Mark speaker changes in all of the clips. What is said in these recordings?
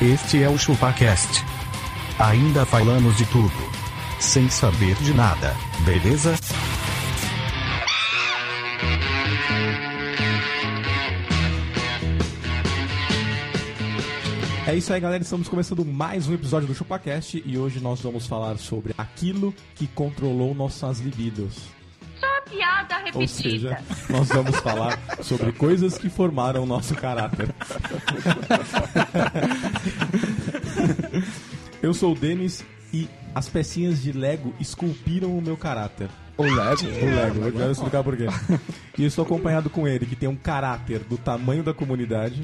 Speaker 1: Este é o ChupaCast. Ainda falamos de tudo. Sem saber de nada, beleza?
Speaker 2: É isso aí, galera. Estamos começando mais um episódio do ChupaCast e hoje nós vamos falar sobre aquilo que controlou nossas libidos.
Speaker 3: Só piada repetida.
Speaker 2: Ou seja, nós vamos falar sobre coisas que formaram o nosso caráter. Eu sou o Denis e as pecinhas de Lego esculpiram o meu caráter.
Speaker 4: O Lego?
Speaker 2: O Lego, eu quero explicar por quê. E eu estou acompanhado com ele, que tem um caráter do tamanho da comunidade.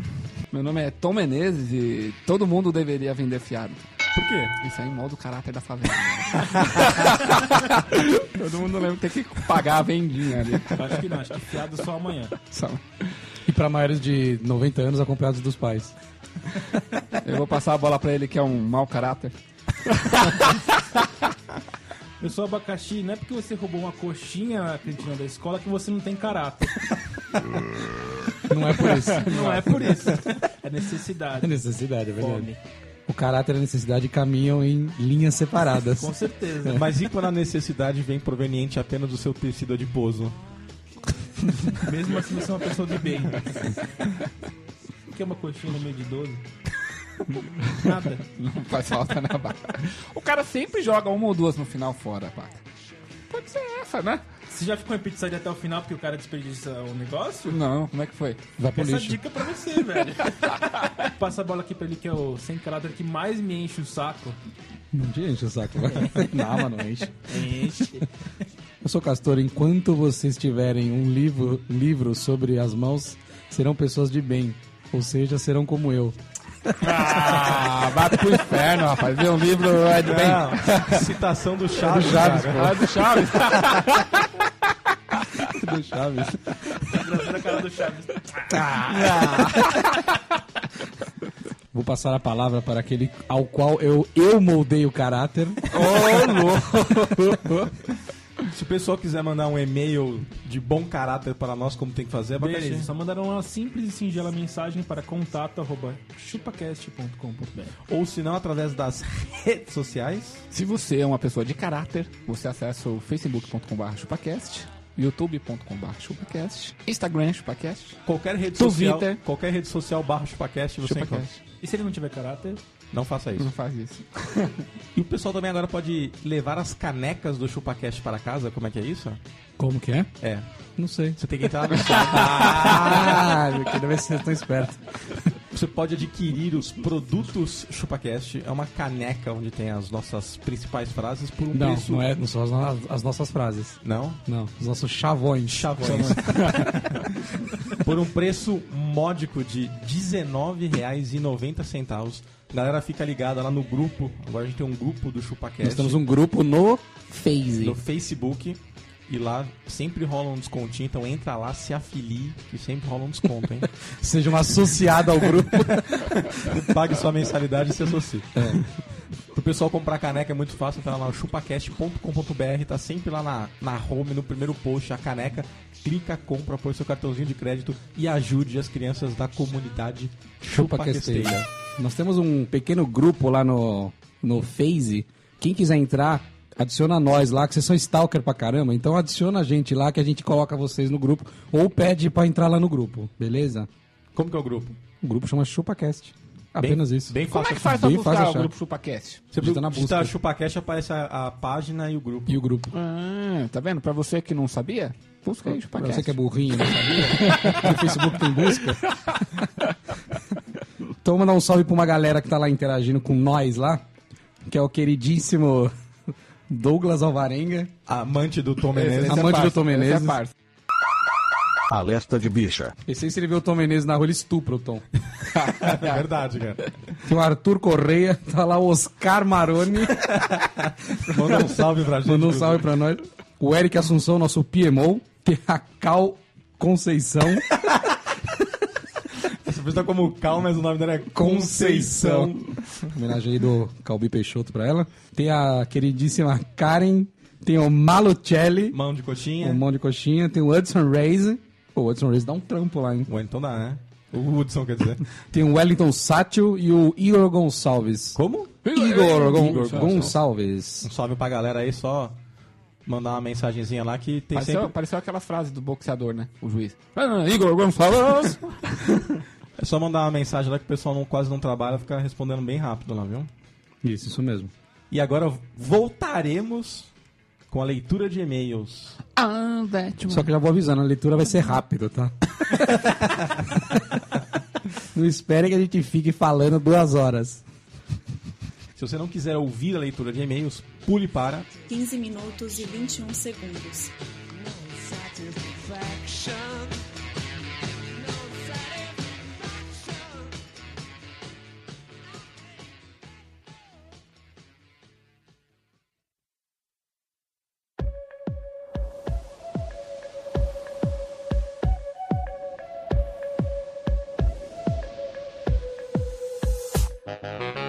Speaker 4: Meu nome é Tom Menezes e todo mundo deveria vender fiado.
Speaker 2: Por quê?
Speaker 4: Isso aí molda o caráter da favela. todo mundo lembra que tem que pagar a vendinha ali.
Speaker 5: Acho que não, acho que fiado só amanhã.
Speaker 4: Só-
Speaker 6: E para maiores de 90 anos acompanhados dos pais.
Speaker 4: Eu vou passar a bola pra ele que é um mau caráter.
Speaker 5: Eu sou abacaxi, não é porque você roubou uma coxinha na cantina da escola que você não tem caráter.
Speaker 6: Não é por isso.
Speaker 5: Não é por isso. É necessidade.
Speaker 6: É necessidade, é verdade.
Speaker 5: Fome.
Speaker 6: O caráter e a necessidade caminham em linhas separadas.
Speaker 5: Com certeza.
Speaker 2: Mas e quando a necessidade vem proveniente apenas do seu tecido adiposo?
Speaker 5: Mesmo assim você é uma pessoa de bem. O que é uma coxinha no meio de 12? Nada.
Speaker 4: Não faz falta na barra. O cara sempre joga uma ou duas no final fora, Paca. Pode ser essa, né?
Speaker 5: Você já ficou em pizzaria até o final porque o cara desperdiça o negócio?
Speaker 4: Não, como é que foi?
Speaker 6: Vai pro
Speaker 5: Essa
Speaker 6: lixo.
Speaker 5: dica é pra você, velho. Passa a bola aqui pra ele que é o sem caráter que mais me enche o saco.
Speaker 6: Não te enche o saco, vai. Não, mas não enche.
Speaker 5: Enche.
Speaker 6: Eu sou Castor, enquanto vocês tiverem um livro, livro sobre as mãos, serão pessoas de bem. Ou seja, serão como eu.
Speaker 4: Ah, vai pro inferno, rapaz. Vê um livro, é de bem.
Speaker 2: Não, citação do Chaves.
Speaker 4: Chaves,
Speaker 2: cara.
Speaker 4: pô. É do Chaves.
Speaker 6: Do Chaves.
Speaker 5: Engraçando a cara do Chaves.
Speaker 6: Vou passar a palavra para aquele ao qual eu, eu moldei o caráter.
Speaker 2: Se o pessoal quiser mandar um e-mail de bom caráter para nós, como tem que fazer, é
Speaker 5: Beleza,
Speaker 2: Abacaxi.
Speaker 5: só mandaram uma simples e singela mensagem para contato.chupacast.com.br.
Speaker 2: Ou se não, através das redes sociais.
Speaker 4: Se você é uma pessoa de caráter, você acessa o facebook.com.br chupacast, youtube.com.br chupacast, instagram chupacast,
Speaker 2: Qualquer rede
Speaker 4: Twitter.
Speaker 2: social. Qualquer rede social barra chupacast você encontra.
Speaker 4: chupacast.
Speaker 5: E se ele não tiver caráter?
Speaker 2: Não faça isso.
Speaker 4: Não faz isso.
Speaker 2: E o pessoal também agora pode levar as canecas do chupacast para casa. Como é que é isso?
Speaker 6: Como que é?
Speaker 2: É.
Speaker 6: Não sei.
Speaker 2: Você tem que entrar no site.
Speaker 6: Caralho, Ah, que deve ser tão esperto.
Speaker 2: Você pode adquirir os produtos ChupaCast. É uma caneca onde tem as nossas principais frases por um
Speaker 6: Não,
Speaker 2: preço.
Speaker 6: não, é, não são as, no- as nossas frases.
Speaker 2: Não?
Speaker 6: Não, os nossos chavões.
Speaker 2: Chavões. por um preço módico de R$19,90. Galera, fica ligada lá no grupo. Agora a gente tem um grupo do
Speaker 6: Nós
Speaker 2: ChupaCast
Speaker 6: temos um grupo no Phase.
Speaker 2: no Facebook. E lá sempre rola um descontinho. Então entra lá, se afilie, que sempre rola um desconto, hein?
Speaker 6: Seja um associado ao grupo.
Speaker 2: Pague sua mensalidade e se associe. Pro pessoal comprar caneca é muito fácil, entrar lá no chupacast.com.br, tá sempre lá na, na home, no primeiro post, a caneca. Clica, compra, põe seu cartãozinho de crédito e ajude as crianças da comunidade
Speaker 6: Chupa que esteja.
Speaker 2: chupaquesteira.
Speaker 6: Nós temos um pequeno grupo lá no, no Phase. Quem quiser entrar, adiciona nós lá, que vocês são stalker pra caramba. Então adiciona a gente lá que a gente coloca vocês no grupo. Ou pede pra entrar lá no grupo, beleza?
Speaker 2: Como que é o grupo?
Speaker 6: O grupo chama ChupaCast. Apenas isso.
Speaker 2: Bem
Speaker 4: Como é
Speaker 2: fácil.
Speaker 4: que faz pra
Speaker 6: Bem fácil
Speaker 4: buscar o
Speaker 6: achar.
Speaker 4: grupo chupacast?
Speaker 2: Você
Speaker 6: Digita na busca.
Speaker 2: digita chupacast, aparece a, a página e o grupo.
Speaker 6: E o grupo.
Speaker 4: Ah, tá vendo? Pra você que não sabia, busca aí
Speaker 6: Pra
Speaker 4: chupacast.
Speaker 6: você que é burrinho, não sabia? no Facebook tem busca. Então, mandar um salve pra uma galera que tá lá interagindo com nós lá, que é o queridíssimo Douglas Alvarenga.
Speaker 2: Amante do Tom Menezes.
Speaker 6: Amante
Speaker 4: parça,
Speaker 6: do Tom
Speaker 4: esse é
Speaker 6: Menezes.
Speaker 4: parça.
Speaker 1: Alerta de bicha.
Speaker 6: E sem escrever o Tom Menezes na rua, ele estupra o Tom.
Speaker 2: É verdade, cara.
Speaker 6: Tem o Arthur Correia, tá lá o Oscar Maroni,
Speaker 2: Manda um salve pra gente.
Speaker 6: mandou um
Speaker 2: pro-
Speaker 6: salve pra nós. O Eric Assunção, nosso PMO. Tem é a Cal Conceição.
Speaker 2: Essa pessoa tá como Cal, mas o nome dela é
Speaker 6: Conceição.
Speaker 2: Conceição.
Speaker 6: Homenagem aí do Calbi Peixoto pra ela. Tem a queridíssima Karen. Tem o Malucelli,
Speaker 2: Mão de coxinha.
Speaker 6: o Mão de Coxinha. Tem o Hudson Reis. Pô, o Hudson Reis dá um trampo lá, hein?
Speaker 2: Ou então dá, né? O Hudson, quer dizer.
Speaker 6: Tem o Wellington Sátio e o Igor Gonçalves.
Speaker 2: Como?
Speaker 6: é Igor Gon-
Speaker 4: Igor Gonçalves.
Speaker 6: Gonçalves.
Speaker 2: Um salve pra galera aí, só mandar uma mensagenzinha lá que tem
Speaker 4: Pareceu,
Speaker 2: sempre.
Speaker 4: pareceu aquela frase do boxeador, né? O juiz. Ah, não, Igor Gonçalves!
Speaker 2: É só mandar uma mensagem lá que o pessoal não, quase não trabalha, fica respondendo bem rápido lá, viu?
Speaker 6: Isso, isso mesmo.
Speaker 2: E agora voltaremos com a leitura de e-mails.
Speaker 4: ah, that
Speaker 6: Só que já vou avisando, a leitura vai ser rápida, tá? Não espere que a gente fique falando duas horas.
Speaker 2: Se você não quiser ouvir a leitura de e-mails, pule para
Speaker 7: 15 minutos e 21 segundos.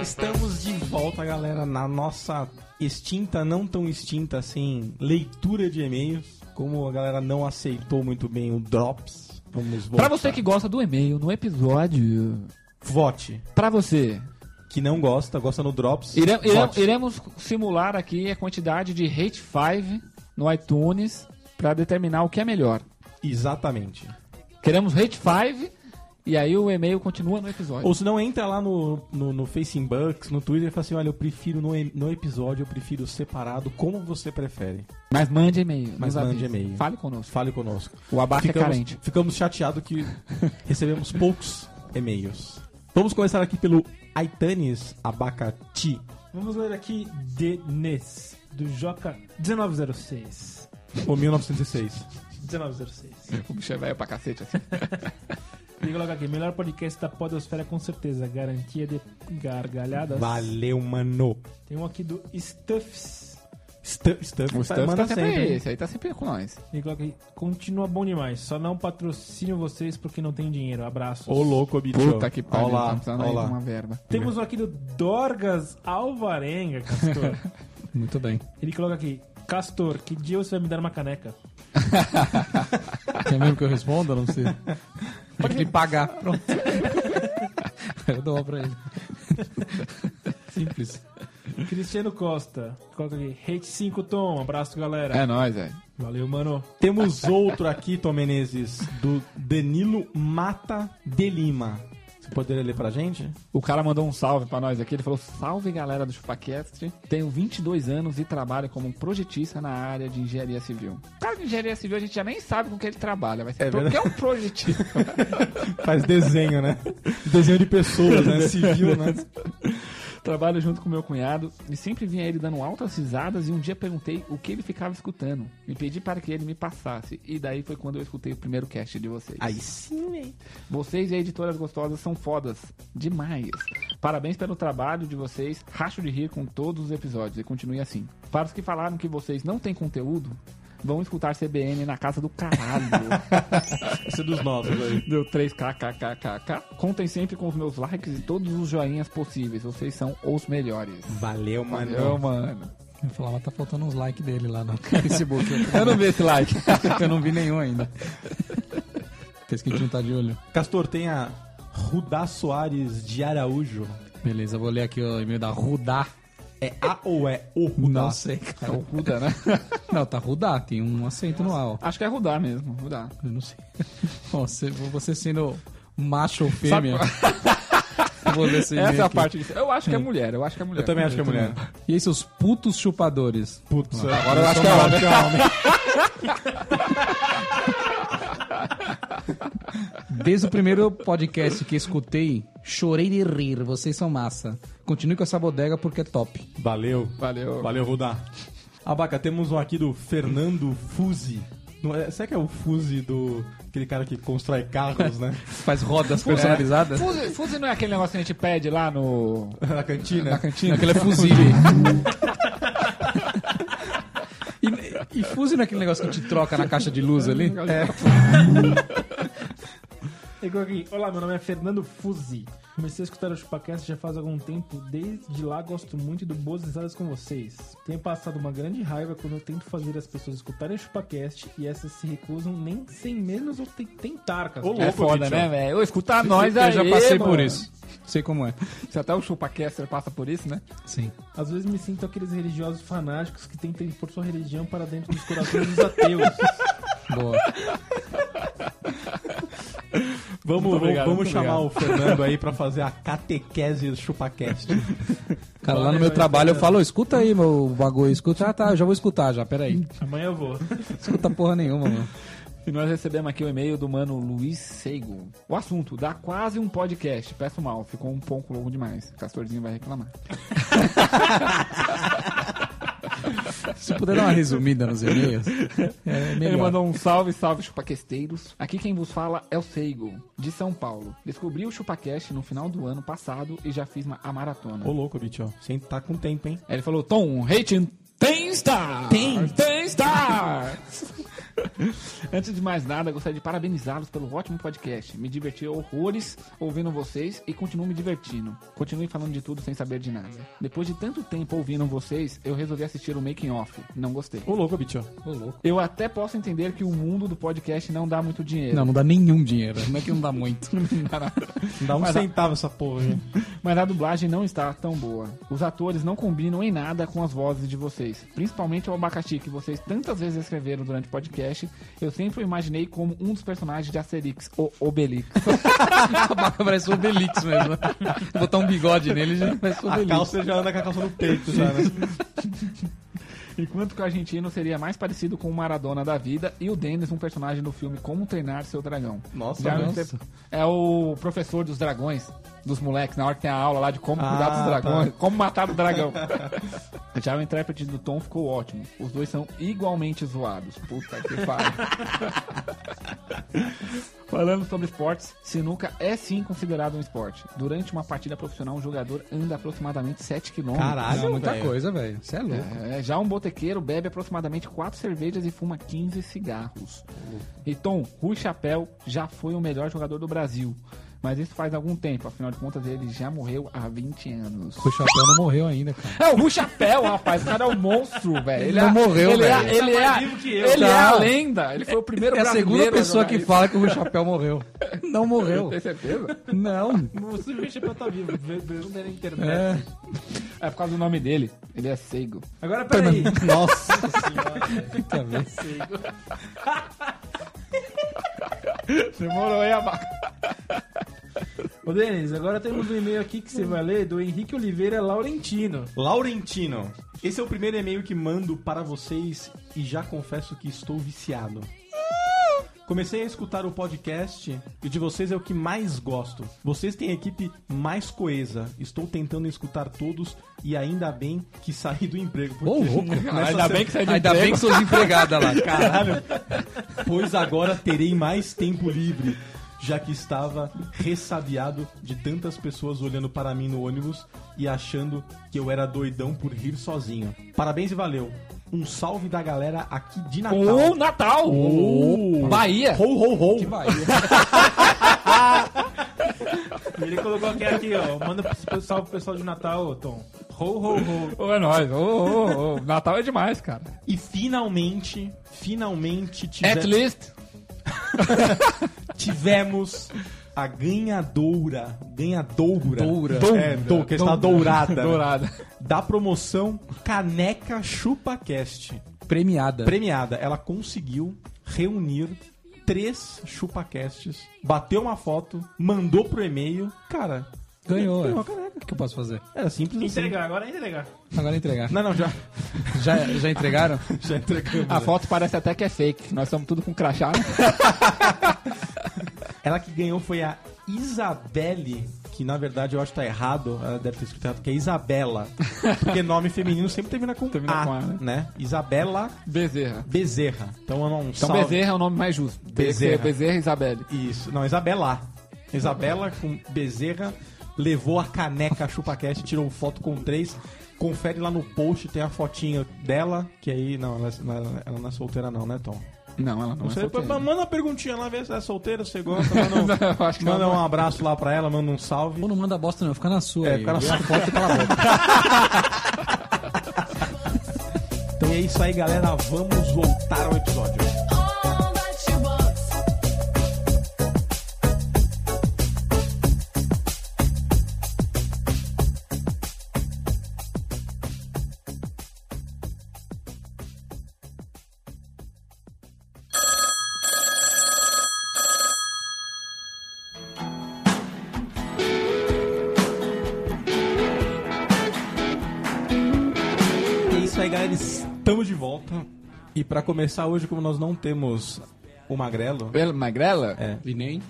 Speaker 2: Estamos de volta, galera, na nossa extinta, não tão extinta assim, leitura de e-mails. Como a galera não aceitou muito bem o Drops, vamos voltar.
Speaker 4: Pra você que gosta do e-mail, no episódio.
Speaker 2: Vote.
Speaker 4: Pra você,
Speaker 2: Que não gosta, gosta no Drops.
Speaker 4: Ire- ire-
Speaker 2: vote.
Speaker 4: iremos simular aqui a quantidade de Hate 5 no iTunes pra determinar o que é melhor.
Speaker 2: Exatamente.
Speaker 4: Queremos Hate 5 e aí o e-mail continua no episódio.
Speaker 2: Ou se não, entra lá no, no, no Facebook, no Twitter e fala assim: olha, eu prefiro no, e- no episódio, eu prefiro separado, como você prefere.
Speaker 4: Mas mande e-mail.
Speaker 2: Mas
Speaker 4: nos
Speaker 2: mande
Speaker 4: avise.
Speaker 2: e-mail.
Speaker 4: Fale conosco.
Speaker 2: Fale conosco.
Speaker 4: O abate
Speaker 2: ficamos,
Speaker 4: é carente.
Speaker 2: Ficamos chateados que recebemos poucos e-mails. Vamos começar aqui pelo Aitanes Abacati.
Speaker 5: Vamos ler aqui Denis, do Joca 1906.
Speaker 2: Ou 1906.
Speaker 5: 1906.
Speaker 4: O bicho é velho pra cacete assim.
Speaker 5: Diga logo aqui, melhor podcast da Podosfera com certeza, garantia de gargalhadas.
Speaker 2: Valeu, mano.
Speaker 5: Tem um aqui do Stuffs.
Speaker 2: Stuff, stuff,
Speaker 4: O Stuff
Speaker 2: manda
Speaker 4: tá sempre,
Speaker 2: sempre, hein?
Speaker 4: Esse aí tá sempre com nós.
Speaker 5: Diga logo aqui, continua bom demais, só não patrocino vocês porque não tem dinheiro. Abraços.
Speaker 2: Ô, louco, bicho.
Speaker 4: Puta que pariu.
Speaker 2: Olá,
Speaker 4: tá precisando aí
Speaker 2: olá.
Speaker 4: de uma verba.
Speaker 5: Temos um aqui do Dorgas Alvarenga, Castor.
Speaker 6: Muito bem.
Speaker 5: Ele coloca aqui, Castor, que dia você vai me dar uma caneca?
Speaker 6: Quer mesmo que eu responda? Não sei. Pode me pagar. Pronto. Eu dou uma pra ele. Simples.
Speaker 5: Cristiano Costa, coloca aqui, Hate 5 Tom, abraço galera.
Speaker 4: É nóis, velho.
Speaker 5: Valeu, mano.
Speaker 2: Temos outro aqui, Tom Menezes, do Danilo Mata de Lima. Você poderia ler pra gente?
Speaker 4: O cara mandou um salve pra nós aqui. Ele falou: Salve galera do ChupaCast. Tenho 22 anos e trabalho como projetista na área de engenharia civil. O cara de engenharia civil a gente já nem sabe com que ele trabalha, mas é porque é um projetista.
Speaker 2: Faz desenho, né? desenho de pessoas, né? Civil, né?
Speaker 4: trabalho junto com meu cunhado e sempre vinha ele dando altas risadas. E um dia perguntei o que ele ficava escutando. Me pedi para que ele me passasse. E daí foi quando eu escutei o primeiro cast de vocês.
Speaker 2: Aí sim, hein?
Speaker 4: Vocês e editoras gostosas são fodas demais. Parabéns pelo trabalho de vocês. Racho de rir com todos os episódios e continue assim. Para os que falaram que vocês não têm conteúdo, vão escutar CBN na casa do caralho.
Speaker 2: Esse é dos nossos aí.
Speaker 4: Deu 3kkkk. Contem sempre com os meus likes e todos os joinhas possíveis. Vocês são os melhores.
Speaker 2: Valeu, mano.
Speaker 4: Valeu, mano.
Speaker 6: Eu falava, tá faltando uns likes dele lá no Facebook.
Speaker 4: Eu não vi esse like.
Speaker 6: Eu não vi nenhum ainda. Fez que a gente não tá de olho.
Speaker 2: Castor, tem a Rudá Soares de Araújo.
Speaker 6: Beleza, vou ler aqui o e-mail da Rudá.
Speaker 2: É A ou é O Rudá?
Speaker 6: Não sei, cara.
Speaker 4: É o Rudá, né?
Speaker 6: Não, tá Rudá, tem um acento no A, ó.
Speaker 4: Acho que é Rudá mesmo. Rudá.
Speaker 6: Eu não sei. Bom, você, você sendo um macho ou fêmea. eu vou ler esse e-mail
Speaker 4: Essa é a
Speaker 6: aqui.
Speaker 4: parte. disso. Eu acho que é mulher. Eu acho que é mulher.
Speaker 2: Eu também acho que é mulher.
Speaker 6: E aí, seus putos chupadores?
Speaker 2: Putz,
Speaker 4: Agora eu acho que é homem.
Speaker 6: Desde o primeiro podcast que escutei, chorei de rir. Vocês são massa. Continue com essa bodega porque é top.
Speaker 2: Valeu.
Speaker 4: Valeu.
Speaker 2: Valeu, Rudá. Abaca, temos um aqui do Fernando Fuzi. Não é- Será que é o Fuzi do. aquele cara que constrói carros, né?
Speaker 6: Faz rodas personalizadas.
Speaker 4: Fuse, fuse não é aquele negócio que a gente pede lá no.
Speaker 2: Na cantina?
Speaker 6: Não, Aquele é fuzile. E, e fuzile não é aquele negócio que te troca na caixa de luz ali?
Speaker 4: É.
Speaker 5: Ele coloca aqui, olá, meu nome é Fernando Fuzi. Comecei a escutar o ChupaCast já faz algum tempo. Desde lá gosto muito do Boas Risadas com vocês. Tenho passado uma grande raiva quando eu tento fazer as pessoas escutarem o ChupaCast e essas se recusam nem sem menos ou te- tentar, cara.
Speaker 2: Ô, louco,
Speaker 4: É foda,
Speaker 2: bicho.
Speaker 4: né, velho? Escutar nós aí.
Speaker 6: eu já passei por
Speaker 4: mano.
Speaker 6: isso. Sei como é.
Speaker 4: Se até o Chupacaster passa por isso, né?
Speaker 6: Sim.
Speaker 5: Às vezes me sinto aqueles religiosos fanáticos que tentam impor sua religião para dentro dos corações dos ateus.
Speaker 6: Boa.
Speaker 2: Vamos,
Speaker 4: obrigado,
Speaker 2: vamos
Speaker 4: muito
Speaker 2: chamar o Fernando aí pra fazer a catequese ChupaCast.
Speaker 6: Cara, lá no meu trabalho eu falo, escuta aí meu bagulho, escuta. Ah, tá, eu já vou escutar já, peraí.
Speaker 5: Amanhã eu vou.
Speaker 6: Escuta porra nenhuma, mano.
Speaker 4: E nós recebemos aqui o e-mail do mano Luiz Seigo. O assunto, dá quase um podcast. Peço mal, ficou um pouco longo demais. Castorzinho vai reclamar.
Speaker 6: Se puder dar uma resumida nos e-mails, é
Speaker 4: Ele
Speaker 6: melhor.
Speaker 4: mandou um salve, salve, chupaquesteiros. Aqui quem vos fala é o Seigo, de São Paulo. Descobri o ChupaCast no final do ano passado e já fiz uma, a maratona.
Speaker 2: Ô, louco, bicho, ó. Você tá com tempo, hein?
Speaker 4: Aí ele falou, Tom, rating tem star! Tem! Tem star! Antes de mais nada, gostaria de parabenizá-los pelo ótimo podcast. Me diverti horrores ouvindo vocês e continuo me divertindo. Continue falando de tudo sem saber de nada. Depois de tanto tempo ouvindo vocês, eu resolvi assistir o making off. Não gostei.
Speaker 2: Ô, louco, bicho. ó.
Speaker 4: um
Speaker 6: Ô, louco.
Speaker 4: Eu até posso entender que o mundo do podcast não dá muito dinheiro.
Speaker 6: Não, não dá nenhum dinheiro. Como é que não dá muito?
Speaker 2: Dá um
Speaker 4: Mas a-
Speaker 2: centavo essa porra, hein?
Speaker 4: Mas a dublagem não está tão boa. Os atores não combinam em nada com as vozes de vocês. Principalmente o abacaxi que vocês tantas vezes escreveram durante o podcast. Eu sempre o imaginei como um dos personagens de Asterix, o Obelix.
Speaker 6: A barba Ah, parece o Obelix mesmo. Botar um bigode nele já parece o
Speaker 2: A calça já anda com a calça no peito, já, né?
Speaker 4: Enquanto que o argentino seria mais parecido com o Maradona da vida e o Dennis, um personagem do filme Como Treinar Seu Dragão.
Speaker 2: Nossa,
Speaker 4: Já
Speaker 2: mano.
Speaker 4: me- É o professor dos dragões, dos moleques, na hora que tem a aula lá de como cuidar dos
Speaker 2: Ah,
Speaker 4: dragões, como matar o dragão. Já o intérprete do Tom ficou ótimo. Os dois são igualmente zoados. Puta que pariu. Falando sobre esportes, sinuca é sim considerado um esporte. Durante uma partida profissional, um jogador anda aproximadamente 7 km.
Speaker 2: Caralho,
Speaker 6: Não, muita
Speaker 2: velho.
Speaker 6: coisa, velho. Você é louco.
Speaker 4: É, já um botequeiro bebe aproximadamente 4 cervejas e fuma 15 cigarros. E Tom, Rui Chapéu já foi o melhor jogador do Brasil. Mas isso faz algum tempo, afinal de contas ele já morreu há 20 anos.
Speaker 6: O chapéu não morreu ainda, cara.
Speaker 4: É o Rui Chapéu, rapaz, o cara é um monstro, velho.
Speaker 6: Ele não morreu,
Speaker 4: ele
Speaker 6: velho.
Speaker 4: é, ele
Speaker 5: Ele tá
Speaker 4: é,
Speaker 5: mais vivo que eu.
Speaker 4: ele é a
Speaker 6: Não.
Speaker 4: lenda, ele foi o primeiro
Speaker 6: É a segunda
Speaker 4: brasileiro
Speaker 6: pessoa
Speaker 4: jogar
Speaker 6: que
Speaker 4: isso.
Speaker 6: fala que o Rui Chapéu morreu. Não morreu.
Speaker 4: Tem certeza?
Speaker 6: Não.
Speaker 5: Você vê chapéu tá vivo. Vê- Pergunta na internet.
Speaker 6: É.
Speaker 4: É por causa do nome dele, ele é cego.
Speaker 5: Agora peraí.
Speaker 6: Nossa Puta merda.
Speaker 4: Demorou, hein, abaca?
Speaker 5: Ô, Denis, agora temos um e-mail aqui que você vai ler do Henrique Oliveira Laurentino.
Speaker 2: Laurentino, esse é o primeiro e-mail que mando para vocês e já confesso que estou viciado. Comecei a escutar o podcast e de vocês é o que mais gosto. Vocês têm a equipe mais coesa. Estou tentando escutar todos e ainda bem que saí do emprego. Porque
Speaker 6: Ô, louco.
Speaker 2: nessa
Speaker 4: Ainda bem
Speaker 2: semana-
Speaker 4: que saiu de
Speaker 6: Ainda bem que sou desempregada lá.
Speaker 2: Caralho. Pois agora terei mais tempo livre, já que estava ressabiado de tantas pessoas olhando para mim no ônibus e achando que eu era doidão por rir sozinho. Parabemns e valeu. Um salve da galera aqui de
Speaker 6: é
Speaker 2: Natal.
Speaker 4: Ô, né? Natal! Bahia!
Speaker 2: Ho, ho, ho.
Speaker 6: Que Bahia.
Speaker 5: Ele colocou aqui, aqui ó. Manda pro- salve pro pessoal de Natal, ô, Tom. Ho, ho, ho.
Speaker 4: Ô, é nóis. Ô, ô, ô. Natal é demais, cara.
Speaker 2: E finalmente, finalmente
Speaker 5: É
Speaker 2: tive-
Speaker 4: At least.
Speaker 2: tivemos a ganhadoura, ganhadoura.
Speaker 6: Doura.
Speaker 2: É, dou- que está
Speaker 4: Tá
Speaker 2: dourada.
Speaker 4: Dourada.
Speaker 2: da promoção Caneca ChupaCast.
Speaker 6: Premiada.
Speaker 2: Premiada, ela conseguiu reunir três chupacasts, bateu uma foto, mandou pro e-mail. Cara,
Speaker 6: Ganhou. é.
Speaker 2: Ganhou a
Speaker 6: O que eu posso fazer?
Speaker 2: era simples assim.
Speaker 5: Entregar, agora é entregar.
Speaker 6: Agora entregar.
Speaker 2: Não, não, já,
Speaker 6: Já, já entregaram?
Speaker 2: já entregamos.
Speaker 4: A
Speaker 2: né?
Speaker 4: foto parece até que é fake. Nós estamos tudo com crachá. né?
Speaker 2: Ela que ganhou foi a Isabelle, que na verdade eu acho que tá errado, ela deve ter escrito errado, que é Isabela. Porque nome feminino sempre termina com
Speaker 4: Termina
Speaker 2: A,
Speaker 4: com A, né?
Speaker 2: né? Isabela
Speaker 4: Bezerra.
Speaker 2: Bezerra. Então eu não
Speaker 4: Então Bezerra é o nome mais justo.
Speaker 2: Bezerra.
Speaker 4: Bezerra. Bezerra e Isabelle.
Speaker 2: Isso. Não, Isabela. Isabela com Bezerra levou a caneca ChupaCast, tirou foto com três. Confere lá no post, tem a fotinha dela, que aí. Não, ela, ela- ela não é solteira, não, né, Tom?
Speaker 4: Não, ela não, é
Speaker 2: Você
Speaker 4: solteira.
Speaker 2: depois manda uma perguntinha lá, vê se ela é solteira, se você gosta. Manda,
Speaker 4: Eu acho
Speaker 2: um,
Speaker 4: que
Speaker 2: manda
Speaker 4: ela
Speaker 2: um abraço lá pra ela, manda um salve.
Speaker 6: Pô, não manda bosta não, fica na sua.
Speaker 2: É,
Speaker 6: aí.
Speaker 2: fica na
Speaker 6: Vê
Speaker 2: sua.
Speaker 6: a foto e cala a boca.
Speaker 2: Então é isso aí, galera. Vamos voltar ao episódio. E é isso aí, galera. Estamos de volta. E pra começar hoje, como nós não temos o Magrelo
Speaker 4: Ela é magrela?
Speaker 2: É.
Speaker 6: E nem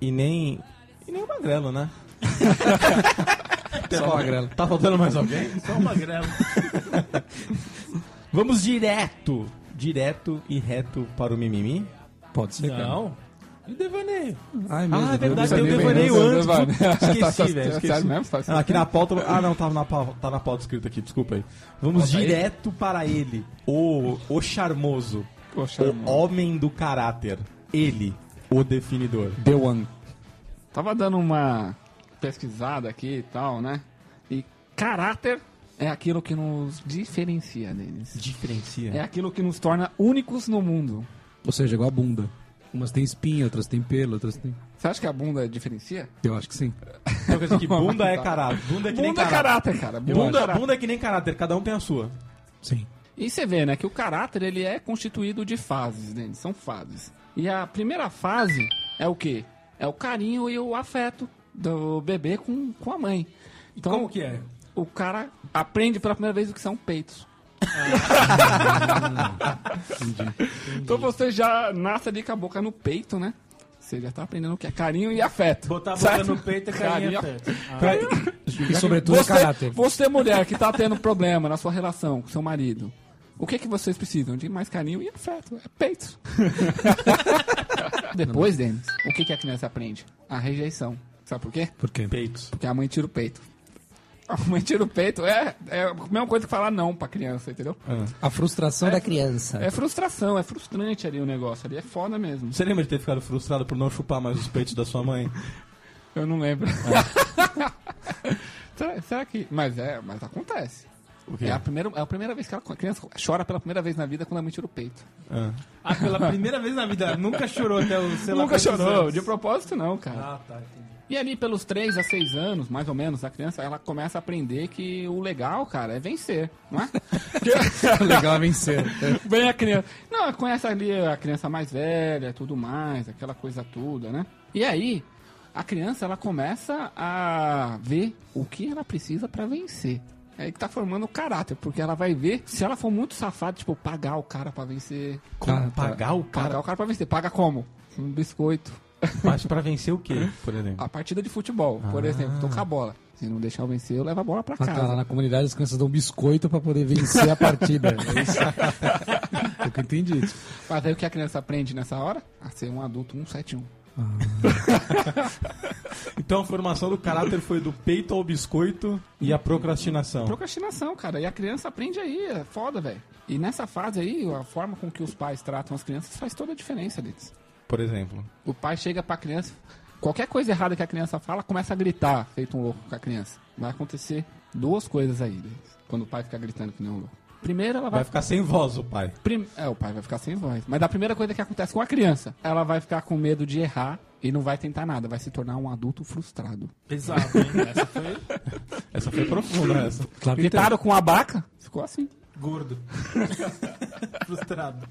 Speaker 2: e nem. E nem o Magrelo, né?
Speaker 6: só a magrela.
Speaker 2: Tá faltando mais alguém?
Speaker 8: Só uma grela.
Speaker 2: Vamos direto, direto e reto para o mimimi.
Speaker 6: Pode ser, cara.
Speaker 8: Não. E devaneio.
Speaker 6: Ai, mesmo,
Speaker 2: Ah, é
Speaker 6: Deus
Speaker 2: verdade,
Speaker 6: me
Speaker 2: tem o
Speaker 6: livre.
Speaker 2: devaneio antes. Esqueci,
Speaker 4: Tá- tá-
Speaker 2: velho, esqueci.
Speaker 4: Sério mesmo? Tá-
Speaker 2: Ah, aqui na pauta. Ah, não, tava na pauta, tá na pauta escrito aqui, desculpa aí. Vamos direto para ele, o, o charmoso,
Speaker 4: Poxa,
Speaker 2: o homem do caráter. Ele, o definidor.
Speaker 6: The One.
Speaker 4: Tava dando uma pesquisada aqui e tal, né? E caráter é aquilo que nos diferencia deles. É
Speaker 2: Diferencia.
Speaker 4: aquilo que nos torna únicos no mundo.
Speaker 6: Ou seja, igual a bunda. Umas tem espinha, outras tem pelo, outras tem...
Speaker 4: Você acha que a bunda diferencia?
Speaker 6: Eu acho que sim.
Speaker 2: Então quer dizer que bunda é caráter. Bunda é que nem
Speaker 4: bunda é
Speaker 2: caráter.
Speaker 4: caráter, cara. Bunda é
Speaker 2: Bunda,
Speaker 4: caráter.
Speaker 2: bunda é que nem caráter, cada um tem a sua.
Speaker 6: Sim.
Speaker 4: E você vê, né, que o caráter ele é constituído de fases, né? São fases. E a primeira fase é o quê? É o carinho e o afeto do bebê com, com a mãe. Então,
Speaker 8: Como que é?
Speaker 4: o cara aprende pela primeira vez o que são peitos. então você já nasce ali com a boca no peito, né? Você já tá aprendendo o que é carinho e afeto.
Speaker 8: Botar a boca
Speaker 4: certo?
Speaker 8: no peito e carinha
Speaker 4: Carinha.
Speaker 8: perto.
Speaker 6: Ah. E sobretudo o
Speaker 4: Você,
Speaker 6: caráter.
Speaker 4: você, mulher, que tá tendo problema na sua relação com seu marido, o que que vocês precisam? De mais carinho e afeto. É peito. Depois, Denis, o que que a criança aprende? A rejeição. Sabe por quê?
Speaker 6: Por quê?
Speaker 2: Peitos.
Speaker 4: Porque a mãe tira o peito. A mãe tira o peito é, é a mesma coisa que falar não pra criança, entendeu?
Speaker 6: A frustração da criança.
Speaker 4: É frustração, é frustrante ali o negócio. Ali é foda mesmo.
Speaker 2: Você lembra de ter ficado frustrado por não chupar mais os peitos da sua mãe?
Speaker 4: Eu não lembro. será, será que. Mas é, mas acontece. É a, primeira, é a primeira vez que ela- a criança chora pela primeira vez na vida quando a mãe tira o peito.
Speaker 2: Ah.
Speaker 8: Ah, pela primeira vez na vida. Nunca chorou até o sei lá
Speaker 4: Nunca
Speaker 8: quantos
Speaker 4: chorou,
Speaker 8: anos.
Speaker 4: de propósito não, cara.
Speaker 8: Ah, tá. entendi.
Speaker 4: E ali pelos 3 a 6 anos, mais ou menos, a criança ela começa a aprender que o legal, cara, é vencer, não é?
Speaker 6: Legal é vencer.
Speaker 4: Vem a criança. Não, ela conhece ali a criança mais velha, tudo mais, aquela coisa toda, né? E aí, a criança ela começa a ver o que ela precisa pra vencer. É aí que tá formando o caráter, porque ela vai ver se ela for muito safada, tipo, pagar o cara pra vencer.
Speaker 2: Como
Speaker 6: Ah, tá.
Speaker 2: pagar o
Speaker 4: Pagar
Speaker 2: cara?
Speaker 4: o cara pra vencer. Paga como? Um biscoito.
Speaker 2: Mas pra vencer o quê, por exemplo?
Speaker 4: A partida de futebol, por exemplo, tocar a bola. Se não deixar eu vencer, eu levo a bola pra
Speaker 6: Ah, tá, lá
Speaker 4: casa.
Speaker 6: na comunidade as crianças dão biscoito pra poder vencer a partida. É Então- isso. Foi o que eu entendi.
Speaker 4: Mas aí o que a criança aprende nessa hora? A ser um adulto 171.
Speaker 2: Então a formação do caráter foi do peito ao biscoito e a procrastinação.
Speaker 4: Procrastinação, cara. E a criança aprende aí, é foda, velho. E nessa fase aí, a forma com que os pais tratam as crianças faz toda a diferença deles.
Speaker 2: Por exemplo.
Speaker 4: O pai chega pra criança, qualquer coisa errada que a criança fala, começa a gritar, feito um louco com a criança. Vai acontecer duas coisas aí, Denis, quando o pai fica gritando que nem um louco. Primeiro, ela vai.
Speaker 2: Vai ficar sem voz o pai.
Speaker 4: prim- É, o pai vai ficar sem voz. Mas a primeira coisa que acontece com a criança, ela vai ficar com medo de errar e não vai tentar nada, vai se tornar um adulto frustrado.
Speaker 8: Pesado, hein? Essa foi
Speaker 2: Essa foi profunda essa.
Speaker 6: Claro que tá. tem.
Speaker 4: Gritaram com a baca, ficou assim.
Speaker 8: gordo. Frustrado.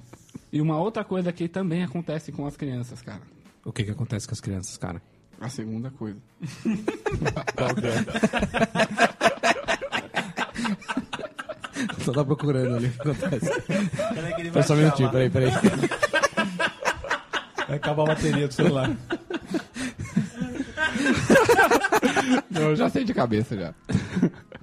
Speaker 4: E uma outra coisa que também acontece com as crianças, cara.
Speaker 6: O que que acontece com as crianças, cara?
Speaker 4: A segunda coisa.
Speaker 6: Só tá procurando ali o que acontece.
Speaker 8: Peraí que ele vai
Speaker 6: Pera só
Speaker 8: achar
Speaker 6: um minutinho,
Speaker 8: lá.
Speaker 6: peraí, peraí.
Speaker 2: Vai acabar a bateria do celular.
Speaker 4: Eu já sei de cabeça já.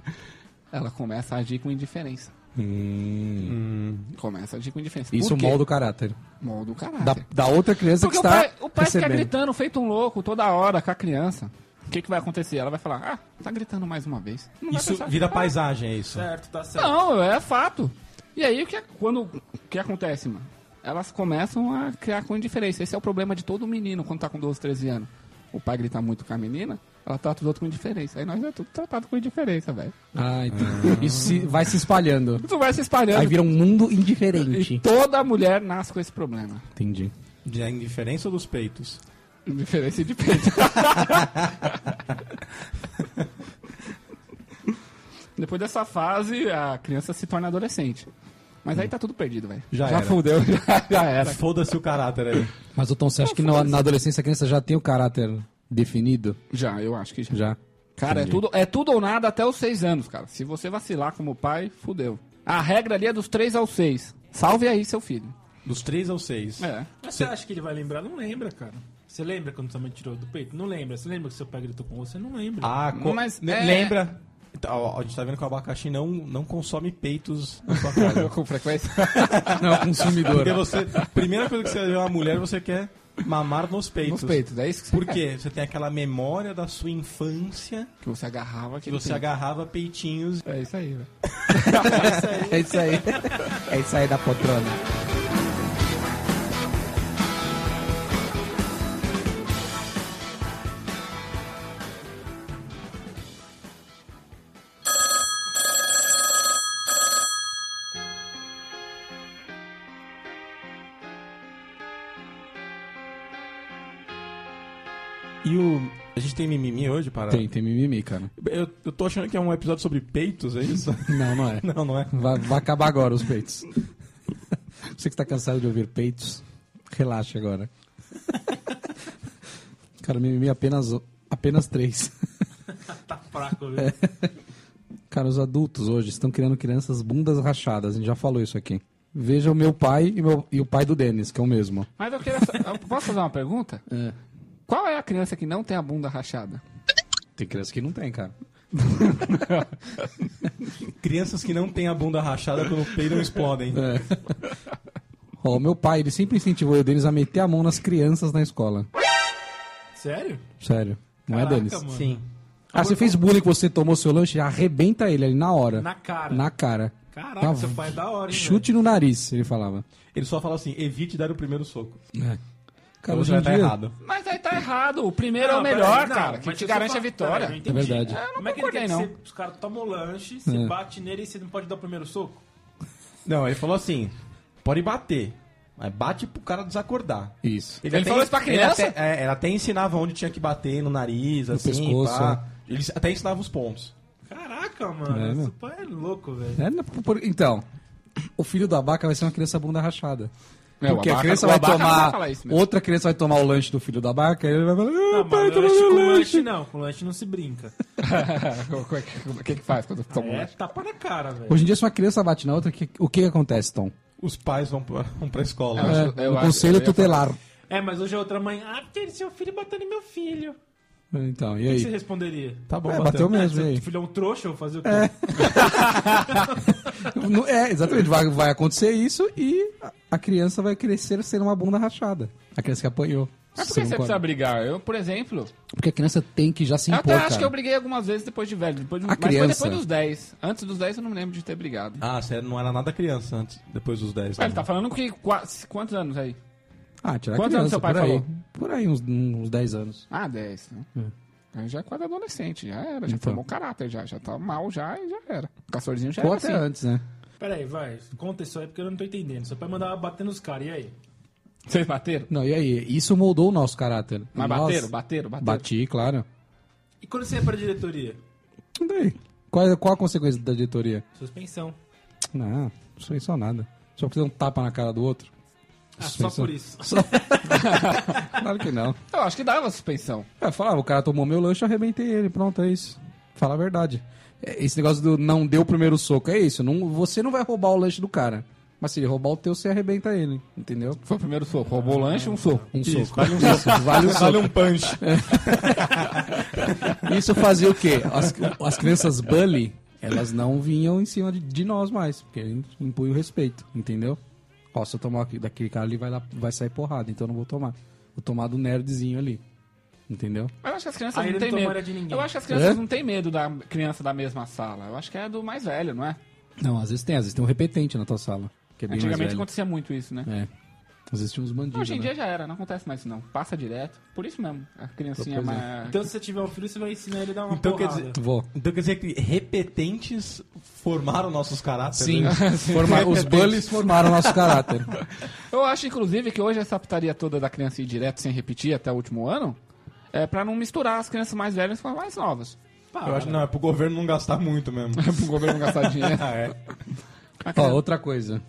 Speaker 4: Ela começa a agir com indiferença. Hum. Começa a agir com indiferença.
Speaker 6: Hum. Isso
Speaker 4: Por quê?
Speaker 6: molda o caráter.
Speaker 4: molda o
Speaker 6: Da,
Speaker 4: caráter.
Speaker 6: da outra criança
Speaker 4: Porque
Speaker 6: que
Speaker 4: o
Speaker 6: está
Speaker 4: pai, o pai fica
Speaker 6: recebendo.
Speaker 4: gritando, feito um louco, toda hora com a criança. O que, que vai acontecer? Ela vai falar, ah, tá gritando mais uma vez. Não vai
Speaker 2: Isso
Speaker 4: pensar,
Speaker 2: vira
Speaker 4: "Ah,
Speaker 2: paisagem, é isso.
Speaker 8: Certo, tá certo.
Speaker 4: Não, é fato. E aí o que, quando, o que acontece, mano? elas começam a criar com indiferença. Esse é o problema de todo menino quando tá com 12, 13 anos. O pai grita muito com a menina, ela trata os outros com indiferença. Aí nós é tudo tratado com indiferença, velho.
Speaker 6: Ah, então. Isso se- vai se espalhando.
Speaker 4: Isso vai se espalhando.
Speaker 6: Aí vira um mundo
Speaker 4: E
Speaker 6: indiferente.
Speaker 4: toda mulher nasce com esse problema.
Speaker 6: Entendi.
Speaker 2: De é indiferença dos peitos.
Speaker 4: Indiferença de peito. Depois dessa fase, a criança se torna adolescente. Mas
Speaker 6: Hum.
Speaker 4: aí tá tudo perdido, velho.
Speaker 2: Já era.
Speaker 4: fudeu, já, já era.
Speaker 2: Foda-se o caráter aí.
Speaker 6: Mas, ô Tom, você acha que na, na adolescência a criança já tem o caráter definido?
Speaker 4: Já, eu acho que já.
Speaker 6: Já.
Speaker 4: Cara, é tudo, é tudo ou nada até os seis anos, cara. Se você vacilar como pai, fudeu. A regra ali é dos três aos seis. Salve aí, seu filho.
Speaker 2: Dos 3 aos 6.
Speaker 4: É.
Speaker 5: Mas você acha que ele vai lembrar? Não lembra, cara. Você lembra quando sua mãe tirou do peito? Não lembra. Você lembra que seu pai gritou com você? Não lembra.
Speaker 2: Ah, co-
Speaker 4: Mas,
Speaker 2: ne-
Speaker 4: é-
Speaker 2: lembra? Então, ó, a gente tá vendo que o abacaxi não, não consome peitos na sua casa.
Speaker 4: Com frequência.
Speaker 6: Não, consumidor.
Speaker 2: Porque você, primeira coisa que você vê uma mulher, você quer mamar nos peitos.
Speaker 4: Nos peitos, é isso que você,
Speaker 2: Por quê? Você tem aquela memória da sua infância
Speaker 4: que você agarrava.
Speaker 2: que
Speaker 4: aquele
Speaker 2: você
Speaker 4: peito.
Speaker 2: agarrava peitinhos.
Speaker 4: É isso aí, velho.
Speaker 6: É isso aí. É isso aí da poltrona.
Speaker 2: E o. A gente tem mimimi hoje, para
Speaker 6: Tem, tem mimimi, cara.
Speaker 2: Eu, eu tô achando que é um episódio sobre peitos, é isso?
Speaker 6: Não, não é.
Speaker 2: não, não é.
Speaker 6: Vai, vai acabar agora os peitos. Você que está cansado de ouvir peitos, relaxa agora. Cara, mimimi apenas, apenas três.
Speaker 5: Tá fraco, viu?
Speaker 6: É. Cara, os adultos hoje estão criando crianças bundas rachadas. A gente já falou isso aqui. Veja o meu pai e, meu- e o pai do Denis, que é o mesmo.
Speaker 4: Mas eu queria. eu posso fazer uma pergunta? Qual é a criança que não tem a bunda rachada?
Speaker 6: Tem criança que não tem, cara.
Speaker 2: Crianças que não têm a bunda rachada quando peidam explodem.
Speaker 6: É. Ó, o meu pai, ele sempre incentivou o Denis a meter a mão nas crianças na escola.
Speaker 5: Sério?
Speaker 6: Sério. Não é,
Speaker 5: Caraca,
Speaker 6: Denis?
Speaker 5: mano.
Speaker 6: Ah, você fez bullying que você tomou seu lanche, arrebenta ele ali na hora.
Speaker 5: Na cara.
Speaker 6: Na cara.
Speaker 5: Caraca,
Speaker 6: Tá,
Speaker 5: seu pai é da hora, hein?
Speaker 6: Chute no nariz, ele falava.
Speaker 2: Ele só fala assim: evite dar o primeiro soco.
Speaker 4: Então
Speaker 6: Cara,
Speaker 2: Você
Speaker 6: hoje
Speaker 2: já
Speaker 6: em
Speaker 2: tá
Speaker 6: dia...
Speaker 2: errado.
Speaker 4: Mas aí tá errado. O primeiro
Speaker 5: velho?
Speaker 4: é o
Speaker 5: Não,
Speaker 4: melhor,
Speaker 5: peraí, não,
Speaker 4: cara.
Speaker 5: mas
Speaker 4: que te
Speaker 5: eu
Speaker 4: garante
Speaker 5: só-
Speaker 4: a vitória.
Speaker 5: peraí, eu
Speaker 6: É
Speaker 5: entendi.
Speaker 6: verdade.
Speaker 5: É, Como é que ele
Speaker 4: concordei,
Speaker 5: quer que
Speaker 4: não.
Speaker 5: você, os caras tomam o lanche, você bate nele e você não pode dar o primeiro soco?
Speaker 2: Não, ele falou assim: pode bater, mas bate pro cara desacordar.
Speaker 6: Isso.
Speaker 4: Ele falou isso pra criança?
Speaker 2: Ele até, é, ele até ensinava onde tinha que bater no nariz, assim,
Speaker 6: pescoço,
Speaker 2: pá. Ele até ensinava os pontos.
Speaker 5: Caraca, mano,
Speaker 6: É, meu.
Speaker 5: esse pai é louco, velho.
Speaker 6: É, na- por- Então, o filho do abaca vai ser uma criança bunda rachada.
Speaker 4: É, o
Speaker 6: Porque a
Speaker 4: abaca-
Speaker 6: criança
Speaker 4: o
Speaker 6: vai
Speaker 4: abaca não vai
Speaker 6: tomar...
Speaker 4: falar isso mesmo.
Speaker 6: outra criança vai tomar o lanche do filho do abaca e ele vai falar... Ah,
Speaker 5: Não,
Speaker 6: pai,
Speaker 5: mas
Speaker 6: tomou
Speaker 5: lanche
Speaker 6: meu
Speaker 5: com
Speaker 6: lanche.
Speaker 5: lanche não, com lanche não se brinca.
Speaker 4: Como é que- é? O que que faz quando toma um
Speaker 5: é
Speaker 4: lanche?
Speaker 5: tapa na cara, velho.
Speaker 6: Hoje em dia, se uma criança bate na outra, que- o que acontece, Tom?
Speaker 2: Os pais vão pra, vão pra escola.
Speaker 4: É.
Speaker 2: né?
Speaker 4: Eu- eu
Speaker 6: o
Speaker 4: acho-
Speaker 6: conselho
Speaker 4: eu ia
Speaker 6: tutelar.
Speaker 5: É, mas hoje a outra mãe, ah, porque ele seu filho batendo em meu filho.
Speaker 6: Então, e
Speaker 5: O que você
Speaker 6: aí?
Speaker 5: responderia?
Speaker 2: Tá bom,
Speaker 6: É,
Speaker 2: bateu.
Speaker 6: bateu mesmo, e aí?
Speaker 5: Seu filho é um trouxa, eu vou fazer o quê?
Speaker 6: Não- É, exatamente. Vai, vai acontecer isso e a- a criança vai crescer sendo uma bunda rachada. A criança que apanhou.
Speaker 4: Mas por
Speaker 6: Você
Speaker 4: que você
Speaker 6: concorda?
Speaker 4: precisa brigar? Eu, por exemplo,
Speaker 6: Porque a criança tem que já se
Speaker 4: eu
Speaker 6: impor,
Speaker 4: até tá, acho
Speaker 6: cara.
Speaker 4: que eu briguei algumas vezes depois de velho. Depois, mas foi
Speaker 6: criança.
Speaker 4: depois dos 10. Antes dos 10 eu não me lembro de ter brigado.
Speaker 2: Ah, você não era nada criança antes, depois dos 10.
Speaker 4: Ué, ele
Speaker 2: né?
Speaker 4: tá falando que quase, quantos anos aí?
Speaker 6: Ah, tirar
Speaker 4: Quantos anos
Speaker 6: criança,
Speaker 4: seu pai
Speaker 6: por aí.
Speaker 4: falou?
Speaker 6: Por aí, uns, uns 10 anos.
Speaker 4: Ah, 10. Né? Aí já é quase adolescente, já era, já
Speaker 6: Então.
Speaker 4: formou caráter, já, já tá mal, já e já era. O Castorzinho já
Speaker 6: Ou
Speaker 4: era
Speaker 6: até
Speaker 4: assim.
Speaker 6: antes, né?
Speaker 5: Peraí, vai, conta isso aí porque eu não tô entendendo. Seu pai mandava bater nos caras, e aí?
Speaker 4: Vocês bateram?
Speaker 6: Não, e aí? Isso moldou o nosso caráter.
Speaker 4: Mas
Speaker 6: Nós-
Speaker 4: bateram, bateram, bateram.
Speaker 6: Bati, claro.
Speaker 5: E quando você ia pra diretoria?
Speaker 6: E daí? Qual, qual a consequência da diretoria?
Speaker 5: Suspensão.
Speaker 6: Não, não sei só nada. Só porque você dá um tapa na cara do outro.
Speaker 5: Ah, só
Speaker 6: Suspensão.
Speaker 5: por isso.
Speaker 6: Claro que não.
Speaker 4: Eu acho que dava suspensão.
Speaker 6: É, falava, o cara tomou meu lanche, eu arrebentei ele. Pronto, é isso. Fala a verdade. É, Esse negócio do não deu o primeiro soco, é isso. Não, você não vai roubar o lanche do cara. Mas se ele roubar o teu, você arrebenta ele, entendeu?
Speaker 4: Foi o primeiro soco. Roubou o lanche, um soco.
Speaker 6: Um soco. Vale um soco. Vale um soco.
Speaker 2: um punch.
Speaker 6: Isso fazia o quê? As, as crianças bully, elas não vinham em cima de, de nós mais, porque a gente impunha o respeito, entendeu? Ó, se eu tomar aqui- daquele cara ali, vai, lá, vai sair porrada, então eu não vou tomar. Vou tomar do nerdzinho ali, entendeu?
Speaker 4: Mas eu acho que as crianças
Speaker 5: Aí
Speaker 4: não
Speaker 5: ele
Speaker 4: têm
Speaker 5: não
Speaker 4: medo.
Speaker 5: tomaria de ninguém.
Speaker 4: Eu acho que as crianças
Speaker 6: É?
Speaker 4: não têm medo da criança da mesma sala. Eu acho que é do mais velho, não é?
Speaker 6: Não, às vezes tem, às vezes tem um repetente na tua sala, que é bem mais
Speaker 4: Antigamente
Speaker 6: velho.
Speaker 4: acontecia muito isso, né?
Speaker 6: É. Existiam uns bandidos,
Speaker 4: Hoje em
Speaker 6: né?
Speaker 4: dia já era, não acontece mais isso não. Passa direto. Por isso mesmo, a criancinha é
Speaker 6: Pois é.
Speaker 8: Ah,
Speaker 4: mais...
Speaker 9: Então, se você tiver um filho, você vai ensinar ele a dar uma
Speaker 2: Então, quer
Speaker 9: porrada.
Speaker 2: dizer-
Speaker 6: Vou.
Speaker 2: Então quer dizer que repetentes formaram nossos caráteres?
Speaker 6: Sim,
Speaker 2: né?
Speaker 6: forma- os bullies formaram nosso caráter.
Speaker 4: Eu acho, inclusive, que hoje essa putaria toda da criança ir direto sem repetir até o último ano é pra não misturar as crianças mais velhas com as mais novas.
Speaker 2: Eu acho que não, é pro governo não gastar muito mesmo.
Speaker 4: Pro governo gastar
Speaker 6: Tá,
Speaker 4: dinheiro.
Speaker 2: ah, é.
Speaker 4: A
Speaker 6: Ó,
Speaker 4: criança-
Speaker 6: outra coisa.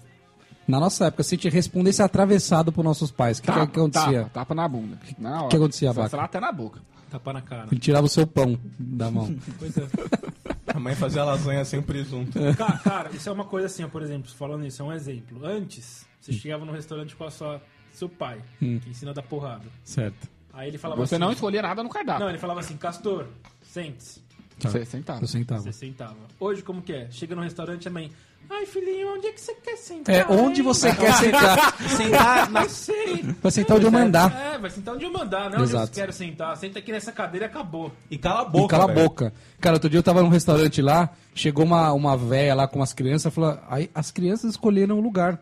Speaker 6: Na nossa época, se a gente respondesse atravessado por nossos pais, o que, que,
Speaker 4: Tapa,
Speaker 6: que acontecia?
Speaker 4: Tapa, tapa na bunda. Na hora.
Speaker 6: que acontecia,
Speaker 4: Sei
Speaker 6: Abaca?
Speaker 4: lá, até na boca.
Speaker 8: Tapa na cara.
Speaker 6: Ele tirava o seu pão da mão.
Speaker 8: Pois é.
Speaker 2: A mãe fazia lasanha sem presunto.
Speaker 8: Ca- Cara, isso é uma coisa assim, ó, por exemplo, falando isso, é um exemplo. Antes, você chegava num restaurante com a sua, seu pai,
Speaker 6: Hum.
Speaker 8: que ensina a dar porrada.
Speaker 6: certo.
Speaker 8: Aí ele falava
Speaker 4: Você
Speaker 8: assim.
Speaker 4: não escolhia nada no cardápio.
Speaker 8: Não, ele falava assim, Castor, sente-se.
Speaker 6: Tá
Speaker 4: Você sentava.
Speaker 6: Eu sentava.
Speaker 8: Você sentava. Hoje, como que é? Chega no restaurante, a mãe. Ai, filhinho, onde é que você quer sentar?
Speaker 6: É, onde
Speaker 8: hein?"
Speaker 6: você quer sentar?
Speaker 8: sentar? Não sei.
Speaker 6: Vai sentar onde eu mandar.
Speaker 8: É, vai sentar onde eu mandar, não onde eu
Speaker 6: Exato.
Speaker 8: quero sentar. Senta aqui nessa cadeira e acabou.
Speaker 2: E cala a
Speaker 6: E
Speaker 2: boca.
Speaker 6: cala a
Speaker 2: velho.
Speaker 6: boca. Cara, outro dia eu tava num restaurante lá, chegou uma, uma véia lá com umas crianças, falou, aí as crianças escolheram o lugar.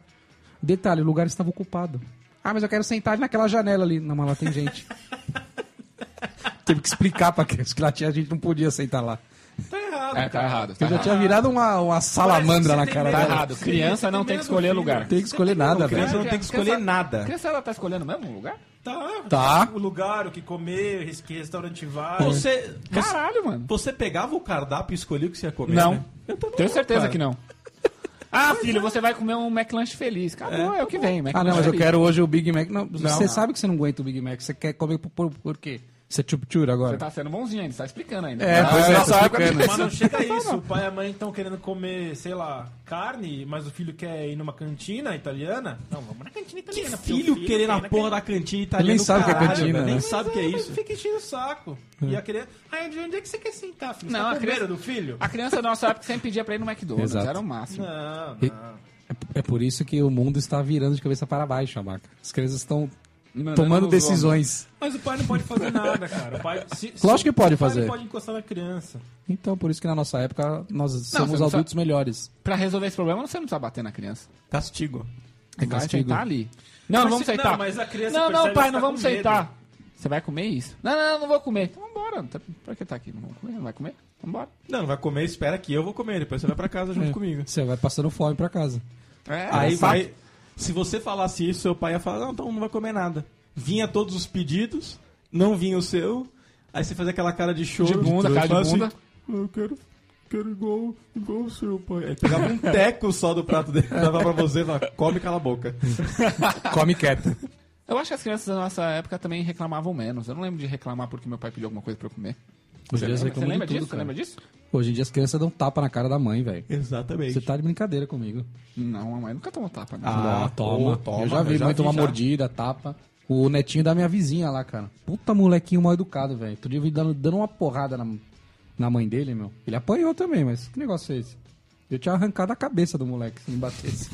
Speaker 6: Detalhe, o lugar estava ocupado. Ah, mas eu quero sentar ali naquela janela ali. Não, mas lá tem gente. Teve que explicar pra criança que lá tinha gente, não podia sentar lá.
Speaker 8: Tá errado.
Speaker 4: É, tá errado. Tá
Speaker 6: Eu já
Speaker 4: errado.
Speaker 6: tinha virado uma, uma salamandra na
Speaker 8: tem
Speaker 6: cara
Speaker 8: medo.
Speaker 4: Tá
Speaker 8: Tá
Speaker 6: dela.
Speaker 4: errado. Criança não tem que
Speaker 8: medo do
Speaker 4: escolher
Speaker 8: filho.
Speaker 4: lugar.
Speaker 6: Tem que escolher nada,
Speaker 2: Criança
Speaker 6: velho.
Speaker 2: não tem que escolher
Speaker 4: Criança-
Speaker 2: nada.
Speaker 4: Criança, ela tá escolhendo mesmo um lugar?
Speaker 8: Tá.
Speaker 6: Tá.
Speaker 8: O lugar, o que comer, res- que restaurante vai.
Speaker 2: Você, você,
Speaker 4: Caralho, mano.
Speaker 2: você pegava o cardápio e escolhia o que você ia comer?
Speaker 4: Não.
Speaker 2: né? Eu também
Speaker 4: Tenho certeza
Speaker 2: cara.
Speaker 4: que não. Ah, filho, você vai comer um McLanche feliz. Acabou, é, o que vem.
Speaker 6: Ah, não, mas eu quero hoje o Big Mac. Não, você
Speaker 2: Não.
Speaker 6: sabe que você não aguenta o Big Mac. Você quer comer por, por, por quê? Você é chup-chura
Speaker 4: Você
Speaker 6: agora?
Speaker 4: tá sendo bonzinho ainda, você tá explicando ainda.
Speaker 6: É,
Speaker 4: Ah,
Speaker 6: pois é,
Speaker 4: nessa
Speaker 6: tô
Speaker 4: época-
Speaker 6: explicando.
Speaker 8: Mas não chega a isso. O pai e a mãe estão querendo comer, sei lá, carne, mas o filho quer ir numa cantina italiana. Não, vamos na cantina italiana. porque o
Speaker 2: Filho querendo a porra da cantina italiana.
Speaker 6: Ele nem
Speaker 2: do
Speaker 6: sabe o que é
Speaker 2: caralho,
Speaker 6: cantina,
Speaker 2: velho.
Speaker 6: né?
Speaker 2: Nem
Speaker 6: Mas
Speaker 2: sabe o que é isso.
Speaker 8: Fica enchendo o saco. E a querer. Ai, onde onde é que você quer sentar, filho? Você
Speaker 4: Não,
Speaker 8: tá
Speaker 4: a
Speaker 8: com
Speaker 4: criança-
Speaker 8: medo do filho?
Speaker 4: A criança da nossa época sempre pedia pra ir no McDonald's,
Speaker 6: Exato.
Speaker 4: era o máximo.
Speaker 8: Não,
Speaker 6: E-
Speaker 8: não.
Speaker 6: É, é por isso que o mundo está virando de cabeça para baixo, Abaca. As crianças estão tomando
Speaker 4: né?
Speaker 6: decisões.
Speaker 8: Mas o pai não pode fazer nada, cara. O pai, se, se-
Speaker 6: Lógico que pode
Speaker 8: o pai
Speaker 6: fazer.
Speaker 8: não pode encostar na criança.
Speaker 6: Então, por isso que na nossa época nós
Speaker 4: você
Speaker 6: somos
Speaker 4: não
Speaker 6: adultos melhores.
Speaker 4: Pra resolver esse problema, você não precisa bater na criança.
Speaker 2: Castigo.
Speaker 6: É
Speaker 4: vai
Speaker 6: castigo.
Speaker 4: sentar ali. Não, não
Speaker 8: Mas
Speaker 4: vamos
Speaker 8: se-
Speaker 4: sentar.
Speaker 8: não, mas a criança
Speaker 4: Não, não,
Speaker 8: percebe
Speaker 4: pai,
Speaker 8: que
Speaker 4: não
Speaker 8: tá
Speaker 4: vamos
Speaker 8: com medo.
Speaker 4: sentar. Você vai comer isso? Não, não, não, não vou comer. Então vambora. não tá- Pra que tá aqui? Não vamos comer? Não vai comer? Vambora.
Speaker 2: Não, não vai comer, espera aqui, eu vou comer. Depois você vai pra casa
Speaker 6: É.
Speaker 2: junto comigo.
Speaker 6: Você vai passando fome pra casa.
Speaker 4: É,
Speaker 2: Aí
Speaker 4: saco.
Speaker 2: vai. Se você falasse isso, seu pai ia falar: Não, então não vai comer nada. Vinha todos os pedidos, não vinha o seu. Aí você fazia aquela cara de choro.
Speaker 4: De bunda,
Speaker 2: trouxa,
Speaker 4: cara de
Speaker 2: fala assim,
Speaker 4: bunda.
Speaker 2: eu quero, quero igual, igual o seu pai. Aí pegava um teco só do prato dele, dava pra você, falava, come e cala a boca.
Speaker 6: Come quieto.
Speaker 4: Eu acho que as crianças da nossa época também reclamavam menos. Eu não lembro de reclamar porque meu pai pediu alguma coisa pra eu comer.
Speaker 6: Hoje em dia
Speaker 4: Você lembra,
Speaker 6: você
Speaker 4: você
Speaker 6: reclama
Speaker 4: lembra
Speaker 6: de tudo,
Speaker 4: disso? Você
Speaker 6: cara.
Speaker 4: lembra disso?
Speaker 6: Hoje em dia as crianças dão tapa na cara da mãe, velho.
Speaker 2: Exatamente.
Speaker 6: Você tá de brincadeira comigo.
Speaker 4: Não, a mãe nunca tomou tapa. né?
Speaker 2: Ah,
Speaker 6: Ah, toma.
Speaker 2: pô, toma,
Speaker 6: Eu já vi
Speaker 2: eu já
Speaker 6: mãe
Speaker 2: vi,
Speaker 6: tomar
Speaker 2: já.
Speaker 6: mordida, tapa. O netinho da minha vizinha lá, cara. Puta molequinho mal educado, velho. Outro dia eu vi dando, dando uma porrada na, na mãe dele, meu. Ele apanhou também, mas que negócio é esse? Eu tinha arrancado a cabeça do moleque se me batesse.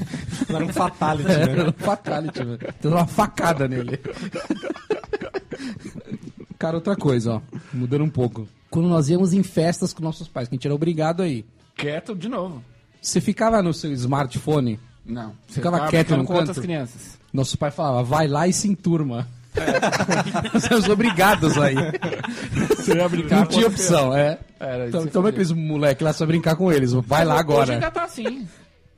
Speaker 2: Era um fatality,
Speaker 6: É,
Speaker 2: né?
Speaker 6: era um fatality, velho. Deu uma facada nele. Cara, outra coisa, ó. Mudando um pouco. Quando nós íamos em festas com nossos pais, que a gente era obrigado aí.
Speaker 4: Quieto de novo.
Speaker 6: Você ficava no seu smartphone,
Speaker 4: Não. Você tá
Speaker 6: Ficava quieto
Speaker 4: brincando
Speaker 6: num
Speaker 4: com
Speaker 6: canto?
Speaker 4: outras crianças.
Speaker 6: nosso pai falava, vai lá e se enturma. Nós éramos obrigados aí.
Speaker 4: Você ia
Speaker 6: Não tinha opção, é.
Speaker 4: Era,
Speaker 6: Então,
Speaker 4: isso fazia.
Speaker 6: toma aqueles moleque lá só brincar com eles. Vai lá
Speaker 4: Hoje
Speaker 6: agora.
Speaker 4: ainda tá assim.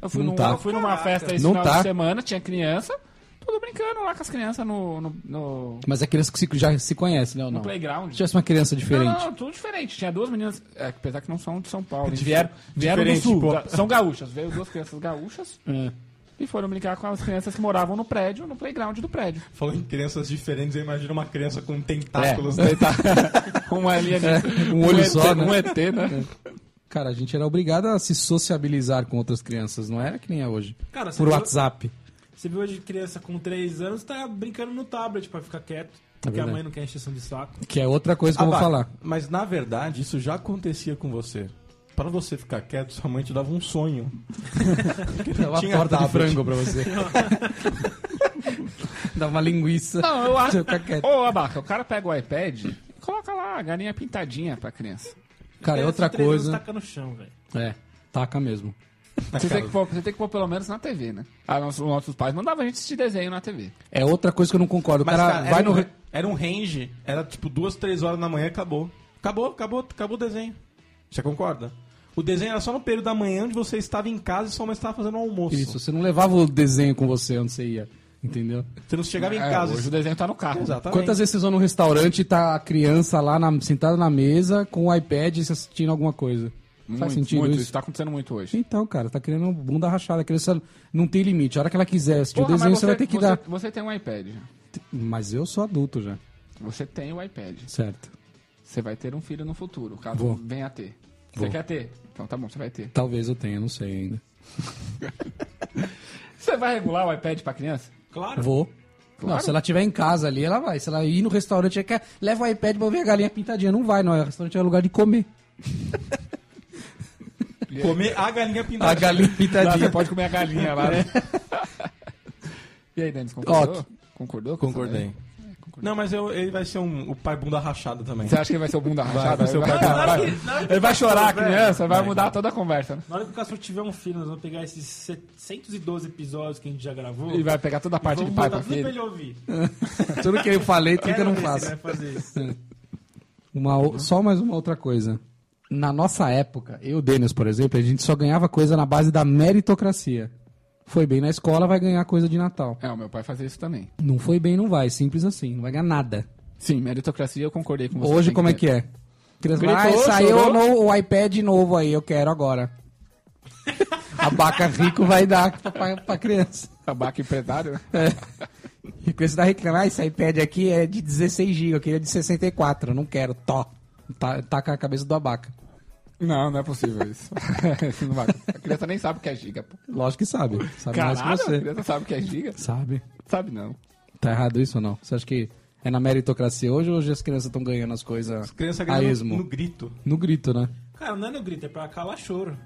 Speaker 4: Eu fui,
Speaker 6: Não
Speaker 4: num-
Speaker 6: tá.
Speaker 4: eu fui numa festa esse
Speaker 6: Não
Speaker 4: final
Speaker 6: tá.
Speaker 4: de semana, tinha criança, tudo brincando lá com as crianças no, no, no-
Speaker 6: Mas é criança que se- já se conhece, né? Ou
Speaker 4: no
Speaker 6: não?
Speaker 4: playground.
Speaker 6: Se tivesse uma criança
Speaker 4: Não,
Speaker 6: diferente. É
Speaker 4: não, não, tudo diferente. Tinha duas meninas, é, apesar que não são de São Paulo,
Speaker 2: Dif-
Speaker 4: vieram, vieram do
Speaker 2: diferente,
Speaker 4: sul,
Speaker 2: tipo-
Speaker 4: da- são gaúchas. Veio duas crianças gaúchas
Speaker 6: É.
Speaker 4: e foram brincar com as crianças que moravam no prédio, no playground do prédio.
Speaker 2: Falando em crianças diferentes, eu imagino uma criança com tentáculos.
Speaker 6: É.
Speaker 2: né?
Speaker 4: Um alienígena.
Speaker 6: Um olho só,
Speaker 4: ET,
Speaker 6: né?
Speaker 4: Um ET, né?
Speaker 6: Cara, a gente era obrigado a se sociabilizar com outras crianças, não era que nem é hoje.
Speaker 8: Cara, você
Speaker 6: Por
Speaker 8: viu-
Speaker 6: WhatsApp.
Speaker 8: Você viu hoje criança com 3 anos, tá brincando no tablet pra ficar quieto. Porque a
Speaker 6: verdade.
Speaker 8: mãe não quer encheção de saco.
Speaker 6: Que é outra coisa que eu vou
Speaker 2: Abaca,
Speaker 6: falar.
Speaker 2: Mas na verdade, isso já acontecia com você. Pra você ficar quieto, sua mãe te dava um sonho.
Speaker 6: Dá uma
Speaker 2: tinha
Speaker 6: torta de
Speaker 2: tablet.
Speaker 6: frango pra você. Dá uma linguiça.
Speaker 4: Não, eu acho.
Speaker 6: Você fica quieto.
Speaker 4: Ô, Abaca, o cara pega o iPad e coloca lá a galinha pintadinha pra criança.
Speaker 6: Cara, é
Speaker 8: Criança
Speaker 6: outra
Speaker 8: de três anos
Speaker 6: coisa.
Speaker 8: Taca no chão, velho.
Speaker 6: É, taca mesmo.
Speaker 4: Você tem, que pôr, você tem que pôr pelo menos na TV, né? Ah, nossos, nossos pais mandavam a gente assistir desenho na TV.
Speaker 6: É outra coisa que eu não concordo. O cara, vai
Speaker 2: era,
Speaker 6: no.
Speaker 2: um, era um range, era tipo duas, três horas da manhã e acabou. Acabou, acabou, acabou o desenho. Você concorda? O desenho era só no período da manhã onde você estava em casa e sua mãe estava fazendo o almoço.
Speaker 6: Isso, você não levava o desenho com você onde você ia. Entendeu?
Speaker 2: Você não chegava em
Speaker 4: É,
Speaker 2: casa.
Speaker 4: hoje o desenho tá no carro.
Speaker 2: Exatamente.
Speaker 6: Quantas vezes vocês vão num restaurante e tá a criança lá na- sentada na mesa com o iPad e se assistindo alguma coisa?
Speaker 4: Muito,
Speaker 6: Faz sentido
Speaker 4: muito,
Speaker 6: isso?
Speaker 4: isso tá acontecendo muito hoje.
Speaker 6: Então, cara, tá criando bunda rachada. A criança não tem limite. A hora que ela quiser assistir
Speaker 4: Porra,
Speaker 6: o
Speaker 4: mas
Speaker 6: desenho, você, vai ter que dar.
Speaker 4: Você, você tem um iPad. já.
Speaker 6: Mas eu sou adulto já,
Speaker 4: Você tem o iPad.
Speaker 6: certo?
Speaker 4: Você vai ter um filho no futuro, caso
Speaker 6: Vou.
Speaker 4: venha a ter.
Speaker 6: Vou.
Speaker 4: Você quer ter? Então tá bom, você vai ter.
Speaker 6: Talvez eu tenha, não sei ainda.
Speaker 4: Você vai regular o iPad pra criança?
Speaker 2: Claro.
Speaker 6: Vou. Não, se ela tiver em casa ali, ela vai. Se ela ir no restaurante, ela quer, leva o iPad pra eu ver a galinha pintadinha. Não vai, não. O restaurante é lugar de comer.
Speaker 2: Comer a galinha
Speaker 6: A
Speaker 2: pintadinha.
Speaker 6: galinha
Speaker 4: Não,
Speaker 6: pintadinha.
Speaker 4: você pode comer a galinha lá. né? e aí, Denis, concordou? concordou? com
Speaker 2: Concordei. Não, mas eu- ele vai ser um, o pai bunda rachada também.
Speaker 4: Você acha que ele vai ser o bunda rachada?
Speaker 2: vai ser o
Speaker 4: Ele
Speaker 2: cara-
Speaker 4: vai- Ele vai chorar a criança, vai
Speaker 2: Vai.
Speaker 4: mudar toda a conversa, né?
Speaker 8: Na hora que o Castro tiver um filho, nós vamos pegar esses 712 episódios que a gente já gravou.
Speaker 4: Ele vai pegar toda a parte
Speaker 8: vamos
Speaker 4: de pai
Speaker 8: botar
Speaker 4: pra
Speaker 8: tudo pra
Speaker 4: filho.
Speaker 8: ele ouvir.
Speaker 6: Tudo que eu falei, tudo que eu
Speaker 8: Quero
Speaker 6: não
Speaker 8: ver se
Speaker 6: faço.
Speaker 8: ele vai fazer isso. né?
Speaker 6: Uma o- só mais uma outra coisa. Na nossa época, eu, Denis, por exemplo, a gente só ganhava coisa na base da meritocracia. Foi bem na escola, vai ganhar coisa de Natal.
Speaker 4: É, o meu pai fazia isso também.
Speaker 6: Não foi bem, não vai. Simples assim. Não vai ganhar nada.
Speaker 4: Sim, meritocracia eu concordei com você.
Speaker 6: Hoje,
Speaker 4: tem
Speaker 6: como é
Speaker 4: ter.
Speaker 6: que é? Criança "Ah,
Speaker 4: Gritou,
Speaker 6: vai, saiu
Speaker 4: chorou.
Speaker 6: no- é o iPad novo aí, eu quero agora. A vaca rico vai dar pra, pra criança.
Speaker 4: Tabaco empresário, né?
Speaker 6: E a criança dá reclamar, "Ah, esse iPad aqui é de 16 GB, eu queria de 64, não quero, tó. Tá, taca a cabeça do abaca.
Speaker 4: Não, não é possível isso. Isso não vai- A criança nem sabe o que é giga, pô.
Speaker 6: Lógico que sabe. Sabe
Speaker 4: Caralho,
Speaker 6: Tá mais
Speaker 4: a
Speaker 6: que você.
Speaker 4: criança sabe o que é giga?
Speaker 6: Sabe.
Speaker 4: Sabe não.
Speaker 6: Tá errado isso ou não? Você acha que é na meritocracia hoje ou hoje as crianças estão ganhando as coisas
Speaker 2: Criança
Speaker 6: a
Speaker 2: ganha
Speaker 6: esmo?
Speaker 2: no, no
Speaker 6: No...
Speaker 2: grito.
Speaker 6: grito, né?
Speaker 8: Cara, não é no grito, é pra calar choro.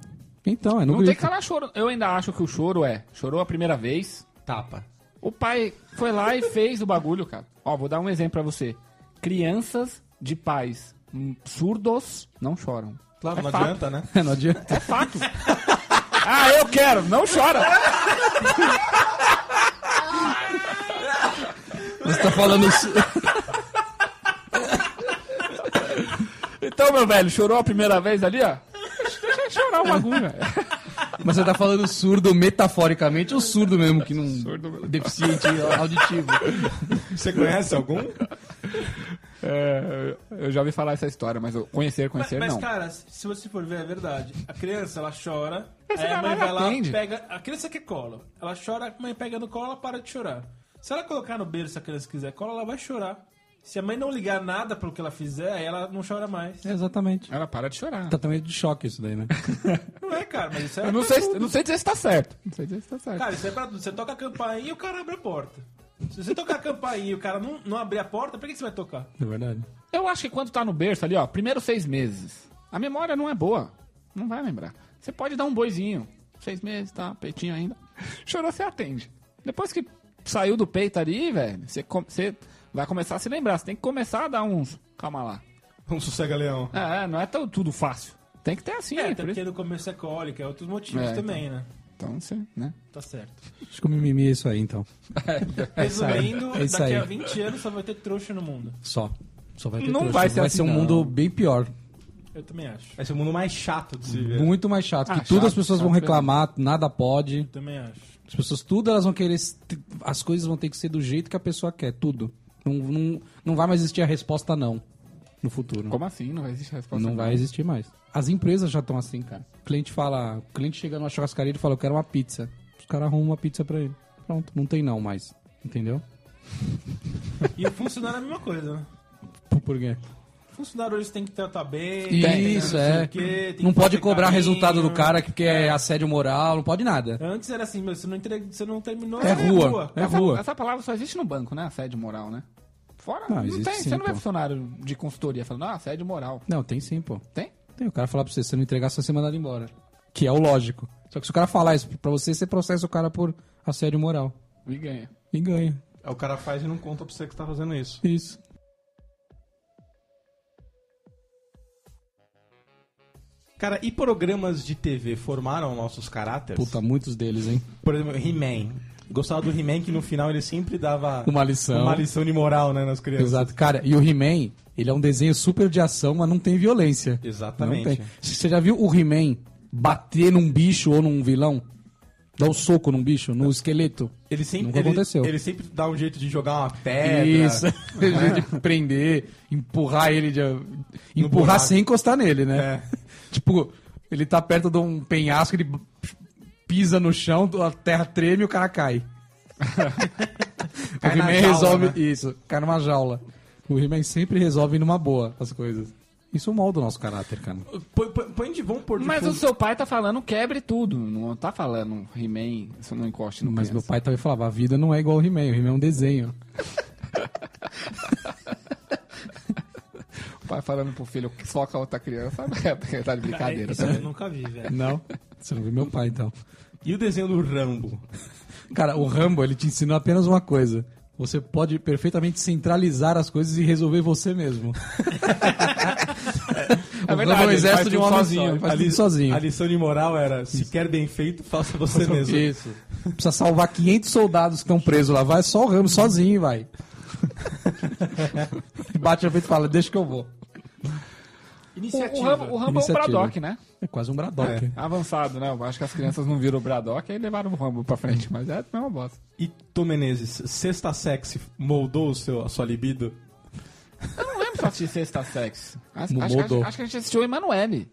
Speaker 6: Então, é no
Speaker 4: Não tem
Speaker 6: grito.
Speaker 4: que calar choro. Eu ainda acho que o choro é. Chorou a primeira vez.
Speaker 2: Tapa.
Speaker 4: O pai foi lá e fez o bagulho, cara. Ó, vou dar um exemplo pra você. Crianças de pais hum, surdos não choram.
Speaker 2: Claro,
Speaker 6: É
Speaker 2: não
Speaker 4: fato.
Speaker 2: adianta, né?
Speaker 6: não adianta.
Speaker 4: É fato. ah, eu quero. Não chora.
Speaker 6: Você tá falando isso.
Speaker 4: Então, meu velho, chorou a primeira vez ali, ó. Deixa eu chorar o bagulho, velho.
Speaker 6: Mas você tá falando surdo metaforicamente ou surdo mesmo, que não. Deficiente auditivo.
Speaker 2: Você conhece algum?
Speaker 4: É, eu já ouvi falar essa história, mas eu- conhecer,
Speaker 8: Mas,
Speaker 4: conhecer,
Speaker 8: mas,
Speaker 4: não.
Speaker 8: cara, se você for ver, é verdade. A criança, ela chora,
Speaker 4: Essa
Speaker 8: aí a mãe
Speaker 4: caralho
Speaker 8: vai lá,
Speaker 4: atende.
Speaker 8: pega... A criança quer colo. Ela chora, a mãe pega no colo, ela para de chorar. Se ela colocar no berço, se a criança quiser colo, ela vai chorar. Se a mãe não ligar nada pelo que ela fizer, aí ela não chora mais.
Speaker 6: É, exatamente.
Speaker 4: Ela para de chorar.
Speaker 6: Tratamento de choque isso daí, né?
Speaker 8: Não é, cara, mas isso é...
Speaker 4: Eu não sei, se- eu não sei dizer se tá certo. Não sei dizer se tá certo.
Speaker 8: Cara, isso é pra tudo. Você toca a campainha e o cara abre a porta. Se você tocar a campainha e o cara não, não abrir a porta, pra que você vai tocar?
Speaker 6: É verdade.
Speaker 4: Eu acho que quando tá no berço ali, ó, primeiro seis meses, a memória não é boa. Não vai lembrar. Você pode dar um boizinho. Seis meses, tá, peitinho ainda. Chorou, você atende. Depois que saiu do peito ali, velho, você, com- você vai começar a se lembrar. Você tem que começar a dar uns. Calma lá.
Speaker 2: Um sossega-leão.
Speaker 4: É, é, não é tão, tudo fácil. Tem que ter assim,
Speaker 8: É,
Speaker 4: é,
Speaker 8: até
Speaker 4: por
Speaker 8: porque
Speaker 4: isso.
Speaker 8: no começo é cólica, é outros motivos
Speaker 4: É,
Speaker 8: também, né?
Speaker 4: Então você, né?
Speaker 8: Tá certo.
Speaker 6: Acho que o mimimi é isso aí, então.
Speaker 8: Resumindo,
Speaker 6: É isso
Speaker 8: daqui
Speaker 6: aí.
Speaker 8: a 20 anos só vai ter trouxa no mundo.
Speaker 6: Só. Só vai ter
Speaker 4: Não
Speaker 6: trouxa.
Speaker 4: vai ser
Speaker 6: vai
Speaker 4: assim,
Speaker 6: ser um
Speaker 4: não.
Speaker 6: mundo bem pior.
Speaker 8: Eu também acho.
Speaker 2: Esse é o mundo mais chato de se ver.
Speaker 6: Muito mais chato.
Speaker 4: Ah,
Speaker 6: que tudo
Speaker 4: chato,
Speaker 6: as pessoas vão
Speaker 4: chato
Speaker 6: reclamar, nada pode.
Speaker 8: Eu também acho.
Speaker 6: As pessoas, tudo elas vão querer. As coisas vão ter que ser do jeito que a pessoa quer, tudo. Não, não, não vai mais existir a resposta, não, no futuro.
Speaker 4: Como assim? Não vai existir resposta.
Speaker 6: Não vai existir mais. As empresas já estão assim, cara. O cliente fala, o cliente chega numa churrascaria e fala, eu quero uma pizza. Os caras arrumam uma pizza pra ele. Pronto, não tem não mais. Entendeu?
Speaker 8: E o funcionário é a mesma coisa, né?
Speaker 6: Por, por quê?
Speaker 8: O funcionário hoje tem que tratar bem.
Speaker 6: Isso,
Speaker 8: né?
Speaker 6: é.
Speaker 8: Não sei o quê, tem
Speaker 6: Não
Speaker 8: que né?
Speaker 6: pode
Speaker 8: fazer
Speaker 6: cobrar
Speaker 8: carinho.
Speaker 6: resultado do cara porque é assédio moral, não pode nada.
Speaker 8: Antes era assim, meu, você não, entrega, você não terminou.
Speaker 6: É rua. É
Speaker 4: essa,
Speaker 6: rua.
Speaker 4: essa palavra só existe no banco, né? Assédio moral, né? Fora,
Speaker 6: Não,
Speaker 4: não,
Speaker 6: existe
Speaker 4: tem.
Speaker 6: sim,
Speaker 4: você não é
Speaker 6: pô.
Speaker 4: funcionário de consultoria falando, ah, assédio moral.
Speaker 6: Não, tem sim, pô.
Speaker 4: Tem?
Speaker 6: Tem, o cara falar pra você, se você não entregar, você vai ser mandado embora. Que é o lógico. Só que se o cara falar isso pra você, você processa o cara por assédio moral.
Speaker 4: E ganha.
Speaker 6: E ganha.
Speaker 2: Aí é. O cara faz e não conta pra você que você tá fazendo isso.
Speaker 6: Isso.
Speaker 2: Cara, e programas de TV formaram nossos caráteres?
Speaker 6: Puta, muitos deles, hein?
Speaker 2: Por exemplo, He-Man. Gostava do He-Man que no final ele sempre dava
Speaker 6: Uma lição.
Speaker 2: uma lição de moral, né, nas crianças.
Speaker 6: Exato. Cara, e o He-Man, ele é um desenho super de ação, mas não tem violência.
Speaker 2: Exatamente.
Speaker 6: Não tem. C- Você já viu o He-Man bater num bicho ou num vilão? Dar um soco num bicho, num esqueleto?
Speaker 2: Ele sempre,
Speaker 6: Nunca
Speaker 2: ele,
Speaker 6: aconteceu.
Speaker 2: Ele sempre dá um jeito de jogar uma pedra.
Speaker 6: Isso.
Speaker 2: É.
Speaker 6: de prender, empurrar ele, de, empurrar
Speaker 2: buraco.
Speaker 6: sem encostar nele, né?
Speaker 2: É.
Speaker 6: Tipo, ele tá perto de um penhasco, ele pisa no chão, a terra treme e o cara cai.
Speaker 2: Cai
Speaker 6: o
Speaker 2: na
Speaker 6: He-Man
Speaker 2: jaula,
Speaker 6: resolve
Speaker 2: né?
Speaker 6: isso, cai numa jaula. O He-Man sempre resolve numa boa as coisas. Isso molda o nosso caráter, cara.
Speaker 2: Põe, põe, põe de bom por de
Speaker 4: Mas o
Speaker 6: Tipo,
Speaker 2: fundo.
Speaker 4: seu pai tá falando quebre tudo. Não tá falando He-Man, isso não encoste no
Speaker 6: Mas meu pai também falava, a vida não é igual ao He-Man, o He-Man é um desenho.
Speaker 4: pai falando pro filho, soca outra criança. tá de brincadeira.
Speaker 6: É,
Speaker 8: Isso
Speaker 4: tá?
Speaker 8: eu nunca vi, velho.
Speaker 6: Não? Você não viu meu pai, então.
Speaker 2: E o desenho do Rambo?
Speaker 6: Cara, o Rambo, ele te ensinou apenas uma coisa. Você pode perfeitamente centralizar as coisas e resolver você mesmo.
Speaker 4: É
Speaker 6: o
Speaker 4: verdade,
Speaker 6: Rambo é um
Speaker 4: ele
Speaker 6: exército
Speaker 4: faz
Speaker 6: de
Speaker 4: tudo
Speaker 6: um homem
Speaker 4: sozinho,
Speaker 6: sozinho.
Speaker 4: ele
Speaker 6: Ele faz
Speaker 2: A
Speaker 6: tudo
Speaker 2: li-
Speaker 6: sozinho.
Speaker 2: A lição de moral era, se quer bem feito, faça você mesmo.
Speaker 6: Isso. Precisa salvar 500 soldados que estão presos lá. Vai só o Rambo sozinho, vai. Bate a frente e fala, deixa que eu vou.
Speaker 4: O, o
Speaker 8: Iniciativa.
Speaker 4: Rambo, o Rambo é um
Speaker 6: Iniciativa.
Speaker 4: Braddock, né?
Speaker 6: É quase um Braddock.
Speaker 4: Avançado, né? Eu acho que as crianças não viram o Braddock e aí levaram o Rambo pra frente. Mas é a mesma bosta.
Speaker 2: E Tom Menezes, Sexta Sexy moldou o seu, a sua libido?
Speaker 4: Eu não lembro se eu assisti Sexta Sex. Acho, acho,
Speaker 6: Mudou.
Speaker 4: acho, acho que a gente assistiu o Emanuele.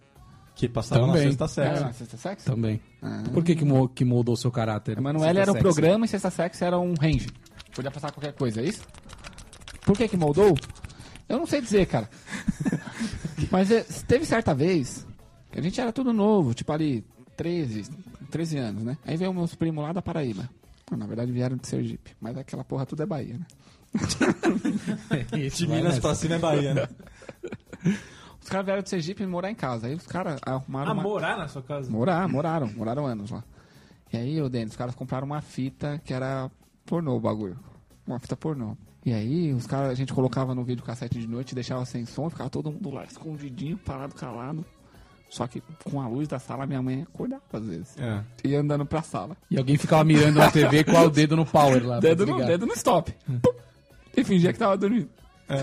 Speaker 2: Que passava
Speaker 6: Também. É.
Speaker 2: na Sexta Sexy.
Speaker 4: Era na Sexta Sex?
Speaker 6: Também.
Speaker 4: Ah.
Speaker 6: Por que que, mo- que moldou o seu caráter? tá
Speaker 4: Emanuele era um
Speaker 6: Sexy.
Speaker 4: programa e Sexta Sex era um range. Podia passar qualquer coisa, é isso? Por que que moldou? Eu não sei dizer, cara. Mas é, teve certa vez que a gente era tudo novo, tipo ali 13, 13 anos, né? Aí veio meus primos lá da Paraíba. Não, na verdade vieram de Sergipe, mas aquela porra tudo é Bahia, né?
Speaker 2: De Minas pra cima é Bahia, né?
Speaker 4: Os caras vieram de Sergipe morar em casa. Aí os caras arrumaram
Speaker 8: Ah,
Speaker 4: uma...
Speaker 8: morar na sua casa?
Speaker 4: Morar, moraram, moraram anos lá. E aí, ô Denis, os caras compraram uma fita que era pornô o bagulho. Uma fita pornô. E aí, os caras, a gente colocava no vídeo cassete de noite, deixava sem som, ficava todo mundo lá escondidinho, parado, calado. Só que com a luz da sala, minha mãe acordava às vezes.
Speaker 2: É.
Speaker 4: E ia andando pra sala.
Speaker 6: E alguém ficava mirando na TV com o dedo no power lá. pra
Speaker 4: Dedo no,
Speaker 6: desligar.
Speaker 4: dedo no stop. Pum. E fingia que tava dormindo.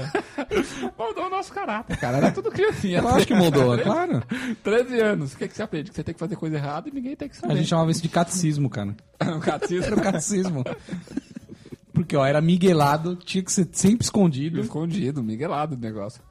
Speaker 4: Moldou o nosso caráter, É. cara. Era tudo criancinha.
Speaker 6: Claro que moldou, é claro.
Speaker 4: 13 anos. O que, que você aprende? Que você tem que fazer coisa errada e ninguém tem que saber.
Speaker 6: A gente chamava isso de catecismo, cara.
Speaker 4: O catecismo.
Speaker 6: Era o catecismo. Porque, ó, era miguelado, tinha que ser sempre escondido.
Speaker 4: Escondido, miguelado o negócio.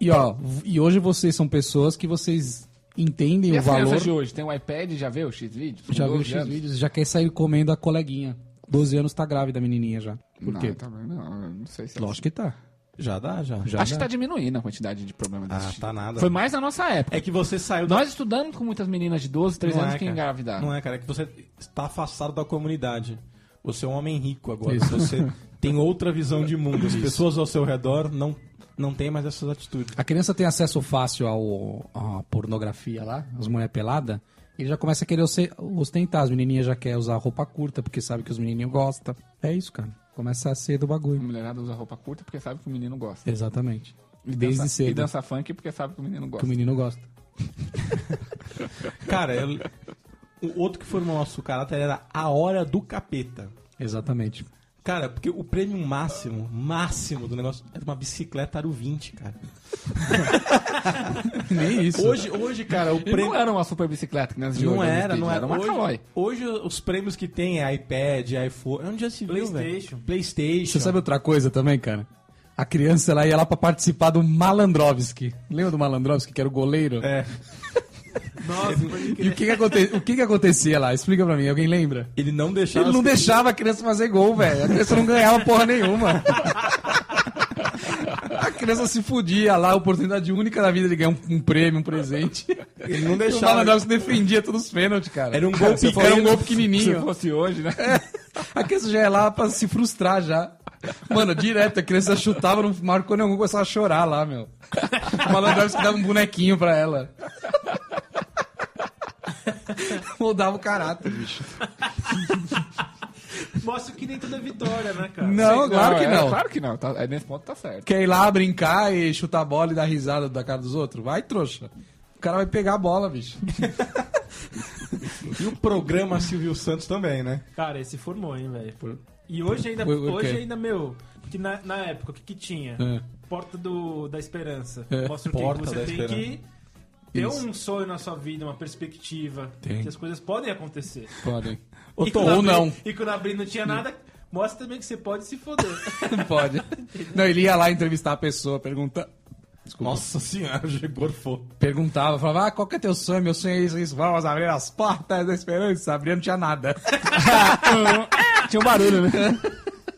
Speaker 6: E, ó, v- e hoje vocês são pessoas que vocês entendem
Speaker 4: E
Speaker 6: o
Speaker 4: as
Speaker 6: valor.
Speaker 4: crianças de hoje? Tem um iPad, já vê o X-Vídeos? Com
Speaker 6: Já viu
Speaker 4: 12
Speaker 6: os X
Speaker 4: anos?
Speaker 6: vídeos, já quer sair comendo a coleguinha. 12 anos tá grávida a menininha já. Por
Speaker 4: não, então.
Speaker 6: quê?
Speaker 4: também não, eu não sei se... é
Speaker 6: Lógico que tá.
Speaker 2: Já dá, já.
Speaker 6: Já
Speaker 4: Acho que
Speaker 6: dá.
Speaker 4: tá diminuindo a quantidade de problemas
Speaker 2: Ah,
Speaker 4: desse tipo.
Speaker 2: tá nada.
Speaker 4: Foi mais na nossa época.
Speaker 2: É que você saiu da...
Speaker 4: Nós estudamos com muitas meninas de 12, 13
Speaker 2: Não
Speaker 4: anos
Speaker 2: é,
Speaker 4: que
Speaker 2: cara.
Speaker 4: engravidaram.
Speaker 2: Não é, cara, é que você está afastado da comunidade. Você é um homem rico agora.
Speaker 6: Isso.
Speaker 2: Você tem outra visão de mundo. As pessoas ao seu redor não, não têm mais essas atitudes.
Speaker 6: A criança tem acesso fácil ao, à pornografia lá, as mulheres peladas, ele já começa a querer oce- ostentar. As menininhas já querem usar roupa curta, porque sabe que os menininhos gostam. É isso, cara. Começa a ser do
Speaker 4: A
Speaker 6: bagulho.
Speaker 4: mulherada usa roupa curta porque sabe que o menino gosta.
Speaker 6: Exatamente.
Speaker 4: E
Speaker 6: Desde
Speaker 4: dança,
Speaker 6: cedo. né?
Speaker 4: E dança funk porque sabe que o menino
Speaker 6: Que
Speaker 4: gosta.
Speaker 6: o menino gosta.
Speaker 2: Cara, eu- o outro que formou nosso caráter era A Hora do Capeta.
Speaker 6: Exatamente.
Speaker 2: Cara, porque o prêmio máximo, máximo do negócio era uma bicicleta Aro 20, cara.
Speaker 6: Nem É isso.
Speaker 2: Hoje, hoje, cara, o
Speaker 4: E não
Speaker 2: prêmio
Speaker 4: era uma super bicicleta que nós de
Speaker 2: não
Speaker 4: hoje,
Speaker 2: era,
Speaker 4: eles
Speaker 2: não era.
Speaker 4: pediam, uma
Speaker 2: Hoje,
Speaker 4: Caloi.
Speaker 2: hoje os prêmios que tem é iPad, iPhone, onde já se viu, velho?
Speaker 8: PlayStation.
Speaker 2: PlayStation.
Speaker 6: Você sabe outra coisa também, cara? A criança ela ia lá pra participar do Malandrovski. Lembra do Malandrovski, que era o goleiro?
Speaker 2: É.
Speaker 8: Nossa, pode
Speaker 6: E o
Speaker 8: crer.
Speaker 6: que que, aconte- o que que acontecia lá? Explica pra mim, alguém lembra?
Speaker 2: Ele não deixava.
Speaker 6: Ele não
Speaker 2: as-
Speaker 6: deixava a criança fazer gol, velho. A criança não ganhava porra nenhuma. A criança se fudia lá, a oportunidade única da vida de ganhar um, um prêmio, um presente.
Speaker 2: Ele não
Speaker 6: E o Malandrox
Speaker 2: deixava.
Speaker 6: defendia todos os pênaltis, cara.
Speaker 2: Era um gol
Speaker 6: Se
Speaker 2: pequeno.
Speaker 6: Era um gol
Speaker 4: Se
Speaker 6: pequenininho.
Speaker 4: fosse hoje, né?
Speaker 6: É. A criança já ia lá pra se frustrar já. Mano, direto, a criança chutava, não marcou nenhum, gol, começava a chorar lá, meu. O Malandrox que dava um bonequinho pra ela. Moldava o caráter, bicho.
Speaker 8: Mostra que nem toda vitória, né, cara?
Speaker 6: Não, claro que
Speaker 4: é,
Speaker 6: não.
Speaker 4: claro que não. Tá, é, nesse ponto tá certo.
Speaker 6: Quer ir lá brincar e chutar a bola e dar risada da cara dos outros? Vai, trouxa. O cara vai pegar a bola, bicho.
Speaker 2: E o programa Silvio Santos também, né?
Speaker 8: Cara, esse formou, hein, velho. E hoje ainda,
Speaker 6: Por- por
Speaker 8: hoje
Speaker 6: quê?
Speaker 8: ainda, meu, que na, na época, o que, que tinha?
Speaker 6: É.
Speaker 8: Porta do, da Esperança.
Speaker 6: É.
Speaker 8: Mostra o que
Speaker 2: Porta da
Speaker 8: você tem que
Speaker 2: Esperança.
Speaker 8: ter
Speaker 6: Isso.
Speaker 8: um sonho na sua vida, uma perspectiva.
Speaker 6: Tem.
Speaker 8: Que as coisas podem acontecer.
Speaker 6: Pode.
Speaker 8: Ou,
Speaker 6: tô- ou não.
Speaker 8: E quando abrir não tinha nada, mostra também que você pode se foder.
Speaker 6: Pode. Não, ele ia lá entrevistar a pessoa, pergunta,
Speaker 2: Nossa senhora, gorfou.
Speaker 6: perguntava, falava, ah, qual que é teu sonho? Meu sonho é isso, isso. Vamos abrir as portas da esperança. Abria, não tinha nada.
Speaker 4: Tinha um barulho, né?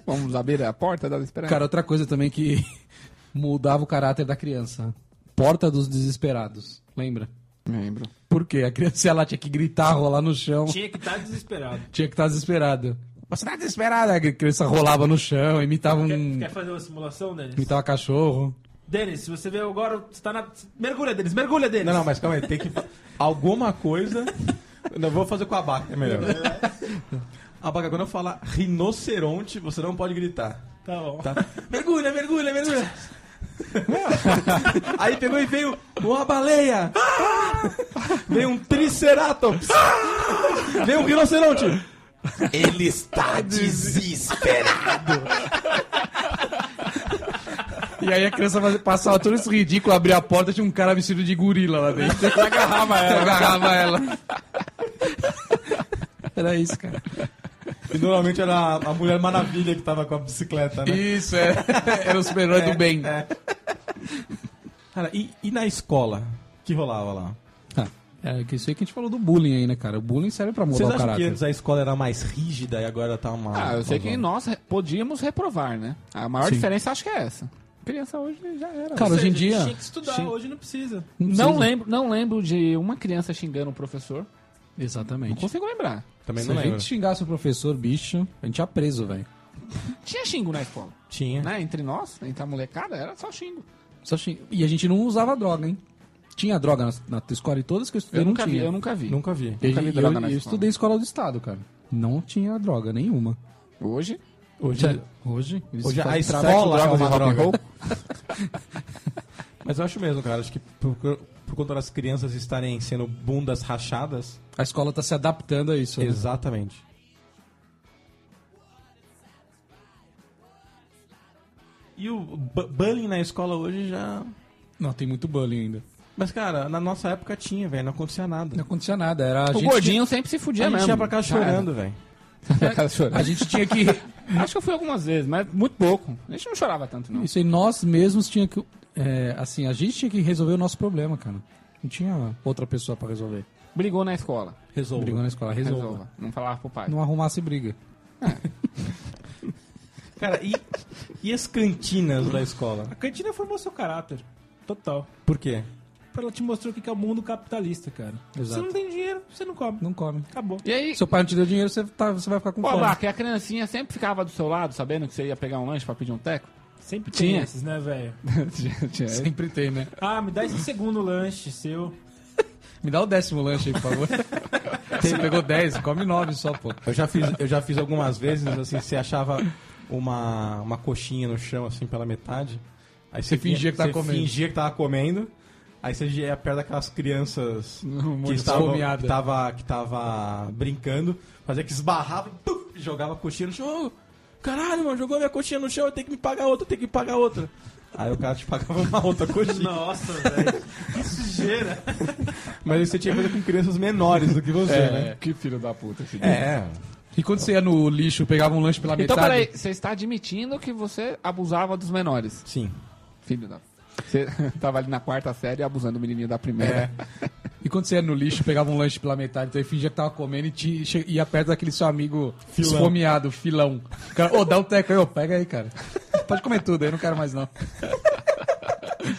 Speaker 4: Vamos abrir a porta da esperança.
Speaker 6: Cara, outra coisa também que mudava o caráter da criança. Porta dos desesperados, lembra?
Speaker 4: Lembro.
Speaker 6: Por quê? A criança ela tinha que gritar, rolar no chão,
Speaker 8: tinha que estar desesperado.
Speaker 6: tinha que estar desesperada. Você tá desesperada, a criança rolava no chão, imitava
Speaker 8: Quer,
Speaker 6: um.
Speaker 8: quer fazer uma simulação, Denis?
Speaker 6: imitava cachorro.
Speaker 8: Denis, se você vê agora, você tá na. Mergulha, Denis, mergulha, Denis!
Speaker 2: Não, não, mas calma aí, tem que. fa- Alguma coisa. Não, vou fazer com a vaca, é melhor. A vaca, quando eu falar rinoceronte, você não pode gritar.
Speaker 8: Tá bom.
Speaker 2: Tá? Mergulha, mergulha, mergulha. Aí pegou e veio uma baleia. Veio um triceratops. Veio um rinoceronte. Ele está desesperado.
Speaker 6: E aí a criança fazia- passava todo esse ridículo, abria a porta, tinha um cara vestido de gorila lá dentro. agarrava ela. agarrava ela. Era isso, cara.
Speaker 2: E normalmente era a a Mulher Maravilha que tava com a bicicleta, né?
Speaker 6: Isso, é. Era o super-herói
Speaker 4: É,
Speaker 6: do bem.
Speaker 2: Cara, e, e na escola? que rolava lá?
Speaker 6: Ah, É, que isso aí que a gente falou do bullying aí, né, cara? O bullying serve pra mudar
Speaker 2: Vocês
Speaker 6: o
Speaker 2: acham que
Speaker 6: caráter.
Speaker 2: antes a escola era mais rígida e agora tá uma.
Speaker 4: Ah, eu sei
Speaker 2: uma-
Speaker 4: que nós re- podíamos reprovar, né? A maior
Speaker 6: Sim.
Speaker 4: diferença acho que é essa. Criança hoje já era.
Speaker 6: Cara,
Speaker 8: Ou
Speaker 6: hoje em
Speaker 8: seja,
Speaker 6: dia.
Speaker 8: Tinha que estudar,
Speaker 4: Sim.
Speaker 8: hoje não precisa.
Speaker 4: Não
Speaker 6: Sim.
Speaker 4: lembro, não lembro de uma criança xingando um professor. Não
Speaker 6: Exatamente.
Speaker 4: consigo lembrar.
Speaker 2: Também
Speaker 6: Se
Speaker 2: não
Speaker 6: a
Speaker 2: lembro.
Speaker 6: gente xingasse o professor, bicho, a gente ia preso, velho.
Speaker 4: Tinha xingo na escola,
Speaker 2: Tinha.
Speaker 4: né? Entre nós, entre a molecada, era só xingo.
Speaker 6: Só xing- E a gente não usava droga, hein? Tinha droga na, na tua escola e todas que eu
Speaker 4: Eu,
Speaker 6: estudei não
Speaker 4: nunca vi,
Speaker 6: tinha.
Speaker 4: eu nunca vi.
Speaker 2: Nunca vi.
Speaker 6: E-
Speaker 4: nunca
Speaker 6: e
Speaker 4: vi
Speaker 6: eu,
Speaker 4: droga na escola.
Speaker 6: eu estudei escola do estado, cara. Não tinha droga nenhuma.
Speaker 4: Hoje,
Speaker 2: Hoje,
Speaker 4: é-
Speaker 6: Hoje? eles
Speaker 2: hoje a
Speaker 6: fazem
Speaker 2: escola
Speaker 6: tráfico de
Speaker 2: é
Speaker 6: drogas e
Speaker 2: uma
Speaker 6: rock and
Speaker 2: droga.
Speaker 6: roll.
Speaker 2: Mas eu acho mesmo, cara. Acho que por, por conta das crianças estarem sendo bundas rachadas.
Speaker 6: A escola tá se adaptando a isso. né?
Speaker 2: Exatamente. E o bu- bullying na escola hoje já.
Speaker 6: Não, tem muito bullying ainda.
Speaker 2: Mas, cara, na nossa época tinha, velho. Não acontecia nada.
Speaker 6: Não acontecia nada. Era a
Speaker 4: o
Speaker 6: gente
Speaker 4: gordinho né? sempre se fudia
Speaker 2: a gente
Speaker 4: mesmo.
Speaker 2: ia pra casa
Speaker 4: Já era.
Speaker 2: chorando, velho.
Speaker 4: Pra casa
Speaker 6: Tinha, a
Speaker 4: chorando.
Speaker 6: gente tinha que.
Speaker 4: Acho que eu fui algumas vezes, mas muito pouco. A gente não chorava tanto, não.
Speaker 6: Isso aí, nós mesmos tinha que. é, assim, a gente tinha que resolver o nosso problema, cara. Não tinha outra pessoa pra resolver.
Speaker 4: Brigou na escola.
Speaker 2: Resolva.
Speaker 6: Brigou na escola,
Speaker 2: Então,
Speaker 6: resolva.
Speaker 4: Resolva. Não falava pro pai.
Speaker 6: Não arrumasse briga.
Speaker 2: Cara, e, e as cantinas da escola?
Speaker 8: A cantina formou seu caráter. Total.
Speaker 2: Por quê?
Speaker 8: Pra ela te mostrar o que que é o mundo capitalista, cara. Você
Speaker 6: Exato.
Speaker 8: não tem dinheiro, você não come.
Speaker 6: Não come.
Speaker 8: Acabou.
Speaker 4: E aí,
Speaker 6: Seu pai não te deu dinheiro, você, tá- você vai ficar com
Speaker 4: Ô,
Speaker 6: fome.
Speaker 4: Baca, e a criancinha sempre ficava do seu lado, sabendo que você ia pegar um lanche pra pedir um teco?
Speaker 8: Sempre
Speaker 4: Tinha.
Speaker 8: tinha esses, né, velho?
Speaker 6: Sempre tem, né?
Speaker 8: Ah, me dá esse segundo lanche seu.
Speaker 6: Me dá o décimo lanche aí, por favor. você pegou 10, come 9 só, pô.
Speaker 2: Eu já fiz, eu já fiz algumas vezes, assim, você achava uma, uma coxinha no chão, assim, pela metade. Aí você,
Speaker 6: fingia
Speaker 2: vinha-
Speaker 6: que tava
Speaker 2: você
Speaker 6: comendo.
Speaker 2: fingia que tava comendo. Aí você ia perto daquelas crianças que estavam
Speaker 6: Um esfomeada.
Speaker 2: que tava, que tava brincando, fazia que esbarrava e pum, jogava a coxinha no chão. Ô, Caralho, mano, jogou minha coxinha no chão, eu tenho que me pagar outra, eu tenho que me pagar outra. Aí o cara te pagava uma outra coxinha.
Speaker 8: Nossa, velho. Que sujeira.
Speaker 2: Mas aí você tinha coisa com crianças menores do que
Speaker 8: É,
Speaker 2: você,
Speaker 6: É.
Speaker 2: né?
Speaker 4: É, que filho da puta.
Speaker 2: É.
Speaker 6: E quando você ia no lixo, pegava um lanche pela
Speaker 4: Então,
Speaker 6: metade.
Speaker 4: peraí, você está admitindo que você abusava dos menores.
Speaker 2: Sim.
Speaker 4: Filho da... Você tava ali na quarta série abusando do menininho da
Speaker 8: É.
Speaker 4: primeira.
Speaker 6: E quando você ia no lixo, pegava um lanche pela metade, então ele fingia que tava comendo e te, che- ia perto daquele seu amigo
Speaker 2: Filão.
Speaker 6: esfomeado, filão. O cara, Ô, dá um teco aí, ô, pega aí, cara. Pode comer tudo, aí eu não quero mais não.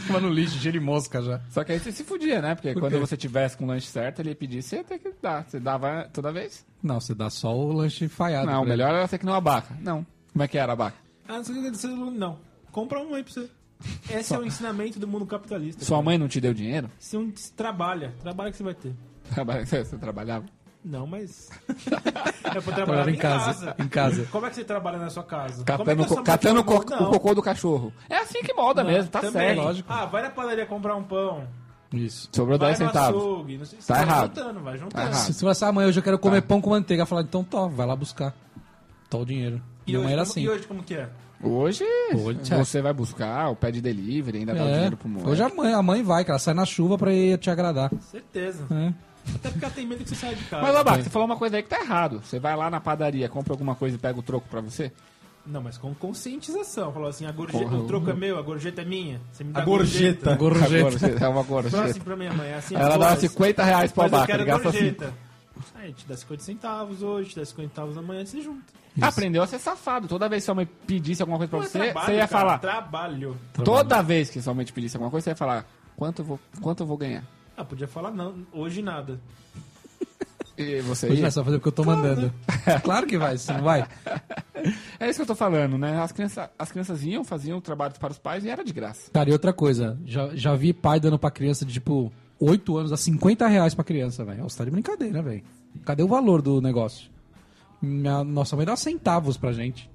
Speaker 6: Tava no lixo, cheio de mosca já.
Speaker 4: Só que aí você se fudia, né? Porque
Speaker 6: Por
Speaker 4: quando
Speaker 6: quê?
Speaker 4: você tivesse com o lanche certo, ele ia pedir, você ia ter que dar. Você dava toda vez?
Speaker 6: Não, você dá só o lanche falhado.
Speaker 4: não, o
Speaker 6: pra
Speaker 4: melhor era você que não abaca. Não. Como é que era abaca?
Speaker 8: Ah, não sei o que é desse aluno, não. Compra um aí pra você. Esse é o ensinamento do mundo capitalista.
Speaker 4: Sua
Speaker 8: cara.
Speaker 4: mãe não te deu dinheiro?
Speaker 8: Se um se trabalha, trabalho que você vai ter.
Speaker 4: Trabalha- Você trabalhava?
Speaker 8: Não, mas. Eu vou
Speaker 6: Trabalhava
Speaker 8: trabalhar
Speaker 6: em casa, em casa.
Speaker 8: Como é que você trabalha na sua casa? Como é
Speaker 4: Catando,
Speaker 8: que eu sou
Speaker 4: co- catando o
Speaker 8: muito bom?
Speaker 4: co-
Speaker 8: Não.
Speaker 4: o cocô do cachorro. É assim que molda
Speaker 8: Não,
Speaker 4: mesmo, tá
Speaker 8: também.
Speaker 4: certo.
Speaker 6: lógico.
Speaker 8: Ah, vai na padaria comprar um pão.
Speaker 6: Isso.
Speaker 4: Sobrou
Speaker 8: vai
Speaker 4: 10
Speaker 8: no
Speaker 4: centavos.
Speaker 8: açougue, não sei se
Speaker 4: Tá
Speaker 8: vai
Speaker 4: errado.
Speaker 8: juntando, vai juntando.
Speaker 4: Tá errado.
Speaker 6: Se você falar, amanhã hoje eu quero comer pão com manteiga, falar, então tá, vai lá buscar. Tá o dinheiro.
Speaker 8: E,
Speaker 6: Minha
Speaker 8: hoje,
Speaker 6: mãe era
Speaker 8: como,
Speaker 6: assim.
Speaker 8: e hoje como que é?
Speaker 4: Hoje,
Speaker 6: Hoje,
Speaker 4: você vai buscar, ou pede delivery, ainda dá o dinheiro pro
Speaker 6: É.
Speaker 4: moleque.
Speaker 6: Hoje a mãe, a mãe vai, cara, sai na chuva pra ir te agradar.
Speaker 8: Certeza.
Speaker 6: É.
Speaker 8: Até porque ela tem medo que você saia de casa.
Speaker 4: Mas, Babaca, você falou uma coisa aí que tá errado. Você vai lá na padaria, compra alguma coisa e pega o troco pra você?
Speaker 8: Não, mas com conscientização. Falou assim, a gorjeta,
Speaker 4: Porra,
Speaker 8: o troco é meu, a gorjeta é minha. Você me dá
Speaker 2: A gorjeta.
Speaker 6: Gorjeta.
Speaker 4: Agora, é uma gorjeta.
Speaker 8: Fala assim pra minha mãe, assim,
Speaker 4: Ela
Speaker 8: pô,
Speaker 4: dava
Speaker 8: mas-
Speaker 4: 50 reais pro
Speaker 8: mas eu
Speaker 4: Babaca,
Speaker 8: quero
Speaker 4: ele gasta assim.
Speaker 8: gorjeta. Aí te dá 50 centavos hoje, te dá 50 centavos amanhã, você junta.
Speaker 4: Aprendeu a ser safado. Toda vez que sua mãe pedisse alguma coisa pra
Speaker 8: Não é
Speaker 4: você,
Speaker 8: trabalho,
Speaker 4: você ia
Speaker 8: cara,
Speaker 4: falar.
Speaker 8: Trabalho.
Speaker 4: Toda vez que sua mãe te pedisse alguma coisa, você ia falar. Quanto eu vou, quanto eu vou ganhar?
Speaker 8: Ah, podia falar não, hoje nada.
Speaker 4: E você
Speaker 6: Hoje
Speaker 4: ia?
Speaker 6: vai só fazer porque eu tô mandando. Claro que vai, você não vai.
Speaker 4: É isso que eu tô falando, né? As crianças, as crianças iam, faziam trabalhos para os pais e era de graça.
Speaker 6: Cara, e outra coisa, já, já vi pai dando pra criança de tipo 8 anos a 50 reais pra criança, velho. Ó, Você tá de brincadeira, velho. Cadê o valor do negócio? Minha- nossa mãe dá centavos pra gente.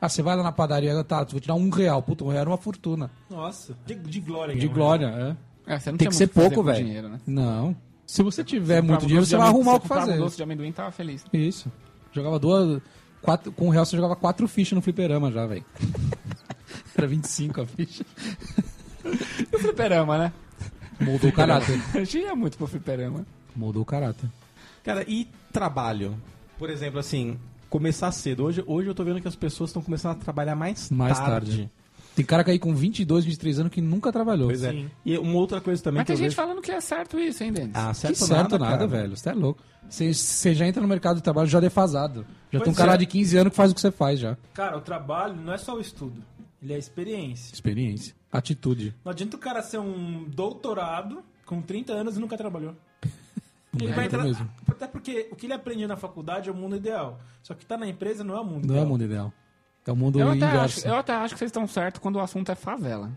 Speaker 6: Ah, você vai lá na padaria, tá, vou te dar um real. Puta, um real era uma fortuna.
Speaker 8: Nossa, de, de glória.
Speaker 6: De
Speaker 8: né?
Speaker 6: glória, é.
Speaker 4: É, você não
Speaker 6: Tem
Speaker 4: tinha muito
Speaker 6: que ser
Speaker 4: o fazer
Speaker 6: pouco,
Speaker 4: com
Speaker 6: velho.
Speaker 4: dinheiro, né?
Speaker 6: Não. Se você tiver
Speaker 4: Comprava
Speaker 6: muito
Speaker 4: um
Speaker 6: dinheiro,
Speaker 4: doce
Speaker 6: você
Speaker 4: de
Speaker 6: vai
Speaker 4: amendoim,
Speaker 6: arrumar o que
Speaker 4: comprava um
Speaker 6: fazer.
Speaker 4: doce de amendoim tava feliz.
Speaker 6: Isso. Jogava duas. Quatro, com um real você jogava quatro fichas no fliperama já, velho. Era 25 a ficha.
Speaker 4: E o fliperama, né?
Speaker 6: Moldou o caráter.
Speaker 4: A gente ia muito pro fliperama.
Speaker 6: Moldou o caráter.
Speaker 2: Cara, e trabalho? Por exemplo, assim, começar cedo. Hoje, hoje eu tô vendo que as pessoas estão começando a trabalhar mais,
Speaker 6: Mais tarde. Tem cara que aí com 22, 23 anos que nunca trabalhou.
Speaker 2: Pois é.
Speaker 8: Sim.
Speaker 2: E uma outra coisa também
Speaker 4: Mas
Speaker 2: que
Speaker 4: tem
Speaker 2: eu vejo...
Speaker 4: gente falando que é certo isso, hein, Denis?
Speaker 2: Ah,
Speaker 6: Que certo nada,
Speaker 2: cara.
Speaker 6: velho. Você é louco. Você- Você já entra no mercado de trabalho já defasado. Já tem um
Speaker 8: Pois
Speaker 6: cara
Speaker 8: é.
Speaker 6: de 15 anos que faz o que você faz já.
Speaker 8: Cara, o trabalho não é só o estudo, ele é a experiência.
Speaker 6: Experiência. Atitude.
Speaker 8: Não adianta o cara ser um doutorado com 30 anos e nunca trabalhou. Ele
Speaker 6: É,
Speaker 8: vai
Speaker 6: é
Speaker 8: entrar,
Speaker 6: mesmo.
Speaker 8: até porque o que ele aprende na faculdade é o mundo ideal. Só que tá na empresa não é o mundo
Speaker 6: Não é
Speaker 8: ideal.
Speaker 6: o mundo ideal. É o mundo
Speaker 4: eu, até acho,
Speaker 6: inverso.
Speaker 4: eu até acho que vocês estão certos quando o assunto é favela.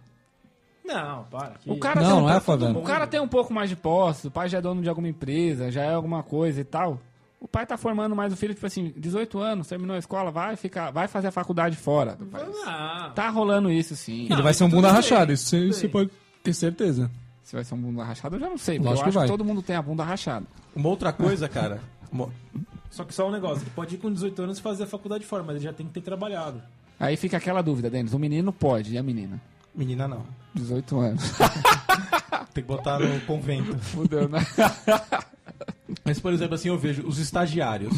Speaker 8: Não, para. que-
Speaker 4: O cara
Speaker 6: Não,
Speaker 4: tem um
Speaker 6: não é
Speaker 4: pouco-
Speaker 6: favela.
Speaker 4: O cara tem um pouco mais de posse, o pai já é dono de alguma empresa, já é alguma coisa e tal. O pai tá formando mais o filho, tipo assim, 18 anos, terminou a escola, vai ficar, vai fazer a faculdade fora do país.
Speaker 8: Não.
Speaker 4: Tá rolando isso sim.
Speaker 6: Ele vai ser um
Speaker 8: tudo
Speaker 6: bunda
Speaker 8: bem,
Speaker 6: rachado, isso você-
Speaker 8: tudo
Speaker 6: você
Speaker 8: bem.
Speaker 6: pode ter certeza.
Speaker 4: Se vai ser um bunda rachado, eu já não sei, porque
Speaker 6: Lógico
Speaker 4: eu
Speaker 6: que
Speaker 4: acho que,
Speaker 6: vai.
Speaker 4: todo mundo tem a bunda rachada.
Speaker 2: Uma outra coisa, cara. Uma-
Speaker 8: Só que só um negócio, ele pode ir com 18 anos e fazer a faculdade fora, mas ele já tem que ter trabalhado.
Speaker 4: Aí fica aquela dúvida, Denis, o menino pode, e a menina?
Speaker 2: Menina, não.
Speaker 4: 18 anos.
Speaker 2: Tem que botar no convento.
Speaker 4: Fudeu, né?
Speaker 2: Mas, por exemplo, assim, eu vejo os estagiários.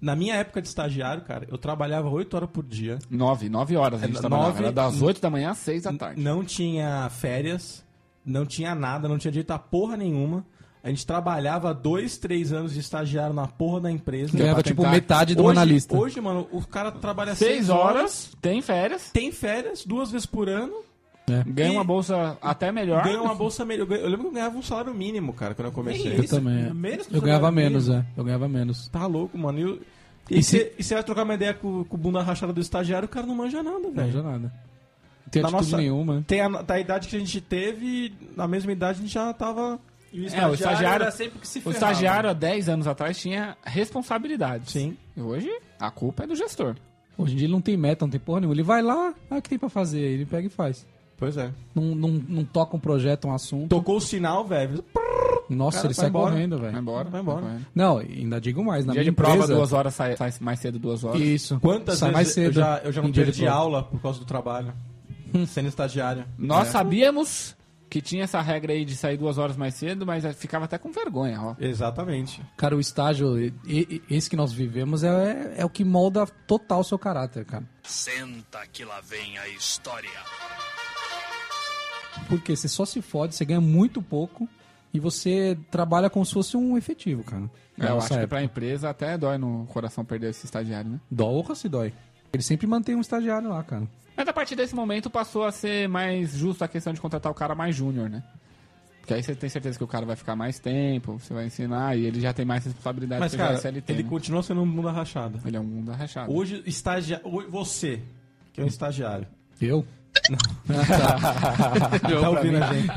Speaker 2: Na minha época de estagiário, cara, eu trabalhava 8 horas por dia.
Speaker 4: 9, 9 horas a gente
Speaker 2: É,
Speaker 4: trabalhava.
Speaker 2: nove-
Speaker 4: Era das 8 da manhã às 6 da tarde.
Speaker 2: Não tinha férias, não tinha nada, não tinha direito a porra nenhuma. A gente trabalhava dois, três anos de estagiário na porra da empresa.
Speaker 4: Deu pra
Speaker 6: Ganhava tipo
Speaker 4: tentar.
Speaker 6: metade do
Speaker 2: hoje,
Speaker 6: analista.
Speaker 2: Hoje, mano, o cara trabalha
Speaker 4: 6
Speaker 2: seis horas,
Speaker 4: horas, tem férias,
Speaker 2: tem férias duas vezes por ano,
Speaker 4: ganha
Speaker 2: E-
Speaker 4: uma bolsa até melhor.
Speaker 2: ganha uma bolsa melhor. Eu ganho- eu lembro que eu ganhava um salário mínimo, cara, quando eu comecei.
Speaker 6: Eu também. é.
Speaker 8: Menos que
Speaker 6: eu
Speaker 8: o
Speaker 6: ganhava
Speaker 8: salário mínimo.
Speaker 6: menos, é. Eu ganhava menos.
Speaker 2: Tá louco, mano. E o- E você vai trocar uma ideia com, com o bunda rachada do estagiário, o cara não manja nada,
Speaker 6: Não
Speaker 2: velho.
Speaker 6: já é nada. Não tem
Speaker 2: É. Na
Speaker 6: atitude
Speaker 2: nossa-
Speaker 6: nenhuma. né?
Speaker 2: Tem a, da idade que a gente teve, na mesma idade a gente já tava.
Speaker 8: E o
Speaker 4: estagiário
Speaker 8: estagiário,
Speaker 4: era
Speaker 8: era sempre que se
Speaker 4: O
Speaker 8: ferrava.
Speaker 4: estagiário há 10 anos atrás tinha responsabilidade. E hoje a culpa é do gestor.
Speaker 6: Hoje em dia ele não tem meta, não tem porra nenhuma. Ele vai lá, ah, o que tem pra fazer? Ele pega e faz.
Speaker 2: Pois é.
Speaker 6: Não, não, não toca um projeto, um assunto.
Speaker 2: Tocou o sinal, velho.
Speaker 6: Nossa,
Speaker 2: Cara,
Speaker 6: ele
Speaker 2: vai
Speaker 6: sai
Speaker 2: embora.
Speaker 6: correndo, velho.
Speaker 4: Vai embora.
Speaker 2: É. Vai embora.
Speaker 4: correndo.
Speaker 6: Não, ainda digo mais. Na
Speaker 4: Dia de
Speaker 6: minha
Speaker 4: prova,
Speaker 6: empresa,
Speaker 4: duas horas, sai, sai mais cedo, duas horas.
Speaker 6: Isso.
Speaker 2: Quantas
Speaker 6: sai
Speaker 2: vezes
Speaker 6: mais cedo
Speaker 2: eu já, eu já não
Speaker 6: em dia de
Speaker 2: perdi
Speaker 6: prova. Hum.
Speaker 2: aula por causa do trabalho? Sendo estagiário.
Speaker 4: Nós sabíamos que tinha essa regra aí de sair duas horas mais cedo, mas eu ficava até com vergonha, ó.
Speaker 2: É. Exatamente.
Speaker 6: Cara, o estágio, e- e- esse que nós vivemos, é, é o que molda total o seu caráter, cara.
Speaker 10: Senta que lá vem a história.
Speaker 6: Porque você só se fode, você ganha muito pouco e você trabalha como se fosse um efetivo, cara.
Speaker 4: É,
Speaker 6: Na
Speaker 4: eu
Speaker 6: nossa
Speaker 4: acho que
Speaker 6: época.
Speaker 4: pra empresa até dói no coração perder esse estagiário, né?
Speaker 6: Dó ou se dói. Ele sempre mantém um estagiário lá, cara.
Speaker 4: Mas a partir desse momento passou a ser mais justo a questão de contratar o cara mais júnior, né? Porque aí você tem certeza que o cara vai ficar mais tempo, você vai ensinar e ele já tem mais responsabilidade
Speaker 2: Mas,
Speaker 4: porque já
Speaker 2: cara,
Speaker 4: é CLT,
Speaker 2: ele
Speaker 4: né?
Speaker 2: continua sendo um bunda rachada.
Speaker 4: Ele é um mundo rachado.
Speaker 2: Hoje, estagiário. Você, que é um estagiário.
Speaker 6: Eu?
Speaker 2: tá ouvindo a gente?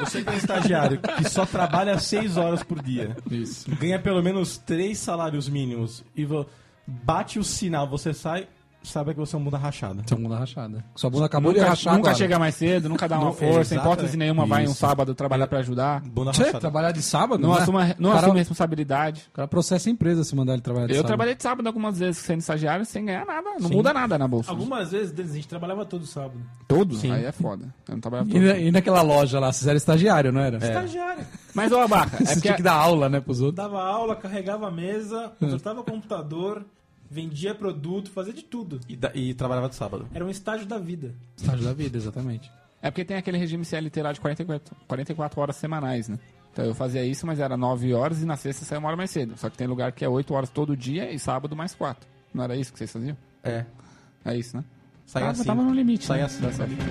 Speaker 2: Você que é um estagiário que só trabalha seis horas por dia.
Speaker 6: Isso.
Speaker 2: ganha pelo menos três salários mínimos e vo- bate o sinal, você sai saiba que você é um bunda rachada.
Speaker 6: Sua bunda rachada. Sua bunda acabou de rachar
Speaker 4: nunca
Speaker 6: agora.
Speaker 4: chega mais cedo, nunca dá uma
Speaker 2: Nunca-
Speaker 4: força, em
Speaker 2: Exatamente.
Speaker 4: hipótese nenhuma vai um
Speaker 2: Isso.
Speaker 4: sábado trabalhar pra ajudar.
Speaker 2: Bunda
Speaker 6: Tchê,
Speaker 2: rachada.
Speaker 6: trabalhar de sábado?
Speaker 4: Não,
Speaker 6: né?
Speaker 4: assuma, não
Speaker 6: O cara-
Speaker 4: assume responsabilidade.
Speaker 6: O cara processa a empresa se mandar ele trabalhar de
Speaker 4: Eu
Speaker 6: sábado.
Speaker 4: trabalhei de sábado algumas vezes sendo estagiário sem ganhar nada. Não muda nada na bolsa.
Speaker 8: Algumas vezes, Denis, a gente trabalhava todo sábado.
Speaker 4: Todos? Aí é foda. Eu não trabalhava
Speaker 6: E,
Speaker 2: né,
Speaker 4: todo.
Speaker 6: na- e naquela loja lá, vocês eram estagiário, não era? É.
Speaker 8: Estagiário.
Speaker 4: Mas, ô, Abaca, é
Speaker 6: Você
Speaker 4: porque
Speaker 6: tinha que dar aula, né, pros outros.
Speaker 8: Dava aula, carregava a mesa, consertava o computador, vendia produto, fazia de tudo.
Speaker 2: E, da- e trabalhava de sábado.
Speaker 8: Era um estágio da vida.
Speaker 6: Estágio da vida, exatamente.
Speaker 4: É porque tem aquele regime CLT lá de 44, 44 horas semanais, né? Então eu fazia isso, mas era 9 horas e na sexta saia uma hora mais cedo. Só que tem lugar que é 8 horas todo dia e sábado mais 4. Não era isso que vocês faziam?
Speaker 2: É.
Speaker 4: É isso, né?
Speaker 2: Saia
Speaker 4: Tava-
Speaker 2: assim.
Speaker 4: tava no limite.
Speaker 2: Saia
Speaker 4: né?
Speaker 2: assim.
Speaker 4: Da CLT.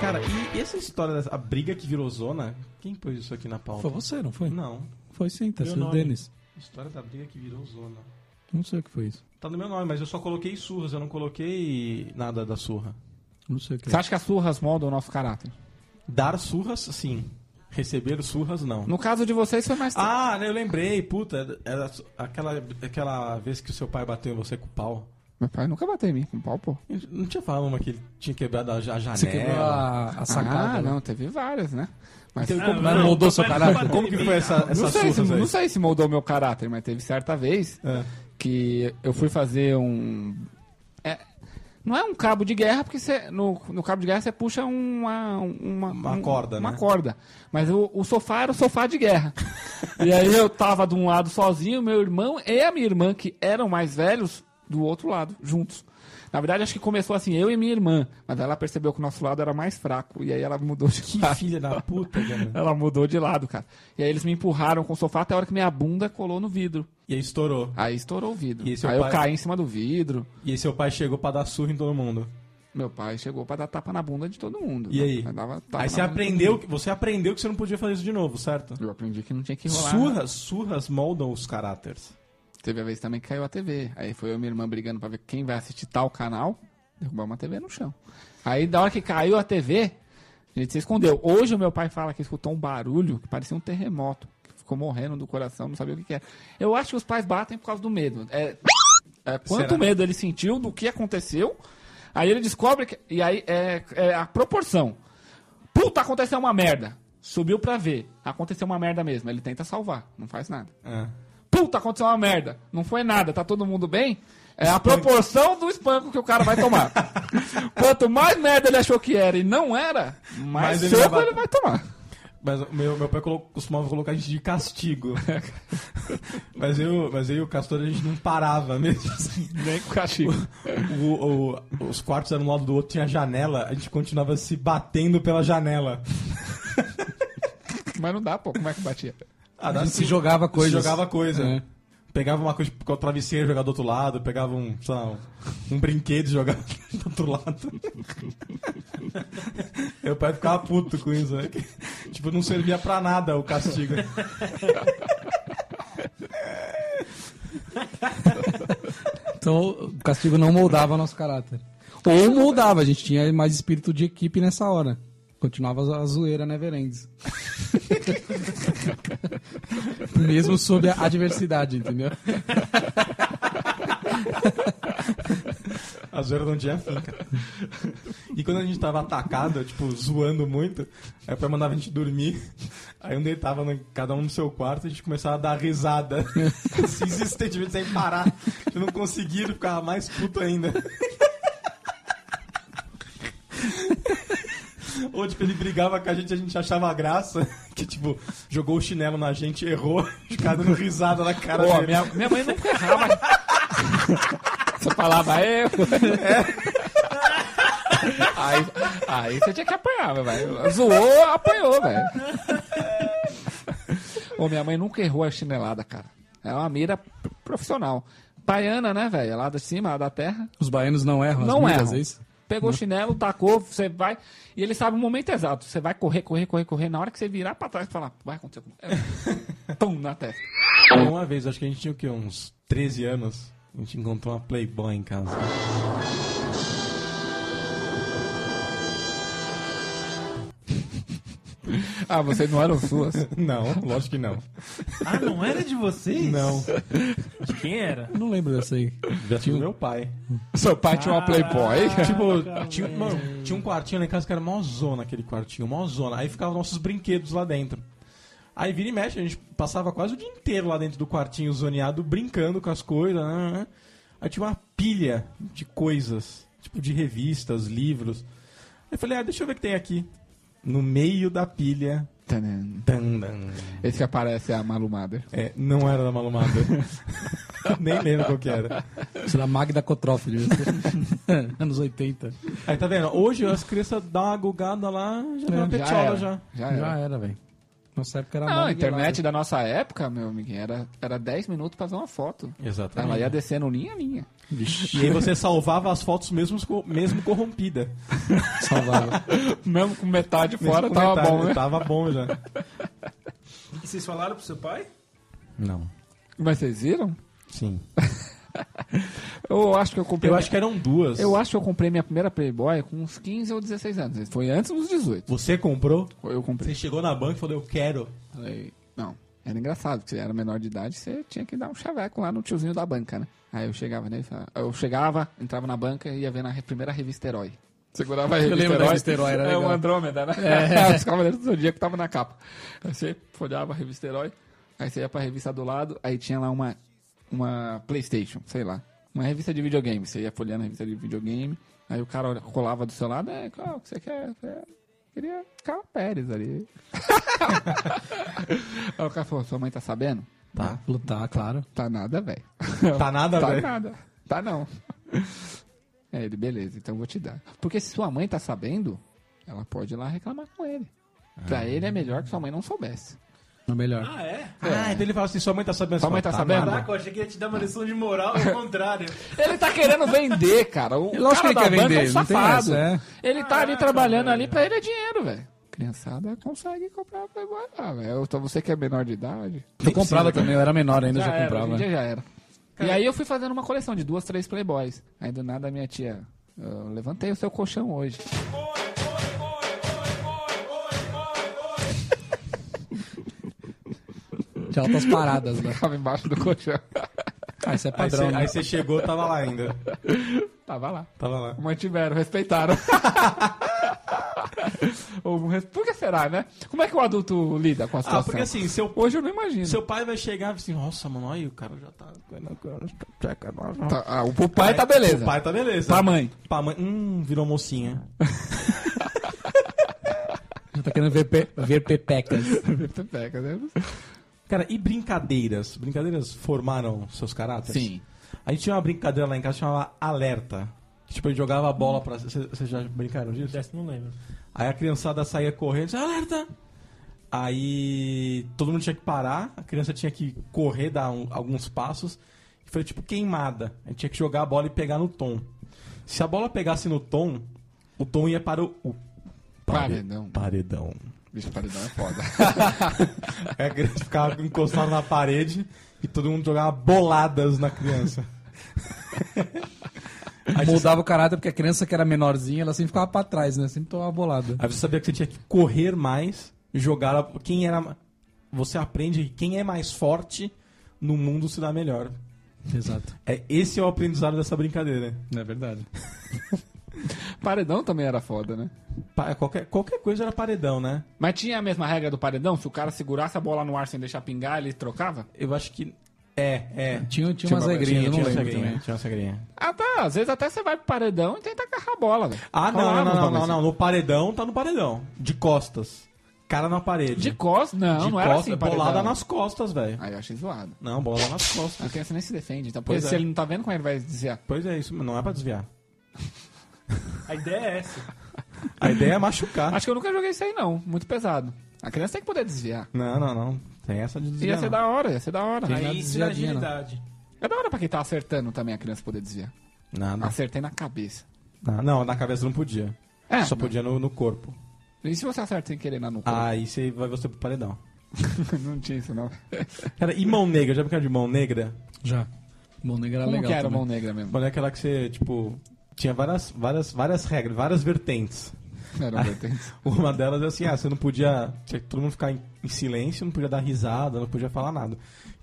Speaker 2: Cara, e essa história dessa a briga que virou zona? Quem pôs isso aqui na pauta?
Speaker 6: Foi você, não foi?
Speaker 2: Não.
Speaker 6: Foi sim, tá
Speaker 8: Meu
Speaker 6: sendo o
Speaker 8: nome.
Speaker 6: Denis.
Speaker 2: História da briga que virou zona.
Speaker 6: Não sei o que foi isso.
Speaker 2: Tá no meu nome, mas eu só coloquei surras, eu não coloquei nada da surra.
Speaker 6: Não sei o que
Speaker 4: Você acha que as surras moldam o nosso caráter?
Speaker 2: Dar surras, sim. Receber surras, não.
Speaker 4: No caso de vocês foi mais...
Speaker 2: Ah, né, eu lembrei, puta. Era su- aquela, aquela vez que o seu pai bateu em você com o pau.
Speaker 4: Meu pai nunca bateu em mim com pau, pô.
Speaker 2: Não tinha falado uma que ele tinha quebrado a ja- a janela.
Speaker 6: Você quebrou a, a sacada.
Speaker 4: ah,
Speaker 6: né?
Speaker 4: não, teve várias, né? Mas
Speaker 6: como- mas moldou seu caráter?
Speaker 2: Como que foi essa,
Speaker 4: não,
Speaker 2: essa
Speaker 4: sei se,
Speaker 2: surra?
Speaker 4: não sei se moldou meu caráter, mas teve certa vez
Speaker 2: É.
Speaker 4: que eu fui fazer um. é, não é um cabo de guerra, porque você- no, no cabo de guerra você puxa uma, uma,
Speaker 2: Uma
Speaker 4: um-
Speaker 2: corda,
Speaker 4: uma
Speaker 2: né?
Speaker 4: corda. Mas o, o sofá era o sofá de guerra. e aí eu tava de um lado sozinho, meu irmão e a minha irmã, que eram mais velhos, do outro lado, juntos. Na verdade, acho que começou assim, eu e minha irmã. Mas ela percebeu que o nosso lado era mais fraco. E aí ela mudou de
Speaker 2: Que
Speaker 4: lado.
Speaker 2: filha da puta, cara.
Speaker 4: Ela mudou de lado, cara. E aí eles me empurraram com o sofá até a hora que minha bunda colou no vidro.
Speaker 2: E aí estourou.
Speaker 4: Aí estourou o vidro.
Speaker 2: E
Speaker 4: Aí
Speaker 2: esse é o
Speaker 4: eu
Speaker 2: pai-
Speaker 4: caí em cima do vidro.
Speaker 2: E aí seu pai chegou pra dar surra em todo mundo.
Speaker 4: Meu pai chegou pra dar tapa na bunda de todo mundo.
Speaker 2: E aí?
Speaker 4: Eu dava tapa
Speaker 2: Aí
Speaker 4: na
Speaker 2: você
Speaker 4: bunda.
Speaker 2: aprendeu, que- você aprendeu que você não podia fazer isso de novo, certo?
Speaker 4: Eu aprendi que não tinha que né? rolar.
Speaker 2: Surras, surras moldam os caráteres.
Speaker 4: Teve a vez também que caiu a TV. Aí foi eu e minha irmã brigando pra ver quem vai assistir tal canal. Derrubar uma TV no chão. Aí da hora que caiu a TV, a gente se escondeu. Hoje o meu pai fala que escutou um barulho que parecia um terremoto. Que ficou morrendo do coração, não sabia o que, que era. Eu acho que os pais batem por causa do medo. É, é quanto
Speaker 2: Será?
Speaker 4: medo ele sentiu do que aconteceu. Aí ele descobre que. E aí é, é a proporção. Puta, aconteceu uma merda. Subiu pra ver. Aconteceu uma merda mesmo. Ele tenta salvar, não faz nada.
Speaker 2: É.
Speaker 4: Puta, aconteceu uma merda. Não foi nada, tá todo mundo bem? É a proporção do espanco que o cara vai tomar. Quanto mais merda ele achou que era e não era, mais
Speaker 2: Mais ele
Speaker 4: soco
Speaker 2: vai-
Speaker 4: ele vai tomar.
Speaker 2: Mas o meu, meu pai colo- costumava colocar a gente de castigo. mas, eu, mas eu e o Castor, a gente não parava mesmo. assim.
Speaker 4: Nem com castigo.
Speaker 2: O- o- os quartos eram um lado do outro, tinha janela, a gente continuava se batendo pela janela.
Speaker 4: Mas não dá, pô. Como é que batia?
Speaker 2: Ah,
Speaker 6: A
Speaker 2: dá
Speaker 6: gente se
Speaker 2: sim.
Speaker 6: jogava
Speaker 2: Se
Speaker 6: coisas.
Speaker 2: jogava coisa.
Speaker 6: É.
Speaker 2: Pegava uma coisa com o travesseiro, jogava do outro lado, pegava um, sei lá, um, um brinquedo e jogava do outro lado. Meu pai ficava puto com isso, né? Que, tipo, não servia pra nada o castigo.
Speaker 6: Então o castigo não moldava nosso caráter. Ou moldava, a gente tinha mais espírito de equipe nessa hora. Continuava a zoeira né, Never Ends. Mesmo sob a adversidade, entendeu?
Speaker 2: A zoeira não tinha fim, cara. E quando a gente tava atacado, tipo, zoando muito, aí o pai mandava a gente dormir, aí um deitava no- cada um no seu quarto e a gente começava a dar risada. Assim, insistentemente, sem parar. Eu não conseguia, ele ficava mais puto ainda. Ou, tipo, ele brigava com a gente, a gente achava graça, que, tipo, jogou o chinelo na gente, errou, ficava dando risada na cara
Speaker 4: Pô,
Speaker 2: dele.
Speaker 4: minha, minha mãe nunca errava. Você falava eu. Aí, aí você tinha que apanhar, meu velho. Zoou, apanhou, velho. Ô, minha mãe nunca errou a chinelada, cara. É uma mira p- profissional. Baiana, né, velho? Lá de cima, lá da terra.
Speaker 6: Os baianos não erram,
Speaker 4: Não
Speaker 6: é
Speaker 4: erram. Pegou o chinelo, tacou, você vai. E ele sabe o momento exato. Você vai correr, correr, correr, correr. Na hora que você virar pra trás e falar, vai acontecer alguma coisa. Pum, na testa.
Speaker 2: Então, Uma vez, acho que a gente tinha o quê? Uns 13 anos. A gente encontrou uma Playboy em casa.
Speaker 4: Ah, vocês não eram suas.
Speaker 2: Não, lógico que não.
Speaker 8: Ah, não era de vocês?
Speaker 2: Não.
Speaker 8: De quem era?
Speaker 6: Não lembro dessa aí.
Speaker 2: Já tinha meu pai.
Speaker 4: Seu pai tinha É uma Playboy.
Speaker 2: Tipo, tinha, mano, tinha um quartinho lá em casa que era mó zona aquele quartinho, mó zona. Aí ficavam nossos brinquedos lá dentro. Aí vira e mexe, a gente passava quase o dia inteiro lá dentro do quartinho zoneado, brincando com as coisas. né, né. Aí tinha uma pilha de coisas, tipo de revistas, livros. Aí eu falei, ah, deixa eu ver o que tem aqui. No meio da pilha.
Speaker 4: Tadam.
Speaker 2: tan, dan.
Speaker 4: Esse que aparece é a Malumada.
Speaker 2: É, não era da Malumada. Nem lembro qual que era.
Speaker 6: Isso da Magda Cotrófilo. Anos 80.
Speaker 2: Aí tá vendo? Hoje as crianças dão uma gugada lá, já dá uma
Speaker 4: É, Já
Speaker 2: petiola
Speaker 4: era.
Speaker 2: já.
Speaker 4: Já era.
Speaker 6: Já era, velho. Nossa época era
Speaker 4: Não,
Speaker 6: mal
Speaker 4: a É. Ah, internet
Speaker 6: nivelada.
Speaker 4: da nossa época, meu amiguinho, era, era 10 minutos pra fazer uma foto.
Speaker 2: Exatamente.
Speaker 4: Ela ia descendo linha a linha.
Speaker 2: E aí você salvava as fotos mesmo, mesmo corrompida.
Speaker 6: salvava.
Speaker 4: Mesmo com metade
Speaker 2: Mesmo
Speaker 4: Tá fora,
Speaker 2: com
Speaker 4: tava
Speaker 2: metade,
Speaker 4: bom, né?
Speaker 2: Tava bom já.
Speaker 8: E vocês falaram pro seu pai?
Speaker 2: Não.
Speaker 4: Mas vocês viram?
Speaker 2: Sim.
Speaker 4: Eu acho que eu comprei.
Speaker 2: Eu acho que eram duas.
Speaker 4: Eu acho que eu comprei minha primeira Playboy com uns 15 ou 16 anos. Foi antes dos 18.
Speaker 2: Você comprou?
Speaker 4: Eu comprei.
Speaker 2: Você chegou na banca e falou, eu quero.
Speaker 4: Falei, não. Era engraçado, porque você era menor de idade, você tinha que dar um chaveco lá no tiozinho da banca, né? Aí eu chegava nele, e falava- eu chegava, entrava na banca e ia ver na re- primeira revista Herói. Segurava a revista
Speaker 6: lembro da
Speaker 4: Herói.
Speaker 6: revista Herói, era
Speaker 4: É
Speaker 6: legal.
Speaker 4: o Andrômeda, né? É. Os Cavaleiros do Zodíaco estavam na capa. Aí você folhava a revista Herói, aí você ia pra revista do lado, aí tinha lá uma, uma Playstation, sei lá. Uma revista de videogame. Você ia folheando a revista de videogame, aí o cara olha- colava do seu lado, é, qual que você quer? É, queria Carla Pérez ali. aí o cara falou, sua mãe tá sabendo?
Speaker 6: Tá, lutar, claro.
Speaker 4: Tá nada, velho.
Speaker 2: Tá nada,
Speaker 4: Tá
Speaker 2: velho.
Speaker 4: nada. Tá não. É, ele, beleza, então eu vou te dar. Porque se sua mãe tá sabendo, ela pode ir lá reclamar com ele. Pra ele é melhor que sua mãe não soubesse.
Speaker 6: Não, melhor.
Speaker 8: Ah, é?
Speaker 2: Ah, então ele fala assim, sua mãe tá sabendo.
Speaker 4: Sua
Speaker 2: Você
Speaker 4: mãe
Speaker 2: fala,
Speaker 4: tá sabendo?
Speaker 2: nada.
Speaker 8: Caraca, eu achei que ia te dar uma lição de moral, ao contrário.
Speaker 4: Ele tá querendo vender, cara. O cara
Speaker 6: Lógico que ele
Speaker 4: da
Speaker 6: quer
Speaker 4: banca é um
Speaker 6: vender, não tem
Speaker 4: safado.
Speaker 6: essa,
Speaker 4: Ele tá ali trabalhando ali, pra ele é dinheiro, velho. Criançada consegue comprar Playboy lá, velho. Então você que é menor de idade.
Speaker 6: Eu comprava também, eu era menor ainda, eu já
Speaker 4: era,
Speaker 6: comprava.
Speaker 4: hoje em dia já era. E aí eu fui fazendo uma coleção de duas, três Playboys. Aí do nada a minha tia, "Ah, eu levantei o seu colchão hoje.
Speaker 6: Tinha altas paradas lá.
Speaker 4: Tava embaixo do colchão.
Speaker 6: Ah, isso é
Speaker 2: Aí
Speaker 6: padrão.
Speaker 2: você,
Speaker 6: né?
Speaker 2: aí você chegou, tava lá ainda.
Speaker 4: Tava lá.
Speaker 2: Tava lá.
Speaker 4: Mantiveram, respeitaram. Houve um res- Por que será, né? Como é que o adulto lida com a
Speaker 2: Ah,
Speaker 4: situação?
Speaker 2: porque assim, seu,
Speaker 4: Hoje eu não imagino.
Speaker 2: seu pai vai chegar e assim, nossa, mano, aí o cara já tá...
Speaker 4: Tá- ah, o pro pai tá beleza.
Speaker 2: O pai tá beleza.
Speaker 4: Pra mãe.
Speaker 2: Pra mãe. Hum, virou mocinha.
Speaker 6: Já tá querendo ver, pe- ver pepecas.
Speaker 4: Você pega, né?
Speaker 2: Cara, e brincadeiras? Brincadeiras formaram seus caráteres?
Speaker 4: Sim.
Speaker 2: A gente tinha uma brincadeira lá em casa que chamava Alerta. Que, tipo, a gente jogava a bola pra. Vocês já brincaram disso?
Speaker 8: Dessa não lembro.
Speaker 2: Aí a criançada saía correndo, dizia, alerta! Aí todo mundo tinha que parar, a criança tinha que correr, dar um- alguns passos. E foi tipo queimada. A gente tinha que jogar a bola e pegar no tom. Se a bola pegasse no tom, o tom ia para o. o pare-
Speaker 4: Paredão.
Speaker 2: Paredão.
Speaker 4: Bicho, paredão é foda.
Speaker 2: Aí a criança ficava encostada na parede e todo mundo jogava boladas na criança. Aí você,
Speaker 6: Mudava o caráter porque a criança que era menorzinha, ela sempre ficava pra trás, né? Sempre tomava bolada.
Speaker 2: aí você sabia que você tinha que correr mais, jogar. a- Quem era. Você aprende que quem é mais forte no mundo se dá melhor.
Speaker 6: Exato.
Speaker 2: É, esse é o aprendizado dessa brincadeira.
Speaker 6: É verdade.
Speaker 4: paredão também era foda, né?
Speaker 2: Pa- Qualquer, qualquer coisa era paredão, né?
Speaker 4: Mas tinha a mesma regra do paredão? Se o cara segurasse a bola no ar sem deixar pingar, ele trocava?
Speaker 2: Eu acho que. É, é.
Speaker 6: Tinha, tinha umas regrinhas, eu não
Speaker 2: tinha
Speaker 6: lembro
Speaker 2: regrinha,
Speaker 6: também.
Speaker 2: Tinha essa regrinha.
Speaker 4: Ah, tá. Às vezes até você vai pro paredão e tenta agarrar a bola, velho.
Speaker 2: Ah, não, não,
Speaker 4: Rolava
Speaker 2: não,
Speaker 4: uns
Speaker 2: não,
Speaker 4: bagulho
Speaker 2: não, não. No paredão, tá no paredão. De costas. Cara na
Speaker 4: assim.
Speaker 2: parede.
Speaker 4: De costas? Não,
Speaker 2: De
Speaker 4: não
Speaker 2: costas,
Speaker 4: era assim.
Speaker 2: bolada
Speaker 4: paredão.
Speaker 2: nas costas, velho.
Speaker 4: Aí eu achei zoado.
Speaker 2: Não, bolada nas costas.
Speaker 4: A criança nem se defende. Então,
Speaker 2: Ah. Pois
Speaker 4: se
Speaker 2: é.
Speaker 4: ele não tá vendo, como é que ele vai dizer?
Speaker 2: Pois é, isso não é pra desviar.
Speaker 8: A ideia é essa.
Speaker 2: A ideia é machucar.
Speaker 4: Acho que eu nunca joguei isso aí, não. Muito pesado. A criança tem que poder desviar.
Speaker 2: Não, não, não. Tem essa de
Speaker 4: Ia
Speaker 2: desviar.
Speaker 4: ser
Speaker 2: não.
Speaker 4: da hora, ia ser da hora.
Speaker 6: nada
Speaker 8: Aí ensina
Speaker 6: de
Speaker 2: né?
Speaker 6: jardim, não.
Speaker 8: agilidade.
Speaker 4: É da hora pra quem tá acertando também a criança poder desviar.
Speaker 2: Nada.
Speaker 4: Acertei na cabeça.
Speaker 2: Ah, Não, na cabeça não podia.
Speaker 4: É,
Speaker 2: Só podia Ah. no, no corpo.
Speaker 4: E se você acerta sem querer na nuca?
Speaker 2: Aí você vai você pro paredão.
Speaker 4: não tinha isso, não.
Speaker 2: Cara, e mão negra? Já brincaram de mão negra?
Speaker 6: Já. Mão negra era
Speaker 4: Como
Speaker 6: legal.
Speaker 4: que era
Speaker 6: também.
Speaker 4: mão negra mesmo?
Speaker 2: Mas é aquela que você, tipo, tinha várias, várias, várias regras, várias vertentes.
Speaker 4: Era um vertente.
Speaker 2: Uma delas é assim, ah, você não podia. Tinha que todo mundo ficar em, em silêncio, não podia dar risada, não podia falar nada.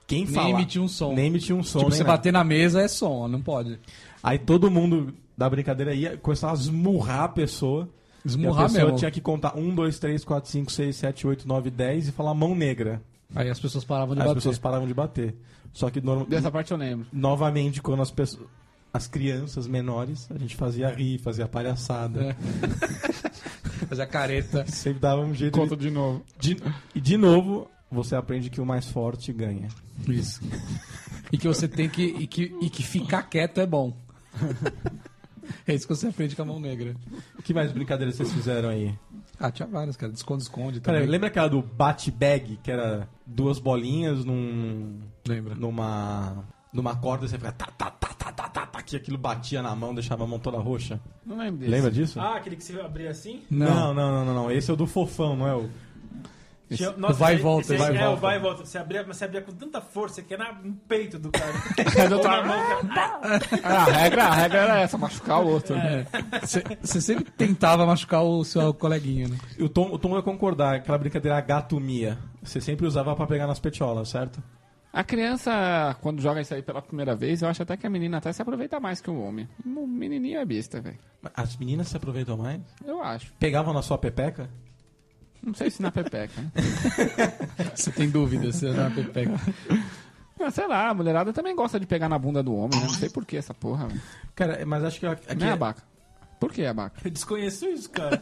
Speaker 2: Quem
Speaker 6: Nem
Speaker 2: falar,
Speaker 6: emitir um som.
Speaker 2: Nem emitir um som.
Speaker 6: Tipo,
Speaker 2: nem
Speaker 6: você
Speaker 2: nada.
Speaker 6: bater na mesa é som, não pode.
Speaker 2: Aí todo mundo da brincadeira ia começar a esmurrar a pessoa.
Speaker 6: Esmurrar
Speaker 2: e a pessoa
Speaker 6: mesmo.
Speaker 2: tinha que contar 1, 2, 3, 4, 5, 6, 7, 8, 9, 10 e falar mão negra.
Speaker 6: Aí as pessoas paravam de
Speaker 2: Aí as
Speaker 6: bater.
Speaker 2: pessoas paravam de bater. Só que norma-
Speaker 4: Dessa parte eu lembro.
Speaker 2: novamente, quando as pessoas. As crianças menores, a gente fazia rir, fazia palhaçada.
Speaker 6: Fazer a careta.
Speaker 2: Sempre dava um jeito de-
Speaker 4: Conta de novo.
Speaker 2: De- e de novo, você aprende que o mais forte ganha.
Speaker 6: Isso. E que você tem que e, que. e que ficar quieto é bom. É isso que você aprende com a mão negra.
Speaker 2: Que mais brincadeiras vocês fizeram aí?
Speaker 6: Ah, tinha várias, cara. Desconde-esconde
Speaker 2: Cara,
Speaker 6: também.
Speaker 2: lembra aquela do bate-bag, que era duas bolinhas num,
Speaker 6: Lembra.
Speaker 2: numa numa corda e você fica tá, tá, tá, tá, tá, tá, tá, que aquilo batia na mão, deixava a mão toda roxa.
Speaker 4: Não lembro desse.
Speaker 2: Lembra disso?
Speaker 8: Ah, aquele que você abria assim?
Speaker 2: Não, não, não, não, não. Esse é o do fofão, não é o...
Speaker 8: Tinha-
Speaker 6: vai e
Speaker 8: esse-
Speaker 6: volta,
Speaker 8: esse-
Speaker 6: vai e
Speaker 8: é,
Speaker 6: volta.
Speaker 8: o vai e volta. Você abria, mas você abria com tanta força que era no peito do cara.
Speaker 4: Mas eu
Speaker 8: Ou na
Speaker 4: tava-
Speaker 8: mão, cara.
Speaker 4: Ah, a regra, a regra era essa, machucar o outro. né?
Speaker 6: É. Você você sempre tentava machucar o seu coleguinha, né?
Speaker 2: O Tom, o Tom vai concordar, aquela brincadeira gatomia. Você sempre usava pra pegar nas petiolas, certo?
Speaker 4: A criança, quando joga isso aí pela primeira vez, eu acho até que a menina até se aproveita mais que o homem. O menininho é besta, velho.
Speaker 2: As meninas se aproveitam mais?
Speaker 4: Eu acho.
Speaker 2: Pegavam na sua pepeca?
Speaker 4: Não sei se na pepeca. né?
Speaker 6: Você tem dúvida, você era uma pepeca.
Speaker 4: Não, sei lá, a mulherada também gosta de pegar na bunda do homem, né? Não sei por que essa porra, velho.
Speaker 2: Cara, mas acho que... a- Aqui
Speaker 4: Né, abaca? Por que é abaca?
Speaker 8: Eu desconheço isso, cara.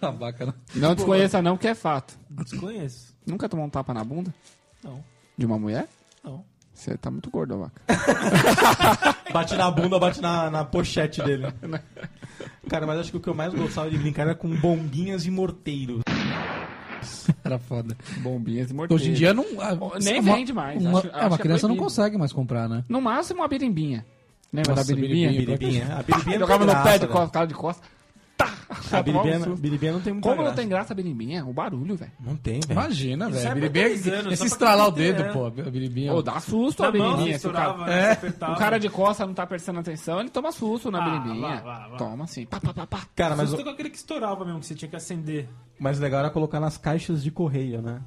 Speaker 6: Ah, bacana.
Speaker 4: Não desconheça não, que é fato.
Speaker 8: Desconheço.
Speaker 4: Nunca tomou um tapa na bunda?
Speaker 8: Não.
Speaker 4: De uma mulher?
Speaker 8: Não.
Speaker 4: Você tá muito gordo, abaca.
Speaker 2: Bate na bunda, bate na, na pochete dele. Cara, mas acho que o que eu mais gostava de brincar era com bombinhas e morteiros.
Speaker 6: Era foda.
Speaker 4: Bombinhas e morteiros.
Speaker 6: Hoje em dia não. ah,
Speaker 4: Nem
Speaker 6: uma-
Speaker 4: vende mais,
Speaker 6: Uma,
Speaker 4: acho-
Speaker 6: é,
Speaker 4: acho
Speaker 6: uma
Speaker 4: que é
Speaker 6: criança não
Speaker 4: proibido.
Speaker 6: consegue mais comprar, né?
Speaker 4: No máximo, uma birimbinha. Lembra
Speaker 6: Nossa,
Speaker 4: da birimbinha?
Speaker 6: birimbinha.
Speaker 2: Biribinha. A biribinha não
Speaker 4: Ah, Jogava
Speaker 2: tem
Speaker 4: no pé de
Speaker 2: graça,
Speaker 4: costa, cara de costa. Tá!
Speaker 2: velho. A biribinha,
Speaker 4: Tomava um susto.
Speaker 2: biribinha não tem muita
Speaker 4: Como não
Speaker 2: graça.
Speaker 4: tem graça a birimbinha? O barulho, velho.
Speaker 2: Não tem, velho.
Speaker 6: Imagina,
Speaker 8: Isso é
Speaker 6: velho.
Speaker 8: pra
Speaker 6: Biribinha-
Speaker 8: dois anos,
Speaker 6: Esse
Speaker 8: só pra
Speaker 6: estralar o
Speaker 8: quem
Speaker 6: dedo,
Speaker 4: né?
Speaker 8: quiser.
Speaker 6: pô. A é biribinha.
Speaker 4: Ô, dá susto a
Speaker 8: Na mão
Speaker 4: birimbinha. se o cara-
Speaker 8: misturava, né? Apertava.
Speaker 4: O cara de costa não tá prestando atenção, ele toma susto na
Speaker 8: Ah,
Speaker 4: birimbinha.
Speaker 8: vá, vá, vá.
Speaker 4: Toma assim. Pá, pá, pá, pá.
Speaker 2: Cara, mas
Speaker 8: Susto
Speaker 2: o
Speaker 8: com aquele que estourava mesmo, que você tinha que acender.
Speaker 2: mais legal era colocar nas caixas de correio, né?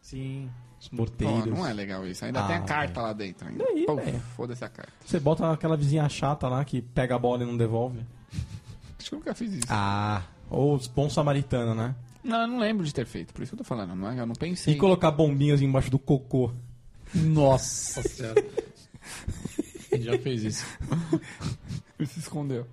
Speaker 8: Sim.
Speaker 2: Os
Speaker 4: Pô,
Speaker 2: morteiros.
Speaker 4: não é legal isso. Ainda
Speaker 2: Ah,
Speaker 4: tem a carta lá dentro ainda.
Speaker 2: Daí,
Speaker 4: Pô,
Speaker 2: velho.
Speaker 4: Foda-se a carta.
Speaker 2: Você bota aquela vizinha chata lá que pega a bola e não devolve.
Speaker 4: Acho que eu nunca fiz isso.
Speaker 2: Ah. Ou os bons samaritano, né?
Speaker 4: Não, eu não lembro de ter feito. Por isso que eu tô falando. Não é? Eu não
Speaker 2: E
Speaker 4: pensei.
Speaker 2: colocar bombinhas embaixo do cocô.
Speaker 6: Nossa senhora. Ele já fez isso.
Speaker 4: Ele se escondeu.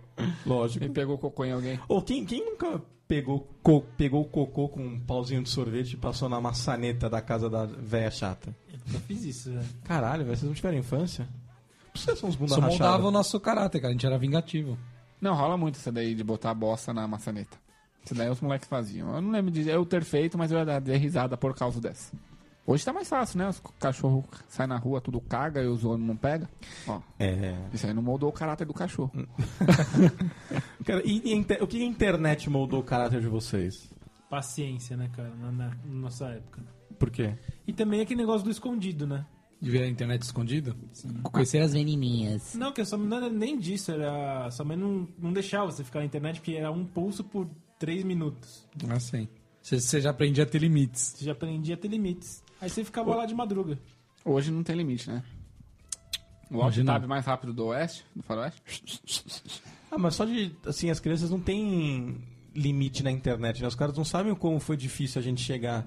Speaker 2: Lógico.
Speaker 4: Ele pegou cocô em alguém.
Speaker 2: Ou quem, quem nunca pegou, co- pegou cocô com um pauzinho de sorvete e passou na maçaneta da casa da véia chata?
Speaker 8: Eu nunca fiz isso, velho.
Speaker 2: Caralho, velho, vocês não tiveram infância? Por que vocês são uns bunda
Speaker 6: Só moldava o
Speaker 2: rachada?
Speaker 6: nosso caráter, cara. A gente era vingativo.
Speaker 4: Não, rola muito essa daí de botar a bosta na maçaneta. Isso daí os moleques faziam. Eu não lembro de eu ter feito, mas eu ia dar dei risada por causa dessa. Hoje tá mais fácil, né? Os cachorros saem na rua, tudo caga e os homens não pegam. Ó,
Speaker 2: É.
Speaker 4: isso aí não moldou o caráter do cachorro.
Speaker 2: Cara, e, e a inter- o que a internet moldou o caráter de vocês?
Speaker 8: Paciência, né, cara, na, na- na nossa época.
Speaker 2: Por quê?
Speaker 8: E também aquele negócio do escondido, né?
Speaker 6: De ver a internet escondido? Conhecer as menininhas.
Speaker 8: Não, que a sua mãe não era nem disso, era. Sua mãe não, não deixava você ficar na internet porque era um pulso por três minutos.
Speaker 6: Ah, sim. Você- Você já aprendia a ter limites.
Speaker 8: Você já aprendia a ter limites. Aí você ficava lá de madruga.
Speaker 4: Hoje não tem limite, né? O alt
Speaker 6: Hoje não.
Speaker 4: tab mais rápido do oeste, do faroeste.
Speaker 2: Ah, mas só de. Assim, as crianças não têm limite na internet, né? Os caras não sabem como foi difícil a gente chegar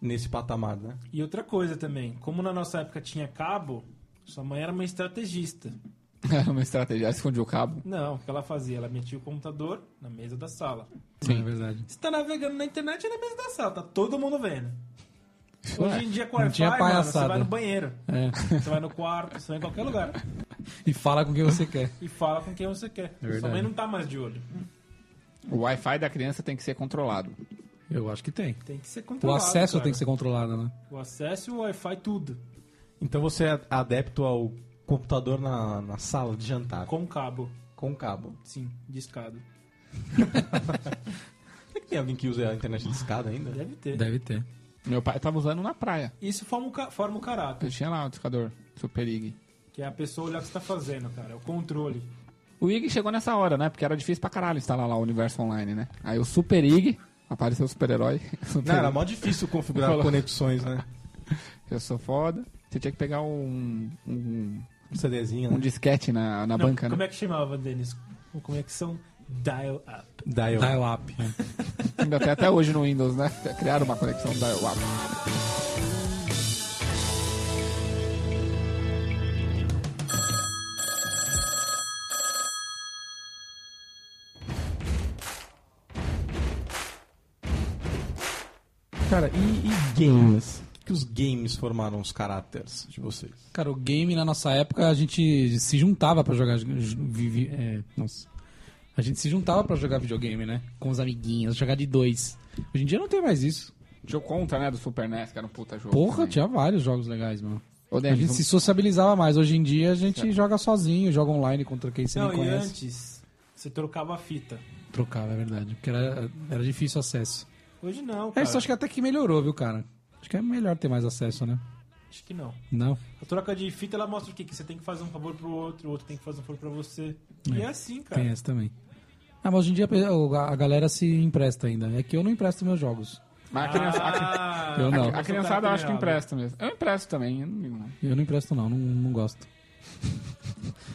Speaker 2: nesse patamar, né?
Speaker 8: E outra coisa também, como na nossa época tinha cabo, sua mãe era uma estrategista.
Speaker 4: Era uma estratégia. Ela escondia o cabo.
Speaker 8: Não, o que ela fazia? Ela metia o computador na mesa da sala.
Speaker 6: Sim, é verdade.
Speaker 8: Você tá navegando na internet é na mesa da sala, tá todo mundo vendo.
Speaker 4: é.
Speaker 8: Hoje em dia com
Speaker 6: Não
Speaker 8: Wi-Fi,
Speaker 6: tinha
Speaker 8: mano, você
Speaker 6: palhaçada.
Speaker 8: vai no banheiro,
Speaker 6: É.
Speaker 8: você vai no quarto, você vai em qualquer lugar
Speaker 6: E fala com quem você quer.
Speaker 8: e fala com quem você quer. Sua
Speaker 6: É verdade.
Speaker 8: mãe não tá mais de olho.
Speaker 4: O Wi-Fi da criança tem que ser controlado.
Speaker 6: Eu acho que tem.
Speaker 8: Tem que ser
Speaker 6: O
Speaker 8: controlado.
Speaker 6: acesso
Speaker 8: cara.
Speaker 6: tem que ser controlado, né?
Speaker 8: O acesso e o Wi-Fi, tudo.
Speaker 2: Então você é adepto ao computador na, na sala de jantar.
Speaker 8: Com cabo,
Speaker 2: Com cabo.
Speaker 8: sim, discado.
Speaker 2: Será que tem alguém que usa a internet de escada ainda?
Speaker 6: É.
Speaker 8: Deve ter.
Speaker 6: Deve ter.
Speaker 4: Meu pai tava usando na praia.
Speaker 8: Isso forma o, ca- forma o caráter,
Speaker 4: Eu tinha lá o discador Super IG.
Speaker 8: que é a pessoa olhar o que você tá fazendo, cara. É o controle.
Speaker 4: O IG chegou nessa hora, né? Porque era difícil pra caralho instalar lá o universo online, né? Aí o Super IG, apareceu o super-herói. Super
Speaker 2: Não, era mó difícil configurar
Speaker 4: Falou.
Speaker 2: conexões, né?
Speaker 4: Eu sou foda. Você tinha que pegar um, um,
Speaker 2: Um CDzinho,
Speaker 4: um
Speaker 2: né?
Speaker 4: disquete na, na
Speaker 8: Não,
Speaker 4: banca,
Speaker 8: como
Speaker 4: né?
Speaker 8: é que chamava, Denis? Uma conexão dial-up.
Speaker 2: Daí eu...
Speaker 6: Dial-up.
Speaker 4: Ainda tem até hoje no Windows, né? Criaram uma conexão da UAP.
Speaker 2: Cara, e, e games? Que os games formaram os caráteres de vocês?
Speaker 6: Cara, o game na nossa época a gente se juntava pra jogar. ju- vi- vi- é, nossa. A gente se juntava pra jogar videogame, né? Com os amiguinhos, jogar de dois. Hoje em dia não tem mais isso.
Speaker 4: Jogo contra, né? Do Super NES, que era um puta jogo.
Speaker 6: Porra,
Speaker 4: também.
Speaker 6: tinha vários jogos legais, mano.
Speaker 4: Ô,
Speaker 6: A
Speaker 4: Denis,
Speaker 6: gente
Speaker 4: vamos-
Speaker 6: se sociabilizava mais. Hoje em dia a gente joga sozinho, joga online contra quem você não,
Speaker 8: Não, e
Speaker 6: conhece.
Speaker 8: antes, você trocava a fita.
Speaker 6: Trocava, é verdade. Porque era, era difícil o acesso.
Speaker 8: Hoje não,
Speaker 6: É,
Speaker 8: cara.
Speaker 6: isso acho que até que melhorou, viu, cara? Acho que é melhor ter mais acesso, né?
Speaker 8: Acho que não.
Speaker 6: Não?
Speaker 8: A troca de fita, ela mostra o quê? Que você tem que fazer um favor pro outro, o outro tem que fazer um favor pra você. E é assim, cara.
Speaker 6: Tem essa também. Ah, mas hoje em dia a a galera se empresta ainda. É que eu não empresto meus jogos. É
Speaker 4: Mas a, criança, a,
Speaker 8: Ah,
Speaker 6: Eu não.
Speaker 4: a
Speaker 8: Mas o
Speaker 4: criançada
Speaker 8: cara
Speaker 4: eu acho que
Speaker 8: tem
Speaker 4: empresta mesmo. Eu empresto também. eu não-
Speaker 6: Eu não empresto, não. Não, não gosto.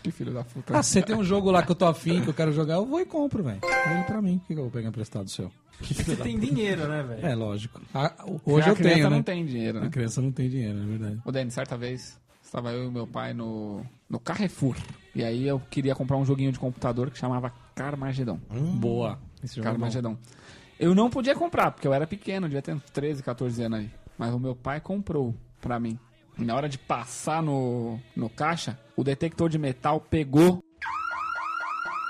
Speaker 4: Que filho da puta.
Speaker 6: Ah, você tem um jogo lá que eu tô afim, que eu quero jogar, eu vou e compro, velho. Vem pra mim. Por que que eu vou pegar emprestado seu?
Speaker 8: Você tem dinheiro, né, velho?
Speaker 6: É, lógico. Ah, hoje
Speaker 4: a
Speaker 6: eu
Speaker 4: criança
Speaker 6: tenho,
Speaker 4: não
Speaker 6: né?
Speaker 4: tem dinheiro,
Speaker 6: A
Speaker 4: né?
Speaker 6: criança não tem dinheiro, é verdade.
Speaker 4: Ô, Denis, certa vez estava eu e meu pai no, no Carrefour. E aí eu queria comprar um joguinho de computador que chamava Carmagedon.
Speaker 6: Boa. Esse jogo é bom.
Speaker 4: Carmagedon. Eu não podia comprar, porque eu era pequeno, devia ter uns 13, 14 anos aí. Mas o meu pai comprou pra mim. E na hora de passar no, no caixa, o detector de metal pegou.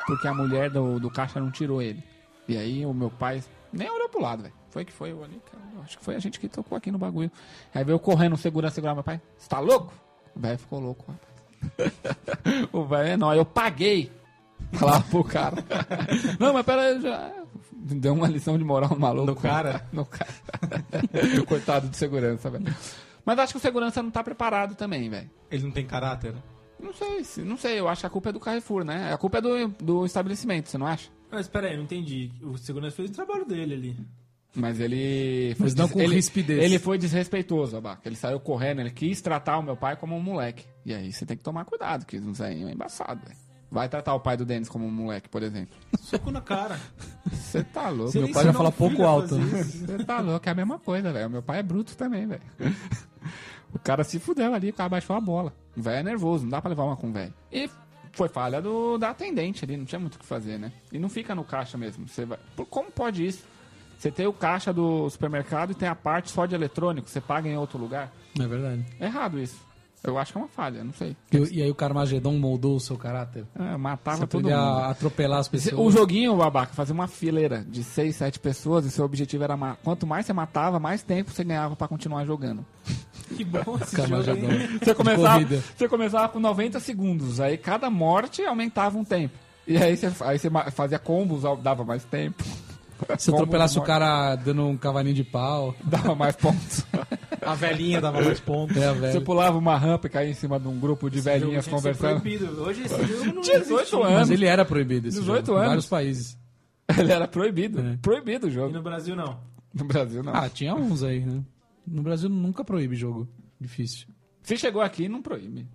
Speaker 4: Porque a mulher do, do caixa não tirou ele. E aí o meu pai nem olhou pro lado, velho. Foi que foi, eu olhei, cara, eu acho que foi a gente que tocou aqui no bagulho. Aí veio correndo, segurando, segurando, meu pai, você tá louco? O velho ficou louco, rapaz. o velho é nóis, eu paguei. Falava pro cara. Não, mas pera aí, já... Deu uma lição de moral no maluco. No cara? No cara. Coitado do segurança, velho. Mas acho que o segurança não tá preparado também, velho.
Speaker 2: Ele não tem caráter?
Speaker 4: Não sei, se- não sei, eu acho que a culpa é do Carrefour, né? A culpa é do, do estabelecimento, você não acha?
Speaker 8: Mas peraí, não entendi. O segurança fez o trabalho dele ali.
Speaker 4: Mas ele.
Speaker 6: Mas não com
Speaker 4: ele,
Speaker 6: rispidez.
Speaker 4: Ele foi desrespeitoso, abaca. Ele saiu correndo, ele quis tratar o meu pai como um moleque. E aí você tem que tomar cuidado, que isso aí é embaçado, velho. Vai tratar o pai do Denis como um moleque, por exemplo.
Speaker 8: Soco na cara.
Speaker 4: Você tá louco,
Speaker 8: Você
Speaker 4: meu
Speaker 8: nem
Speaker 4: pai
Speaker 6: já
Speaker 8: ensinou
Speaker 6: fala
Speaker 8: um
Speaker 6: pouco
Speaker 8: filho a
Speaker 6: alto.
Speaker 8: fazer isso.
Speaker 4: Você tá louco, é a mesma coisa, velho. Meu pai é bruto também, velho. O cara se fudeu ali, o cara baixou a bola. O velho é nervoso, não dá pra levar uma com o velho. E foi falha do, da atendente ali, não tinha muito o que fazer, né? E não fica no caixa mesmo. Você vai... Por- Como pode isso? Você tem o caixa do supermercado e tem a parte só de eletrônico, você paga em outro lugar?
Speaker 6: É verdade.
Speaker 4: É errado isso. Eu acho que é uma falha, não sei.
Speaker 6: E, e aí o Carmagedon moldou o seu caráter?
Speaker 4: É,
Speaker 6: Você
Speaker 4: matava todo
Speaker 6: aprendeu
Speaker 4: mundo.
Speaker 6: a atropelar as
Speaker 4: Se-
Speaker 6: pessoas.
Speaker 4: O joguinho, babaca, fazer uma fileira de 6, 7 pessoas e seu objetivo era ma- quanto mais você matava, mais tempo você ganhava pra continuar jogando.
Speaker 8: Que bom esse jogo,
Speaker 6: Carmagedon.
Speaker 8: hein?
Speaker 4: Você começava,
Speaker 6: corrida.
Speaker 4: você começava com 90 segundos, aí cada morte aumentava um tempo. E aí você, aí você ma- fazia combos, ao- dava mais tempo,
Speaker 6: Se
Speaker 4: Como
Speaker 6: atropelasse o
Speaker 4: morte.
Speaker 6: cara dando um cavalinho de pau.
Speaker 4: dava mais pontos.
Speaker 2: A velhinha dava mais pontos.
Speaker 6: É,
Speaker 4: Você
Speaker 6: velho.
Speaker 4: pulava uma rampa e caía em cima de um grupo de velhinhas
Speaker 8: Tinha que ser
Speaker 4: conversando.
Speaker 8: é proibido. Hoje esse jogo não existe.
Speaker 4: 18
Speaker 6: Mas
Speaker 4: anos, ele...
Speaker 6: ele era proibido esse
Speaker 4: 18
Speaker 6: jogo, em
Speaker 4: anos.
Speaker 6: vários países.
Speaker 4: era proibido.
Speaker 6: É.
Speaker 4: Proibido o
Speaker 8: E
Speaker 4: jogo.
Speaker 8: no Brasil não.
Speaker 4: No Brasil, não.
Speaker 6: Ah, tinha uns aí, né? No Brasil nunca proíbe jogo. Difícil.
Speaker 4: Se chegou aqui, não proíbe.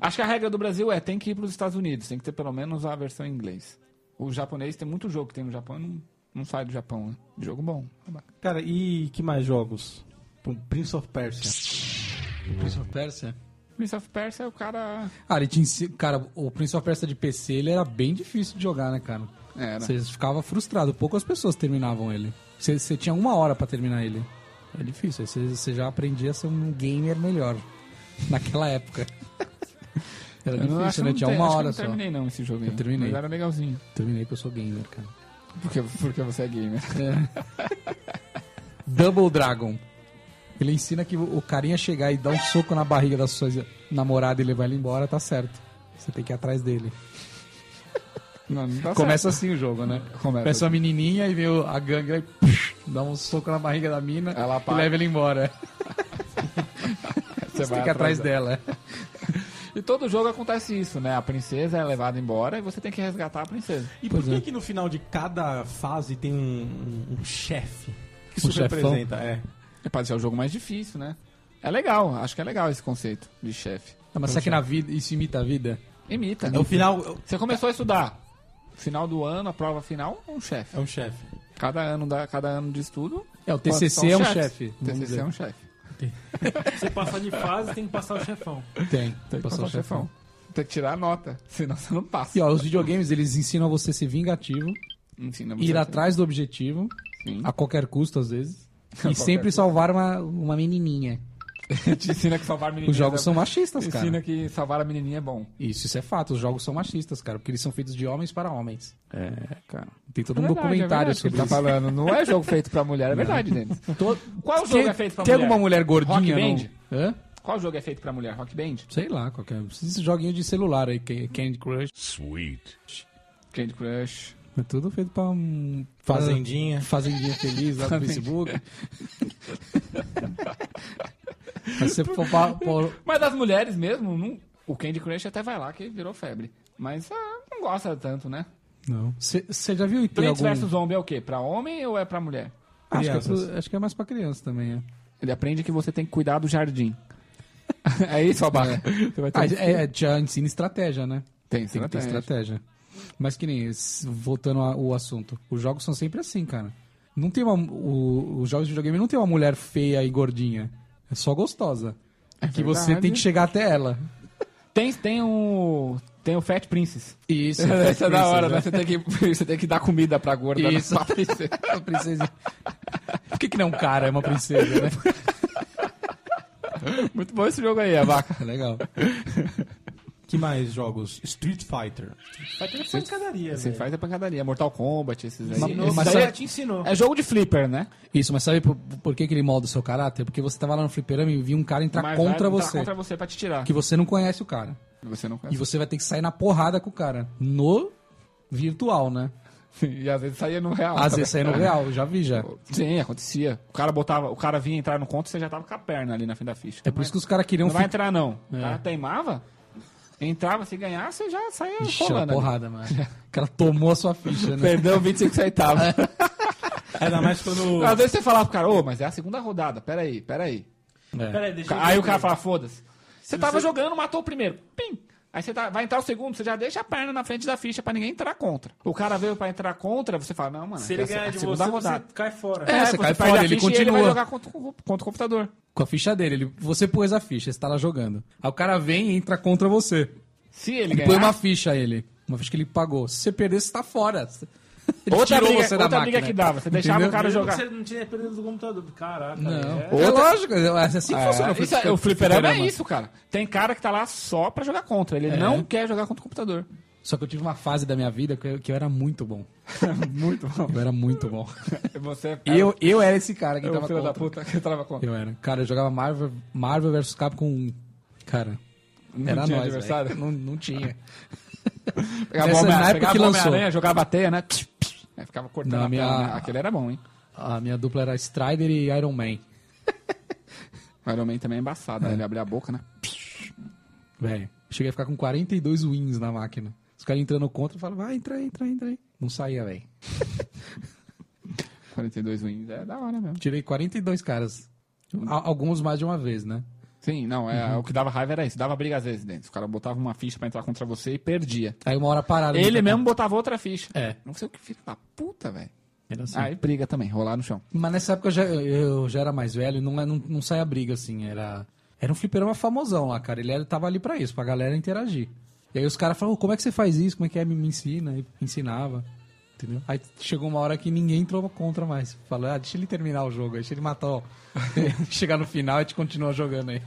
Speaker 4: Acho que a regra do Brasil é tem que ir para os Estados Unidos, tem que ter pelo menos a versão em inglês. O japonês tem muito jogo que tem no Japão e não, não sai do Japão, né? Jogo bom.
Speaker 2: Cara, e que mais jogos? Pô, Prince of Persia.
Speaker 6: Prince of Persia?
Speaker 4: Prince of Persia é o cara.
Speaker 6: Ah, ele tinha. ensi- Cara, o Prince of Persia de PC ele era bem difícil de jogar, né, cara?
Speaker 4: Era.
Speaker 6: Você ficava frustrado, poucas pessoas terminavam ele. Você, você tinha uma hora pra terminar ele. É difícil, aí você, você já aprendia a ser um gamer melhor. Naquela época. Era
Speaker 4: Eu não- acho que
Speaker 6: difícil, né?
Speaker 4: não
Speaker 6: Tinha
Speaker 4: tem-
Speaker 6: uma
Speaker 4: acho que
Speaker 6: hora
Speaker 4: não
Speaker 6: só.
Speaker 4: terminei não esse jogo aí.
Speaker 6: Eu terminei.
Speaker 4: Mas era legalzinho.
Speaker 6: Terminei porque eu sou gamer, cara.
Speaker 4: Porque, porque você é gamer.
Speaker 6: Double Dragon. Ele ensina que o carinha chegar e dar um soco na barriga da sua namorada e levar ele embora, tá certo. Você tem que ir atrás dele.
Speaker 4: Não, não dá
Speaker 6: Começa assim o jogo, né?
Speaker 4: Começa
Speaker 6: Começa a menininha e vem o- a gangue e
Speaker 11: Dá um soco na barriga da mina
Speaker 4: Ela
Speaker 11: e
Speaker 4: para.
Speaker 11: leva ele embora.
Speaker 4: assim. Você
Speaker 11: Fica atrás
Speaker 4: dela.
Speaker 11: dela.
Speaker 4: E todo jogo acontece isso, né? A princesa é levada embora e você tem que resgatar a princesa.
Speaker 2: E
Speaker 6: Pois
Speaker 2: por que,
Speaker 6: é.
Speaker 2: que no final de cada fase tem um, um- um chefe? O que
Speaker 6: Um
Speaker 2: isso
Speaker 6: chefão?
Speaker 2: representa? É.
Speaker 4: E pode ser o jogo mais difícil, né? É legal, acho que é legal esse conceito de chefe.
Speaker 11: Não, mas será que na vida isso imita a vida?
Speaker 4: Imita.
Speaker 2: No É final
Speaker 4: Você começou a estudar. Final do ano, a prova final, um chefe.
Speaker 2: é um chefe.
Speaker 4: Cada ano, da, cada ano de estudo.
Speaker 11: É, o
Speaker 4: quantos
Speaker 11: TCC
Speaker 4: são
Speaker 11: é um
Speaker 4: chefes?
Speaker 11: chefe. vamos
Speaker 4: TCC é
Speaker 11: dizer.
Speaker 4: um chefe.
Speaker 8: Você passar de fase, tem que passar o chefão.
Speaker 11: Tem, tem que
Speaker 4: Passar
Speaker 11: passar o chefão.
Speaker 4: um Tem que tirar a nota, senão você não passa.
Speaker 6: E ó, os videogames eles ensinam você a ser vingativo,
Speaker 4: Ensina você
Speaker 6: ir
Speaker 4: a-
Speaker 6: atrás do objetivo,
Speaker 4: assim. Sim.
Speaker 6: a qualquer custo às vezes, e
Speaker 4: qualquer
Speaker 6: sempre
Speaker 4: custo.
Speaker 6: salvar uma, uma menininha.
Speaker 4: Te ensina que salvar menininha.
Speaker 6: Os jogos são machistas, cara.
Speaker 4: Ensina que salvar a menininha é bom.
Speaker 6: Isso, isso é fato. Os jogos são machistas, cara, porque eles são feitos de homens para homens.
Speaker 4: É, cara.
Speaker 6: Tem todo
Speaker 4: É
Speaker 6: um
Speaker 4: verdade,
Speaker 6: documentário
Speaker 4: é verdade o que ele
Speaker 6: sobre
Speaker 4: tá
Speaker 6: isso.
Speaker 4: falando. Não é jogo feito pra mulher, é verdade, Denis. Qual jogo
Speaker 6: Tem-
Speaker 4: é feito pra
Speaker 6: Tem
Speaker 4: mulher?
Speaker 6: alguma mulher gordinha?
Speaker 4: Rock
Speaker 6: não? Hã?
Speaker 4: Qual jogo é feito pra mulher? Rock Band?
Speaker 6: Sei lá, qualquer. Esses joguinhos de celular aí, que- Candy Crush.
Speaker 10: Sweet.
Speaker 4: Candy Crush.
Speaker 6: É tudo feito pra um.
Speaker 2: Fazendinha.
Speaker 6: Fazendinha feliz lá no Facebook. Mas se for pra- por-
Speaker 4: Mas das mulheres mesmo, não- o Candy Crush até vai lá que virou febre. Mas ah, não gosta tanto, né?
Speaker 6: Não. Você já viu e tem
Speaker 4: Plants
Speaker 6: algum...
Speaker 4: vs Zombie é o quê? Pra homem ou é pra mulher?
Speaker 6: acho, que é,
Speaker 2: Crianças.
Speaker 6: pro- acho que é mais pra criança também, é.
Speaker 4: Ele aprende que você tem que cuidar do jardim. é isso, Abaca? Você vai ter
Speaker 6: Ah,
Speaker 4: um-
Speaker 6: é, é, já ensina estratégia, né?
Speaker 4: Tem,
Speaker 6: Tem que ter estratégia. Mas que nem, esse- voltando ao assunto, os jogos são sempre assim, cara. Não tem uma, o- os jogos de videogame não tem uma mulher feia e gordinha. É só gostosa.
Speaker 4: É
Speaker 6: que você
Speaker 4: verdade.
Speaker 6: tem que chegar até ela.
Speaker 4: Tem, tem um... Tem o Fat Princess.
Speaker 6: Isso.
Speaker 4: Essa é da hora, né? Você tem, que, você tem que dar comida pra gorda. né?
Speaker 6: Isso. Uma princesa. Por que, que não é um cara, é uma princesa, né?
Speaker 4: Muito bom esse jogo aí, Abaca.
Speaker 6: É legal.
Speaker 2: Que mais jogos? Street Fighter.
Speaker 8: Vai ter pancadaria,
Speaker 4: Você
Speaker 8: velho.
Speaker 4: Assim, faz a pancadaria, Mortal Kombat, esses aí.
Speaker 8: Ensinou,
Speaker 6: Mas
Speaker 8: daí
Speaker 6: sabe-
Speaker 8: já te ensinou.
Speaker 4: É jogo de flipper, né?
Speaker 6: Isso, mas sabe por, por que, que ele molda o seu caráter? Porque você tava lá no fliperama e viu um cara entrar
Speaker 4: Mas
Speaker 6: contra
Speaker 4: vai lutar
Speaker 6: você.
Speaker 4: tá contra você pra te tirar.
Speaker 6: Que você não conhece o cara.
Speaker 4: Você não
Speaker 6: E você vai ter que sair na porrada com o cara. No virtual, né?
Speaker 4: E às vezes saía no real.
Speaker 6: Às
Speaker 4: sabe?
Speaker 6: vezes sair no real, já vi já.
Speaker 4: Sim, acontecia. O cara botava, o cara vinha entrar no conto e você já tava com a perna ali na frente da ficha.
Speaker 6: É por isso que os caras
Speaker 4: não
Speaker 6: queriam
Speaker 4: vai
Speaker 6: ficar
Speaker 4: entrar, não. O cara teimava, entrava, se ganhasse, você já saía rolando. ali.
Speaker 6: é porrada, mano. Que ela tomou a sua ficha, né?
Speaker 4: Perdeu 25 centavos.
Speaker 2: Ainda mais quando.
Speaker 4: Às vezes você falava pro cara, ô, mas é a segunda rodada, peraí, peraí.
Speaker 6: É.
Speaker 8: Peraí, deixa eu
Speaker 4: é. Aí o
Speaker 8: ver.
Speaker 4: cara fala, foda-se. Você tava jogando, matou o primeiro. Pim! Aí você tá- vai entrar o segundo, você já deixa a perna na frente da ficha pra ninguém entrar contra. O cara veio pra entrar contra, você fala, não, mano,
Speaker 8: Se ele
Speaker 4: é a se-
Speaker 8: ganhar
Speaker 4: a
Speaker 8: de
Speaker 4: segunda
Speaker 8: você,
Speaker 4: rodada.
Speaker 8: você cai fora.
Speaker 4: É,
Speaker 6: você
Speaker 4: você
Speaker 6: cai
Speaker 4: perde
Speaker 6: fora,
Speaker 4: a
Speaker 6: ele
Speaker 4: ficha e Ele
Speaker 6: continua.
Speaker 4: vai jogar contra, o- contra o computador.
Speaker 6: Com a ficha dele. Ele, você pôs a ficha, você tá lá jogando. Aí o cara vem e entra contra você.
Speaker 4: Se ele
Speaker 6: E
Speaker 4: ganhar...
Speaker 6: põe uma ficha a ele. Uma ficha que ele pagou. Se você perder, você tá fora. Ele
Speaker 4: outra
Speaker 6: tirou
Speaker 4: briga,
Speaker 6: você da
Speaker 4: outra
Speaker 6: máquina.
Speaker 4: briga que dava. Você deixava
Speaker 6: Entendeu?
Speaker 4: o cara jogar.
Speaker 8: Você não tinha perdido do computador. Caraca,
Speaker 6: Não.
Speaker 8: é.
Speaker 6: É lógico, é assim que funciona.
Speaker 4: É, isso é- o fliperama é isso, cara. Tem cara que tá lá só pra jogar contra. Ele não quer jogar contra o computador.
Speaker 6: Só que eu tive uma fase da minha vida que eu, que eu era muito bom. muito bom. Eu era muito bom.
Speaker 4: Você é
Speaker 6: Eu, eu era esse cara que
Speaker 4: o
Speaker 6: tava
Speaker 4: filho da
Speaker 6: contra.
Speaker 4: puta que trava contra.
Speaker 6: Eu era. Cara, eu jogava Marvel, Marvel vs Capcom 1. Cara, era
Speaker 4: tinha
Speaker 6: nós,
Speaker 4: adversário?
Speaker 6: velho. Não, não tinha.
Speaker 4: Pegava
Speaker 6: Essa-
Speaker 4: Homem-
Speaker 6: na época
Speaker 4: pegava
Speaker 6: que lançou.
Speaker 4: Homem-Aranha, jogava a teia, né? Psh, psh. Aí ficava cortando
Speaker 6: Não,
Speaker 4: a
Speaker 6: minha-
Speaker 4: perna. né? Aquele era bom, hein?
Speaker 6: A minha dupla era Strider e Iron Man.
Speaker 4: O Iron Man também é embaçado, né? Ele abria a boca, né?
Speaker 6: Velho, cheguei a ficar com 42 wins na máquina. Os caras entrando contra, eu falava, vai, entra aí, entra aí, entra aí. Não saía, velho.
Speaker 4: 42 wins, é da hora mesmo.
Speaker 6: Tirei 42 caras. A- alguns mais de uma vez, né?
Speaker 4: Sim, não, é, o que dava raiva era isso. Dava briga às vezes dentro. O cara botava uma ficha pra entrar contra você e perdia.
Speaker 6: Aí uma hora parada.
Speaker 4: Ele
Speaker 6: né?
Speaker 4: mesmo botava outra ficha.
Speaker 6: É.
Speaker 4: Não sei o que filho da puta, velho.
Speaker 6: Era assim.
Speaker 4: Aí briga também, rolar no chão.
Speaker 6: Mas nessa época eu já, eu já era mais velho, não, é- não, não saía briga, assim, era... Era um fliperama famosão lá, cara. Ele era, tava ali pra isso, pra galera interagir. E aí os caras falavam, como é que você faz isso? Como é que é? Me, me ensina. E ensinava, entendeu? Aí chegou uma hora que ninguém entrou contra mais. Falou, ah, deixa ele terminar o jogo, aí, deixa ele matar, ó. Chegar no final, a gente continua jogando aí.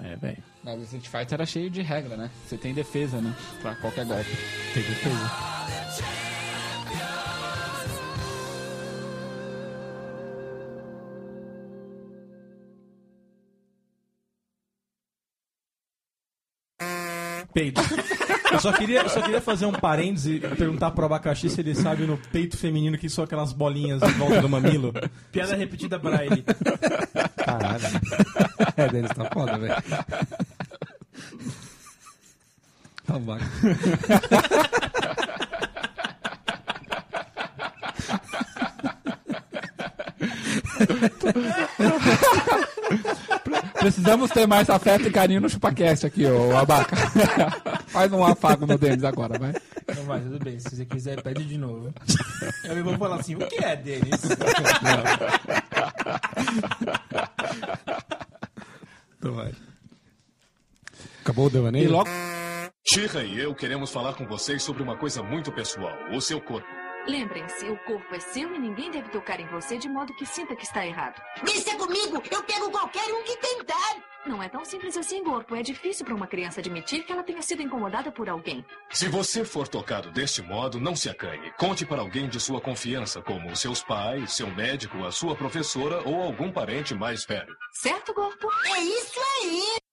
Speaker 6: É, velho.
Speaker 4: Mas o Street Fighter era cheio de regra, né? Você tem defesa, né? Pra qualquer golpe.
Speaker 6: Tem defesa.
Speaker 2: Peido. Eu só queria, eu só queria fazer um parêntese e perguntar pro abacaxi se ele sabe no peito feminino que são aquelas bolinhas em volta do mamilo.
Speaker 8: Piada é repetida pra ele.
Speaker 2: Caralho.
Speaker 6: É, Denis tá foda, velho. Tabaco.
Speaker 4: Precisamos ter mais afeto e carinho no ChupaCast aqui, ô Abaca. Faz um afago no Denis agora, vai.
Speaker 8: Então vai, tudo bem. Se você quiser, pede de novo. Eu vou falar assim, o que é, Denis?
Speaker 6: Acabou o
Speaker 4: E
Speaker 6: devaneio?
Speaker 4: logo
Speaker 12: Tira e eu queremos falar com vocês sobre uma coisa muito pessoal, o seu corpo.
Speaker 3: Lembrem-se, o corpo é seu e ninguém deve tocar em você de modo que sinta que está errado.
Speaker 13: Deixa comigo, eu pego qualquer um que tentar.
Speaker 3: Não é tão simples assim, corpo. É difícil para uma criança admitir que ela tenha sido incomodada por alguém.
Speaker 12: Se você for tocado deste modo, não se acanhe. Conte para alguém de sua confiança, como seus pais, seu médico, a sua professora ou algum parente mais velho.
Speaker 3: Certo, corpo?
Speaker 13: É isso aí.